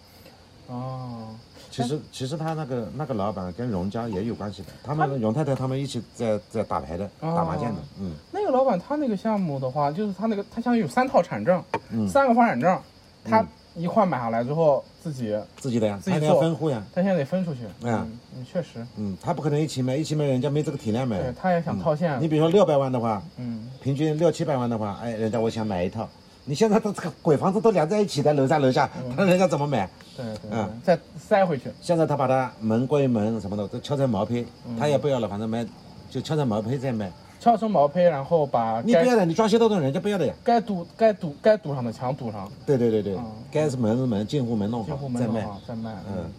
[SPEAKER 1] 哦，
[SPEAKER 6] 其实其实他那个那个老板跟荣家也有关系的，他们荣太太他们一起在在打牌的，
[SPEAKER 1] 哦
[SPEAKER 6] 打麻将的，嗯，
[SPEAKER 1] 那个老板他那个项目的话，就是他那个他相当于有三套产证，
[SPEAKER 6] 嗯
[SPEAKER 1] 三个房产证，他一块买下来之后自己，
[SPEAKER 6] 自己的呀，
[SPEAKER 1] 自己
[SPEAKER 6] 他
[SPEAKER 1] 做
[SPEAKER 6] 要分户呀，
[SPEAKER 1] 他现在得分出去。
[SPEAKER 6] 嗯
[SPEAKER 1] 嗯，嗯确实，
[SPEAKER 6] 嗯，他不可能一起买，一起买人家没这个体量买
[SPEAKER 1] 对，
[SPEAKER 6] 的。
[SPEAKER 1] 他也想套现。
[SPEAKER 6] 嗯你比如说六百万的话，
[SPEAKER 1] 嗯，
[SPEAKER 6] 平均六七百万的话，哎，人家我想买一套。你现在都这个鬼房子都连在一起的，楼上楼下，
[SPEAKER 1] 嗯
[SPEAKER 6] 那人家怎么买？
[SPEAKER 1] 对对对
[SPEAKER 6] 嗯，
[SPEAKER 1] 再塞回去。
[SPEAKER 6] 现在他把它门归门什么的都敲成毛坯，
[SPEAKER 1] 嗯
[SPEAKER 6] 他也不要了，反正卖就敲成毛坯再卖。
[SPEAKER 1] 敲成毛坯，然后把
[SPEAKER 6] 你不要
[SPEAKER 1] 该
[SPEAKER 6] 的，你装修都懂，人家不要的呀。
[SPEAKER 1] 该堵该堵该堵上的墙堵上，
[SPEAKER 6] 对对对对
[SPEAKER 1] 嗯，
[SPEAKER 6] 该是门是门，进户门弄
[SPEAKER 1] 进
[SPEAKER 6] 好
[SPEAKER 1] 户门
[SPEAKER 6] 再
[SPEAKER 1] 弄
[SPEAKER 6] 卖。
[SPEAKER 1] 好再卖。
[SPEAKER 6] 嗯，，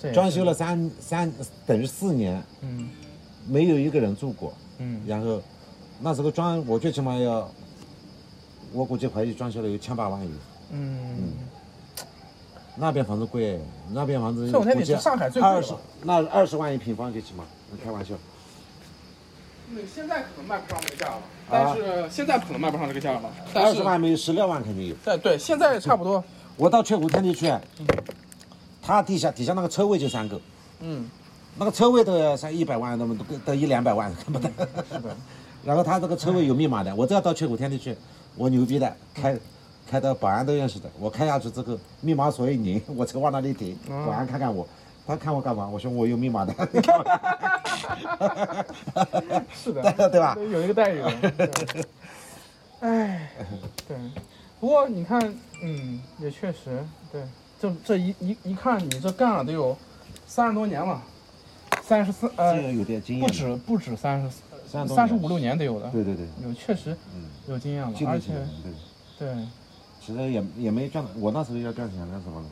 [SPEAKER 1] 这哎也是
[SPEAKER 6] 装修了。三三等于四年，
[SPEAKER 1] 嗯
[SPEAKER 6] 没有一个人住过。
[SPEAKER 1] 嗯
[SPEAKER 6] 然后那时候装，我最起码要，我估计怀疑装修了有千把万有。
[SPEAKER 1] 嗯，
[SPEAKER 6] 那边房子贵，那边房子
[SPEAKER 1] 这种天
[SPEAKER 6] 估
[SPEAKER 1] 地
[SPEAKER 6] 计
[SPEAKER 1] 是上海最贵的
[SPEAKER 6] 二
[SPEAKER 1] 吧
[SPEAKER 6] 十，那二十万一平方最起码，你开玩笑。
[SPEAKER 1] 那现在可能卖不上这个价了，
[SPEAKER 6] 但
[SPEAKER 1] 是现在可能卖不上这个价了。
[SPEAKER 6] 二十万没有，十六万肯定有。
[SPEAKER 1] 对对，现在差不多。
[SPEAKER 6] 我到翠湖天地去，他底下底下那个车位就三个，
[SPEAKER 1] 嗯，
[SPEAKER 6] 那个车位都要上一百万，那么都都一两百万， 恨不得。然后他这个车位有密码的，我只要到翠湖天地去，我牛逼的，开开到保安都认识的。我开下去之后，密码锁一拧， 我车往那里停，
[SPEAKER 1] 哦
[SPEAKER 6] 保安看看我，他看我干嘛？我说我有密码的， 你干嘛
[SPEAKER 1] 是 的，
[SPEAKER 6] 对吧？
[SPEAKER 1] 有一个待遇的。 对唉，哎对。不过你看，嗯，也确实，对，这这一一一看，你这干了得有三十多年了，三十四
[SPEAKER 6] 这个
[SPEAKER 1] 呃，
[SPEAKER 6] 有点经验
[SPEAKER 1] 不
[SPEAKER 6] 的，
[SPEAKER 1] 止不止三十
[SPEAKER 6] 三十多
[SPEAKER 1] 三十
[SPEAKER 6] 年
[SPEAKER 1] 五六年得有的，
[SPEAKER 6] 对对对，
[SPEAKER 1] 有确实
[SPEAKER 6] 嗯，
[SPEAKER 1] 有经验了，
[SPEAKER 6] 经
[SPEAKER 1] 而
[SPEAKER 6] 历起
[SPEAKER 1] 且
[SPEAKER 6] 来了对。
[SPEAKER 1] 对，
[SPEAKER 6] 其实也也没赚，我那时候要赚钱干什么呢？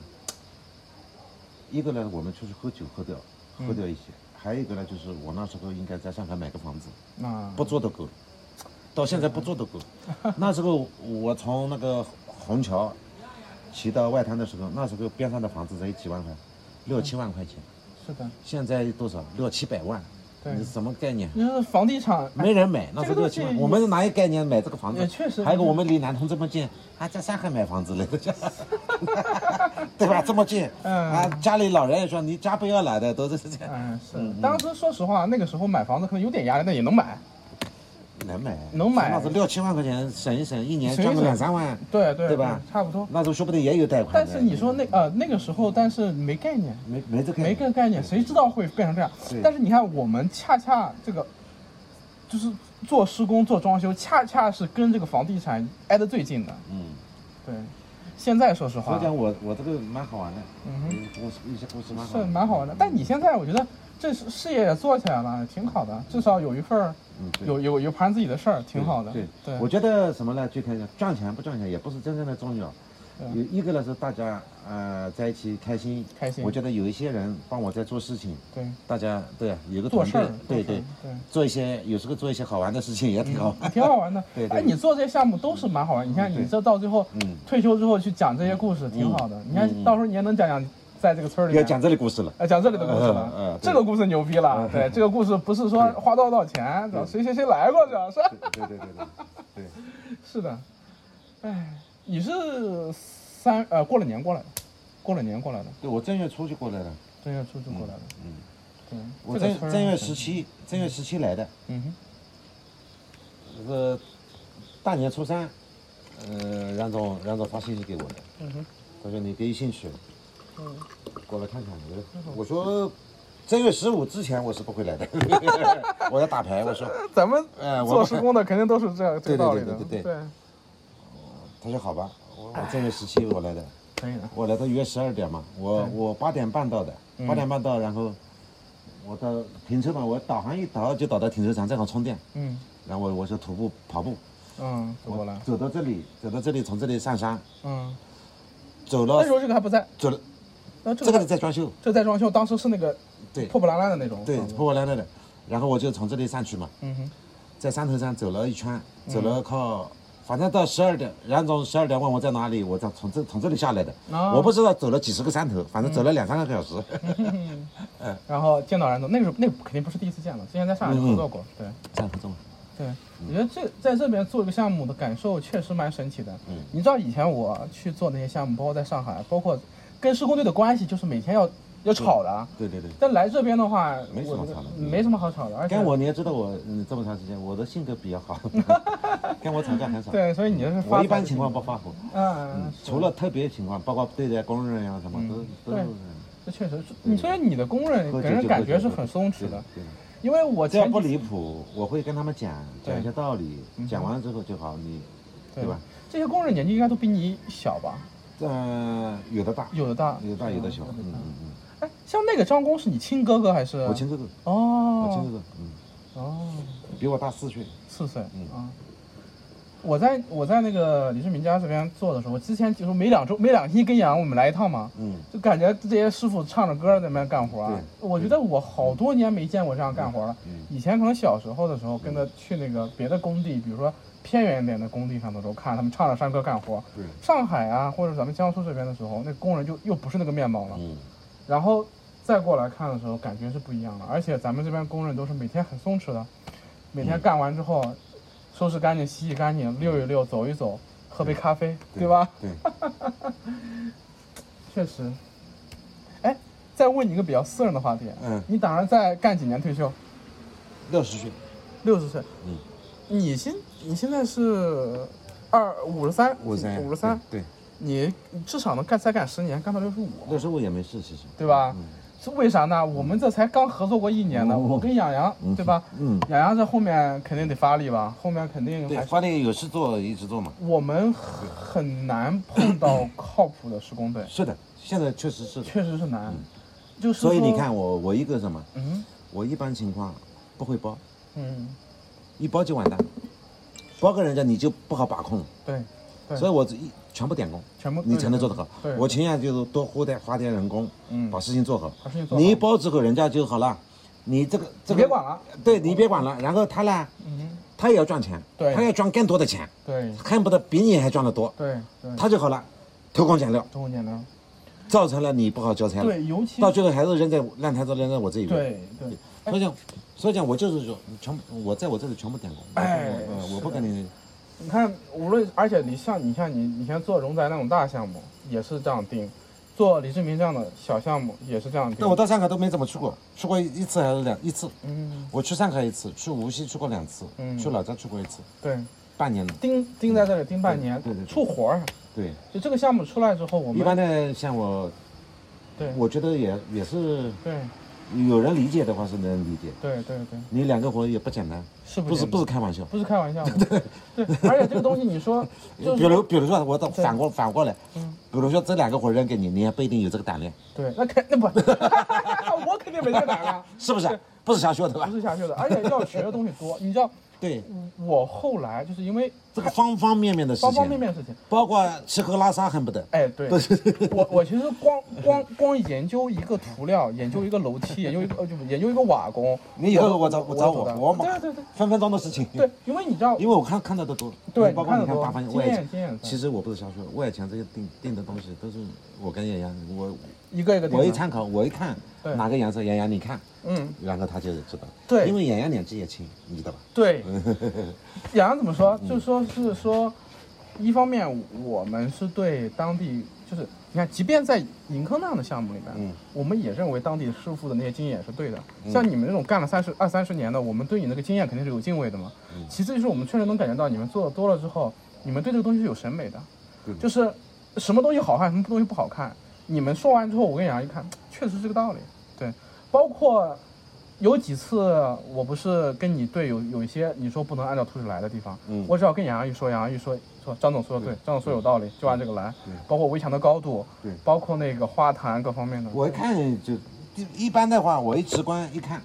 [SPEAKER 6] 一个呢，我们出去喝酒喝掉，喝掉一些；还有一个呢，就是我那时候应该在上海买个房子，
[SPEAKER 1] 那
[SPEAKER 6] 不做都够了，到现在不做 都够了。那时候我从那个虹桥骑到外滩的时候，那时候边上的房子才几万块，六七万块钱，
[SPEAKER 1] 是的，
[SPEAKER 6] 现在多少？六七百万，
[SPEAKER 1] 对
[SPEAKER 6] 你什么概念？
[SPEAKER 1] 你说房地产
[SPEAKER 6] 没人买，那
[SPEAKER 1] 这
[SPEAKER 6] 时
[SPEAKER 1] 个
[SPEAKER 6] 候
[SPEAKER 1] 东西
[SPEAKER 6] 六七万，我们哪有概念买这个房子？
[SPEAKER 1] 也确实
[SPEAKER 6] 还有一个我们离南通这么近，还啊在上海买房子 了， 对吧？这么近，
[SPEAKER 1] 嗯
[SPEAKER 6] 啊，家里老人也说你家不要了的，都是这样，
[SPEAKER 1] 嗯，是。当时说实话，那个时候买房子可能有点压力，但也能买。
[SPEAKER 6] 能买，
[SPEAKER 1] 嗯能买
[SPEAKER 6] 那时候六七万块钱省一省，一年
[SPEAKER 1] 省一
[SPEAKER 6] 赚个
[SPEAKER 1] 省
[SPEAKER 6] 两三万，
[SPEAKER 1] 对对
[SPEAKER 6] 对吧
[SPEAKER 1] 差不多。
[SPEAKER 6] 那时候说不定也有贷款
[SPEAKER 1] 但
[SPEAKER 6] 的。
[SPEAKER 1] 是你说那呃那个时候，但是没概念，
[SPEAKER 6] 没没这个
[SPEAKER 1] 没个概念，谁知道会变成这样
[SPEAKER 6] 对？
[SPEAKER 1] 但是你看，我们恰恰这个就是做施工、做装修，恰恰是跟这个房地产挨得最近的。
[SPEAKER 6] 嗯，
[SPEAKER 1] 对，现在说实
[SPEAKER 6] 所
[SPEAKER 1] 话
[SPEAKER 6] 以，讲我我这个蛮好玩的，
[SPEAKER 1] 嗯哼，
[SPEAKER 6] 故事一些故事蛮好
[SPEAKER 1] 是
[SPEAKER 6] 玩的，
[SPEAKER 1] 蛮好玩的。但你现在，我觉得这是事业也做起来了，挺好的，至少有一份儿
[SPEAKER 6] 嗯对
[SPEAKER 1] 有有有盘自己的事儿，挺好的。
[SPEAKER 6] 对，
[SPEAKER 1] 对，
[SPEAKER 6] 我觉得什么呢？就看赚钱不赚钱也不是真正的重要。有一个呢是大家呃在一起开心，
[SPEAKER 1] 开心
[SPEAKER 6] 我觉得有一些人帮我在做事情，
[SPEAKER 1] 对
[SPEAKER 6] 大家对啊有个
[SPEAKER 1] 做
[SPEAKER 6] 团
[SPEAKER 1] 事儿
[SPEAKER 6] 队，，对
[SPEAKER 1] 做事
[SPEAKER 6] 对
[SPEAKER 1] 儿，嗯对。
[SPEAKER 6] 做一些有时候做一些好玩的事情也挺好 玩。。
[SPEAKER 1] 挺好玩的
[SPEAKER 6] 对对
[SPEAKER 1] 哎，你做这些项目都是蛮好玩。你看，
[SPEAKER 6] 嗯对
[SPEAKER 1] 你这到最后
[SPEAKER 6] 嗯
[SPEAKER 1] 退休之后去讲这些故事，挺好的。你看，到时候你也能讲讲在这个村儿里
[SPEAKER 6] 要
[SPEAKER 1] 面
[SPEAKER 6] 讲这里故事了，
[SPEAKER 1] 哎讲这里的故事了。
[SPEAKER 6] 嗯嗯对
[SPEAKER 1] 这个故事牛逼了。对，这个故事不是说花多少多少钱，谁谁谁来过，主要是
[SPEAKER 6] 对对对对对，
[SPEAKER 1] 是的。哎，你是三呃过了年过来的，过了年过来的，
[SPEAKER 6] 对我正月初就过来了，
[SPEAKER 1] 正月初就过来的。
[SPEAKER 6] 嗯，
[SPEAKER 1] 对，
[SPEAKER 6] 我
[SPEAKER 1] 这个
[SPEAKER 6] 正
[SPEAKER 1] 村儿啊
[SPEAKER 6] 正月十，七正月十七来的，
[SPEAKER 1] 嗯哼，
[SPEAKER 6] 那个大年初三，呃，冉总冉总发信息给我的，
[SPEAKER 1] 嗯哼，
[SPEAKER 6] 他说你别有兴趣，
[SPEAKER 1] 嗯，
[SPEAKER 6] 过来看看。我说，我说正月十五之前我是不会来的， 我要打牌。我说，
[SPEAKER 1] 咱呃们
[SPEAKER 6] 哎我
[SPEAKER 1] 做施工的肯定都是这样这
[SPEAKER 6] 对对
[SPEAKER 1] 个道理的
[SPEAKER 6] 对，对对
[SPEAKER 1] 对，
[SPEAKER 6] 他说好吧，我我正月十七我来的，
[SPEAKER 1] 可以的，
[SPEAKER 6] 我来的约十二点嘛，我
[SPEAKER 1] 嗯
[SPEAKER 6] 我八点半到的，八点半到，然后我到停车场，我导航一导就导到停车场，正好充电，
[SPEAKER 1] 嗯
[SPEAKER 6] 然后我我说徒步跑步，
[SPEAKER 1] 嗯，走过来，
[SPEAKER 6] 走到这里，走到这里，从这里上山，
[SPEAKER 1] 嗯。
[SPEAKER 6] 走
[SPEAKER 1] 那
[SPEAKER 6] 了
[SPEAKER 1] 时候这个还不在，
[SPEAKER 6] 走了，
[SPEAKER 1] 那这
[SPEAKER 6] 这
[SPEAKER 1] 个
[SPEAKER 6] 个里在装修，
[SPEAKER 1] 这个在装修，当时是那个
[SPEAKER 6] 对
[SPEAKER 1] 破破烂烂的那种。
[SPEAKER 6] 对，
[SPEAKER 1] 嗯
[SPEAKER 6] 破破烂烂的，然后我就从这里上去嘛，
[SPEAKER 1] 嗯哼，
[SPEAKER 6] 在山头上走了一圈，走了靠反正到十二点，冉总十二点问我在哪里，我在从这从这里下来的，
[SPEAKER 1] 哦
[SPEAKER 6] 我不知道走了几十个山头，反正走了两三个 小时。
[SPEAKER 1] 然后见到冉总，那个时候那个肯定不是第一次见了，之前在
[SPEAKER 6] 嗯
[SPEAKER 1] 上海就合作过。
[SPEAKER 6] 山不重要，
[SPEAKER 1] 对
[SPEAKER 6] 嗯
[SPEAKER 1] 对，我觉得这在这边做一个项目的感受确实蛮神奇的。嗯，你知道以前我去做那些项目，包括在上海，包括跟施工队的关系，就是每天要要吵的。
[SPEAKER 6] 对对对。
[SPEAKER 1] 但来这边的话，
[SPEAKER 6] 没什么
[SPEAKER 1] 我觉得
[SPEAKER 6] 吵的
[SPEAKER 1] 没什么好吵的，而且
[SPEAKER 6] 跟我你也知道我嗯这么长时间，我的性格比较 好，跟我吵架很少。
[SPEAKER 1] 对，所以你就是发
[SPEAKER 6] 我一般情况不发火，
[SPEAKER 1] 嗯，是
[SPEAKER 6] 除了特别情况，包括对待工人呀什么都都
[SPEAKER 1] 对
[SPEAKER 6] 是。
[SPEAKER 1] 这确实是，你说你的工人
[SPEAKER 6] 喝酒
[SPEAKER 1] 给人
[SPEAKER 6] 就
[SPEAKER 1] 感
[SPEAKER 6] 喝
[SPEAKER 1] 觉
[SPEAKER 6] 酒
[SPEAKER 1] 是
[SPEAKER 6] 喝
[SPEAKER 1] 很
[SPEAKER 6] 酒
[SPEAKER 1] 松弛
[SPEAKER 6] 对
[SPEAKER 1] 的，
[SPEAKER 6] 对的
[SPEAKER 1] 因为我
[SPEAKER 6] 只要
[SPEAKER 1] 前
[SPEAKER 6] 啊不
[SPEAKER 1] 几
[SPEAKER 6] 离谱，我会跟他们讲
[SPEAKER 1] 对
[SPEAKER 6] 讲一些道理
[SPEAKER 1] 嗯，
[SPEAKER 6] 讲完了之后就好，你对吧？？
[SPEAKER 1] 这些工人年纪应该都比你小吧？
[SPEAKER 6] 呃，有的大，
[SPEAKER 1] 有的大，
[SPEAKER 6] 有的大，有的小，
[SPEAKER 1] 嗯
[SPEAKER 6] 嗯嗯嗯。
[SPEAKER 1] 哎，像那个张工是你亲哥哥还是？
[SPEAKER 6] 我亲哥哥，我亲
[SPEAKER 1] 哦
[SPEAKER 6] 哥哥，嗯，
[SPEAKER 1] 哦，
[SPEAKER 6] 比我大四岁，
[SPEAKER 1] 四岁啊
[SPEAKER 6] 嗯。
[SPEAKER 1] 我在我在那个李世民家这边做的时候，我之前就是每两周每两星期跟杨我们来一趟嘛，
[SPEAKER 6] 嗯，
[SPEAKER 1] 就感觉这些师傅唱着歌在那边干活啊。我觉得我好多年没见过这样干活了。
[SPEAKER 6] 嗯
[SPEAKER 1] 以前可能小时候的时候，跟着去那个别的工地，比如说偏远一点的工地上的时候，看他们唱着山歌干活。
[SPEAKER 6] 对，
[SPEAKER 1] 上海啊，或者咱们江苏这边的时候，那工人就又不是那个面貌了。
[SPEAKER 6] 嗯，
[SPEAKER 1] 然后再过来看的时候，感觉是不一样的。而且咱们这边工人都是每天很松弛的，
[SPEAKER 6] 嗯
[SPEAKER 1] 每天干完之后，收拾干净、洗洗干净、溜一溜、走一走，喝杯咖啡，对吧？？
[SPEAKER 6] 对，
[SPEAKER 1] 确实。哎，再问你一个比较私人的话题，
[SPEAKER 6] 嗯
[SPEAKER 1] 你打算再干几年退休？
[SPEAKER 6] 六十岁，
[SPEAKER 1] 六十岁。
[SPEAKER 6] 嗯。
[SPEAKER 1] 你现你现在是二五十三，
[SPEAKER 6] 五十三，
[SPEAKER 1] 五十三，
[SPEAKER 6] 对，
[SPEAKER 1] 你至少能干再干十年，干到六十五。
[SPEAKER 6] 六十五也没事，其实，
[SPEAKER 1] 对吧
[SPEAKER 6] 嗯？
[SPEAKER 1] 是为啥呢？我们这才刚合作过一年呢，
[SPEAKER 6] 哦
[SPEAKER 1] 我跟杨洋，
[SPEAKER 6] 嗯
[SPEAKER 1] 对吧？
[SPEAKER 6] 嗯，
[SPEAKER 1] 杨洋这后面肯定得发力吧，后面肯定
[SPEAKER 6] 对
[SPEAKER 1] 还，是
[SPEAKER 6] 发电有事做一直做嘛。
[SPEAKER 1] 我们很难碰到靠谱的施工队，
[SPEAKER 6] 是的，现在确实是的。
[SPEAKER 1] 确实是难。就是
[SPEAKER 6] 嗯所以你
[SPEAKER 1] 说，
[SPEAKER 6] 看我，我一个什么，
[SPEAKER 1] 嗯
[SPEAKER 6] 我一般情况不会包，
[SPEAKER 1] 嗯，
[SPEAKER 6] 一包就完蛋，包给人家你就不好把控，
[SPEAKER 1] 对，对
[SPEAKER 6] 所以我一全部点工，
[SPEAKER 1] 全部
[SPEAKER 6] 你才能做得好
[SPEAKER 1] 对。
[SPEAKER 6] 我情愿就是多花点花点人工，
[SPEAKER 1] 嗯
[SPEAKER 6] 把事情做好
[SPEAKER 1] 把事情。做好
[SPEAKER 6] 你一包之后，人家就好了，你这个这
[SPEAKER 1] 你
[SPEAKER 6] 个
[SPEAKER 1] 别管了，
[SPEAKER 6] 对你别管了。然后他呢，
[SPEAKER 1] 嗯，
[SPEAKER 6] 他也要赚钱，
[SPEAKER 1] 对
[SPEAKER 6] 他要赚更多的钱，
[SPEAKER 1] 对
[SPEAKER 6] 恨不得比你还赚得多，
[SPEAKER 1] 对对，
[SPEAKER 6] 他就好了，偷工减料，
[SPEAKER 1] 偷工减料，
[SPEAKER 6] 造成了你不好交差了。
[SPEAKER 1] 对，尤其
[SPEAKER 6] 嗯到最后还是扔在烂摊子扔在我这一边。
[SPEAKER 1] 对对，
[SPEAKER 6] 所以讲，所以讲，我就是说，你全部我在我这里全部点工，我
[SPEAKER 1] 哎
[SPEAKER 6] 我我我不
[SPEAKER 1] 是的
[SPEAKER 6] 跟你，
[SPEAKER 1] 你看，无论而且你像你像你你像做荣宅那种大项目也是这样定，做李志明这样的小项目也是这样定。
[SPEAKER 6] 那我到上海都没怎么去过，去过一次还是两一次，
[SPEAKER 1] 嗯，
[SPEAKER 6] 我去上海一次，去无锡去过两次，
[SPEAKER 1] 嗯
[SPEAKER 6] 去老家去过一次，
[SPEAKER 1] 对，
[SPEAKER 6] 半年了。
[SPEAKER 1] 盯盯在这里盯半年，
[SPEAKER 6] 对对对
[SPEAKER 1] 出活儿。啊
[SPEAKER 6] 对，
[SPEAKER 1] 就这个项目出来之后，我们
[SPEAKER 6] 一般的像我，
[SPEAKER 1] 对
[SPEAKER 6] 我觉得也也是
[SPEAKER 1] 对
[SPEAKER 6] 有人理解的话是能理解，
[SPEAKER 1] 对对对，
[SPEAKER 6] 你两个活也不简单，
[SPEAKER 1] 是
[SPEAKER 6] 不是
[SPEAKER 1] 不
[SPEAKER 6] 不是开玩笑。
[SPEAKER 1] 不是开玩笑的。对，而且这个东西你 说就
[SPEAKER 6] 比
[SPEAKER 1] 是
[SPEAKER 6] 如比如说我倒
[SPEAKER 1] 对
[SPEAKER 6] 反过反过来，
[SPEAKER 1] 嗯
[SPEAKER 6] 比如说这两个活扔给你，你也不一定有这个胆量，
[SPEAKER 1] 对，那肯那不， 我肯定没这个胆量，
[SPEAKER 6] 是不是？不是瞎说的吧
[SPEAKER 1] 不？是下去的。而且要学的东西多，你知道，
[SPEAKER 6] 对，
[SPEAKER 1] 我后来就是因为
[SPEAKER 6] 这个方方面面的事情，
[SPEAKER 1] 方方面面的事情。
[SPEAKER 6] 包括吃喝拉撒恨不得。
[SPEAKER 1] 哎，对，我我其实光光光研究一个涂料，研究一个楼梯，研究一个呃，就研究一个瓦工，
[SPEAKER 6] 你以后我找
[SPEAKER 1] 我
[SPEAKER 6] 我找我，我马
[SPEAKER 1] 对对对
[SPEAKER 6] 分分钟的事情。
[SPEAKER 1] 对，，因为你知道，
[SPEAKER 6] 因为我看看到的多，
[SPEAKER 1] 对
[SPEAKER 6] 包括
[SPEAKER 1] 你看得
[SPEAKER 6] 你看
[SPEAKER 1] 多
[SPEAKER 6] 大方向
[SPEAKER 1] 经
[SPEAKER 6] 外
[SPEAKER 1] 验
[SPEAKER 6] 墙
[SPEAKER 1] 经验
[SPEAKER 6] 其实我不是瞎说，外墙这些定定的东西都是我跟妍妍，我
[SPEAKER 1] 一个一个地
[SPEAKER 6] 我一
[SPEAKER 1] 方，
[SPEAKER 6] 参考，我一看
[SPEAKER 1] 对
[SPEAKER 6] 哪个颜色，妍妍你看，
[SPEAKER 1] 嗯，
[SPEAKER 6] 然后他就知道。
[SPEAKER 1] 对
[SPEAKER 6] 因为妍妍年纪也轻，你知道吧？
[SPEAKER 1] 对，洋洋怎么说？就说是说，一方面我们是对当地，就是你看，即便在银坑那样的项目里面，
[SPEAKER 6] 嗯
[SPEAKER 1] 我们也认为当地师傅的那些经验是对的。像你们这种干了三十二三十年的，我们对你那个经验肯定是有敬畏的嘛。其次就是我们确实能感觉到，你们做的多了之后，你们对这个东西是有审美的，
[SPEAKER 6] 对的
[SPEAKER 1] 就是什么东西好看，什么东西不好看。你们说完之后，我跟杨一看，确实是个道理。对，包括有几次我不是跟你队有有一些你说不能按照图纸来的地方，
[SPEAKER 6] 嗯
[SPEAKER 1] 我只要跟杨洋一说，杨洋一说说张总说的对，张总说有道理，就按这个来，包括围墙的高度，
[SPEAKER 6] 对
[SPEAKER 1] 包括那个花坛各方面的，
[SPEAKER 6] 我一看就一一般的话，我一直观一看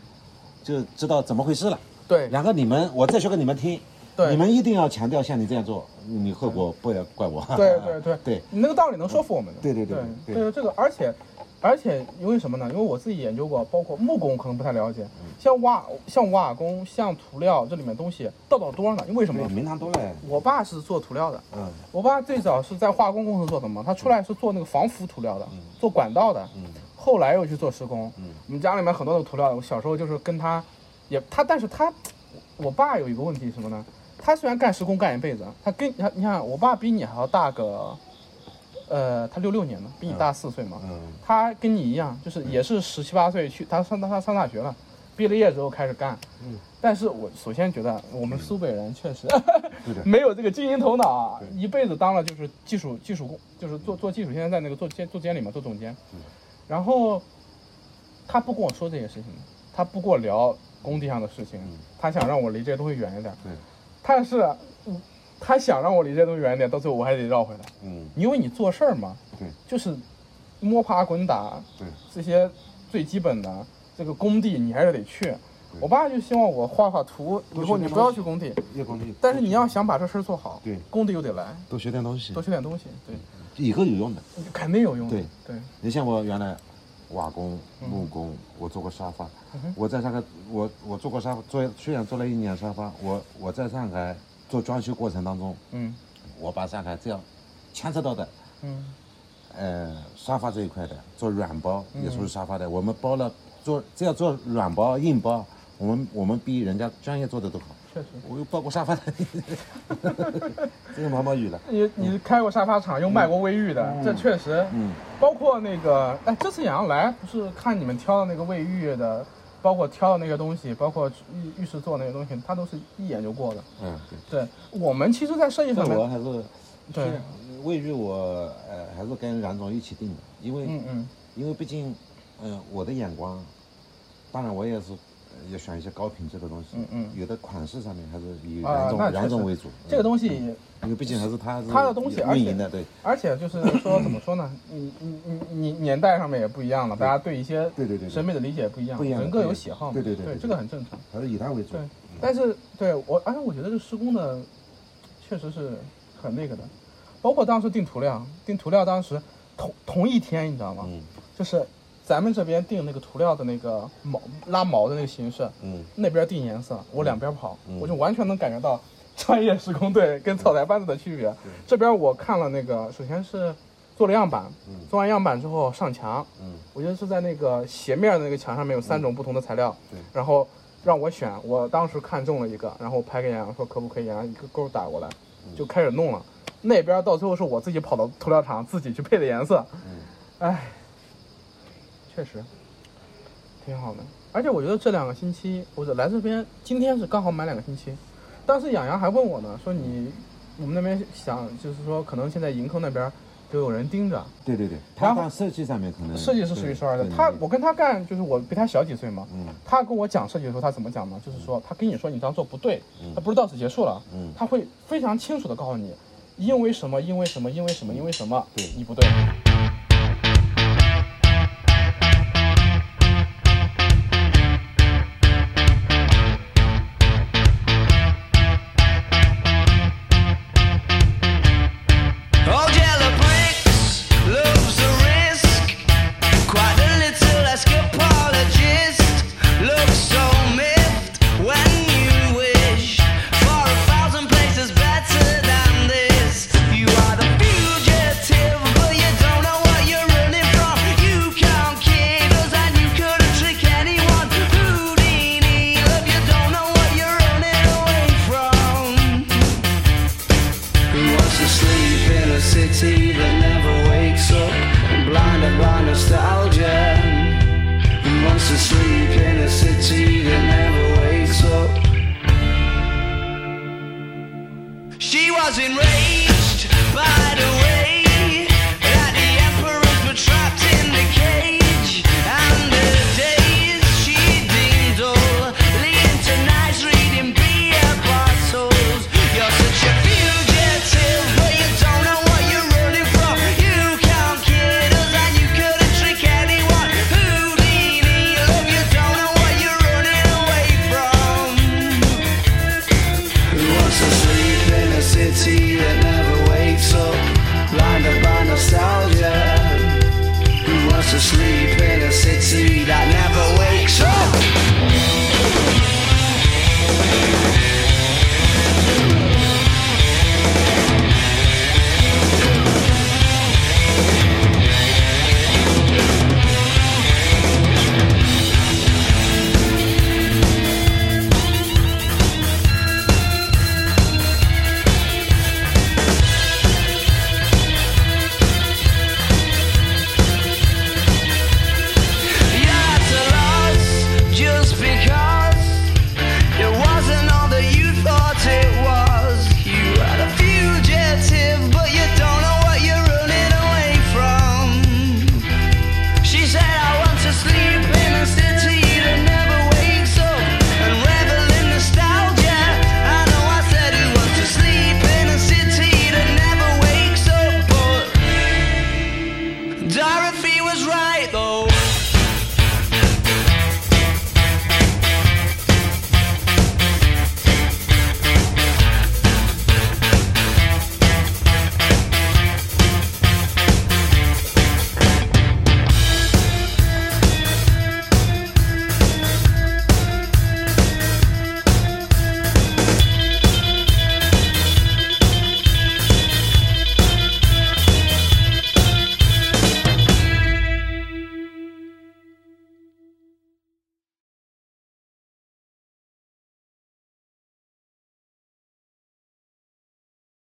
[SPEAKER 6] 就知道怎么回事了。
[SPEAKER 1] 对
[SPEAKER 6] 然后你们，我再说给你们听，
[SPEAKER 1] 对
[SPEAKER 6] 你们一定要强调像你这样做，你后果不要怪我。
[SPEAKER 1] 对对对
[SPEAKER 6] 啊对，
[SPEAKER 1] 你那个道理能说服我们的。
[SPEAKER 6] 对对对
[SPEAKER 1] 对
[SPEAKER 6] 对
[SPEAKER 1] 这个，而且而且因为什么呢？因为我自己研究过，包括木工可能不太了解，
[SPEAKER 6] 嗯
[SPEAKER 1] 像瓦像瓦工、像涂料这里面东西道道多呢。因为什么
[SPEAKER 6] 对，？名堂多了，
[SPEAKER 1] 我爸是做涂料的，
[SPEAKER 6] 嗯
[SPEAKER 1] 我爸最早是在化工公司做的嘛，他出来是做那个防腐涂料的，做管道的，
[SPEAKER 6] 嗯
[SPEAKER 1] 后来又去做施工。
[SPEAKER 6] 嗯
[SPEAKER 1] 我们家里面很多的涂料，我小时候就是跟他，也他，但是他，我爸有一个问题是什么呢？他虽然干施工干一辈子，他跟他你看，我爸比你还要大个，呃，他六六年的，比你大四岁嘛。
[SPEAKER 6] 嗯
[SPEAKER 1] 他跟你一样，就是也是十七八岁去，他上他上大学了，毕了业之后开始干。
[SPEAKER 6] 嗯。
[SPEAKER 1] 但是我首先觉得我们苏北人确实
[SPEAKER 6] 对的
[SPEAKER 1] 没有这个经营头脑啊
[SPEAKER 6] 对，
[SPEAKER 1] 一辈子当了就是技术技术工，就是做做技术，现在在那个做监做监理嘛，做总监
[SPEAKER 6] 嗯。
[SPEAKER 1] 然后他不跟我说这些事情，他不跟我聊工地上的事情
[SPEAKER 6] 嗯，
[SPEAKER 1] 他想让我离这些东西远一点。
[SPEAKER 6] 对。
[SPEAKER 1] 但是，嗯他想让我离这些东西远一点，到最后我还得绕回来。
[SPEAKER 6] 嗯
[SPEAKER 1] 因为你做事儿嘛，
[SPEAKER 6] 对，
[SPEAKER 1] 就是摸爬滚打，
[SPEAKER 6] 对，
[SPEAKER 1] 这些最基本的这个工地你还是得去。我爸就希望我画画图，以
[SPEAKER 6] 多
[SPEAKER 1] 后
[SPEAKER 6] 学
[SPEAKER 1] 你
[SPEAKER 6] 点
[SPEAKER 1] 不要
[SPEAKER 6] 东西
[SPEAKER 1] 去工地，
[SPEAKER 6] 月光绿
[SPEAKER 1] 但是你要想把这事儿做好，
[SPEAKER 6] 对
[SPEAKER 1] 工地又得来，
[SPEAKER 6] 多学点东西
[SPEAKER 1] 多，学点东西，对，
[SPEAKER 6] 以后有用的。
[SPEAKER 1] 肯定有用的
[SPEAKER 6] 对，
[SPEAKER 1] 对，
[SPEAKER 6] 你像我原来瓦工、木工，我做过沙发，我在上海，我我做过沙发，做虽然做了一年沙发，我我在上海做装修过程当中，
[SPEAKER 1] 嗯
[SPEAKER 6] 我把上海这样牵扯到的，
[SPEAKER 1] 嗯
[SPEAKER 6] 呃，沙发这一块的，做软包也属于沙发的，我们包了做这样做软包、硬包，我们我们比人家专业做的都好。
[SPEAKER 1] 确实。
[SPEAKER 6] 我又包过沙发的， 这个毛毛雨了，
[SPEAKER 1] 你你开过沙发厂，又卖过卫浴的，这确实，
[SPEAKER 6] 嗯，
[SPEAKER 1] 包括那个，哎，这次杨来不是看你们挑的那个卫浴的，包括挑的那个东西，包括浴浴室做那个东西，他都是一眼就过的。
[SPEAKER 6] 嗯，对。
[SPEAKER 1] 对我们其实，在设计
[SPEAKER 6] 那
[SPEAKER 1] 上
[SPEAKER 6] 我
[SPEAKER 1] 面，
[SPEAKER 6] 还是
[SPEAKER 1] 对
[SPEAKER 6] 虽然卫浴我呃还是跟冉总一起定的，因为、
[SPEAKER 1] 嗯嗯
[SPEAKER 6] 因为毕竟，嗯、我的眼光，当然我也是呃也选一些高品质的东西，
[SPEAKER 1] 嗯嗯
[SPEAKER 6] 有的款式上面还是以
[SPEAKER 1] 啊
[SPEAKER 6] 冉总
[SPEAKER 1] 那确
[SPEAKER 6] 冉总
[SPEAKER 1] 实
[SPEAKER 6] 为主，
[SPEAKER 1] 这个
[SPEAKER 6] 西，
[SPEAKER 1] 东西，
[SPEAKER 6] 因为毕竟还是他是
[SPEAKER 1] 他的东西而
[SPEAKER 6] 运
[SPEAKER 1] 且
[SPEAKER 6] 营的，对
[SPEAKER 1] 而且就是说，怎么说呢？你你你你年代上面也不一样了，大家对一些
[SPEAKER 6] 对对对对
[SPEAKER 1] 审美的理解也不一样，
[SPEAKER 6] 不一样
[SPEAKER 1] 人各有喜好嘛。
[SPEAKER 6] 对对对
[SPEAKER 1] 对，
[SPEAKER 6] 对嗯
[SPEAKER 1] 这个很正常。
[SPEAKER 6] 还是以他为主
[SPEAKER 1] 对，，但是对我，而且我觉得这施工的确实是很那个的，包括当时定涂料，定涂料当时同同一天，你知道吗？
[SPEAKER 6] 嗯
[SPEAKER 1] 就是咱们这边定那个涂料的那个毛拉毛的那个形式，
[SPEAKER 6] 嗯
[SPEAKER 1] 那边定颜色，我两边跑，
[SPEAKER 6] 嗯
[SPEAKER 1] 我就完全能感觉到专业施工队跟草台班子的区别。这边我看了那个，首先是做了样板，
[SPEAKER 6] 嗯
[SPEAKER 1] 做完样板之后上墙，
[SPEAKER 6] 嗯
[SPEAKER 1] 我觉得是在那个斜面的那个墙上面有三种不同的材料，
[SPEAKER 6] 对
[SPEAKER 1] 然后让我选，我当时看中了一个，然后拍给杨洋说可不可以，杨洋一个勾打过来，
[SPEAKER 6] 嗯
[SPEAKER 1] 就开始弄了。那边到最后是我自己跑到涂料厂自己去配的颜色，
[SPEAKER 6] 嗯，
[SPEAKER 1] 唉，确实挺好的。而且我觉得这两个星期，我来这边今天是刚好满两个星期。当时养羊还问我呢，说你我们那边想就是说，可能现在营坑那边就有人盯着，
[SPEAKER 6] 对对对，
[SPEAKER 1] 然
[SPEAKER 6] 他
[SPEAKER 1] 后
[SPEAKER 6] 当设计上面可能
[SPEAKER 1] 设计师数一数二的。
[SPEAKER 6] 嗯对
[SPEAKER 1] 他
[SPEAKER 6] 对
[SPEAKER 1] 我跟他干，就是我比他小几岁嘛。
[SPEAKER 6] 嗯
[SPEAKER 1] 他跟我讲设计的时候，他怎么讲呢？就是说他跟你说你这样做不对，
[SPEAKER 6] 嗯
[SPEAKER 1] 他不是到此结束了，
[SPEAKER 6] 嗯
[SPEAKER 1] 他会非常清楚的告诉你，因为什么，因为什么，因为什么，因为什么，
[SPEAKER 6] 对
[SPEAKER 1] 你不对。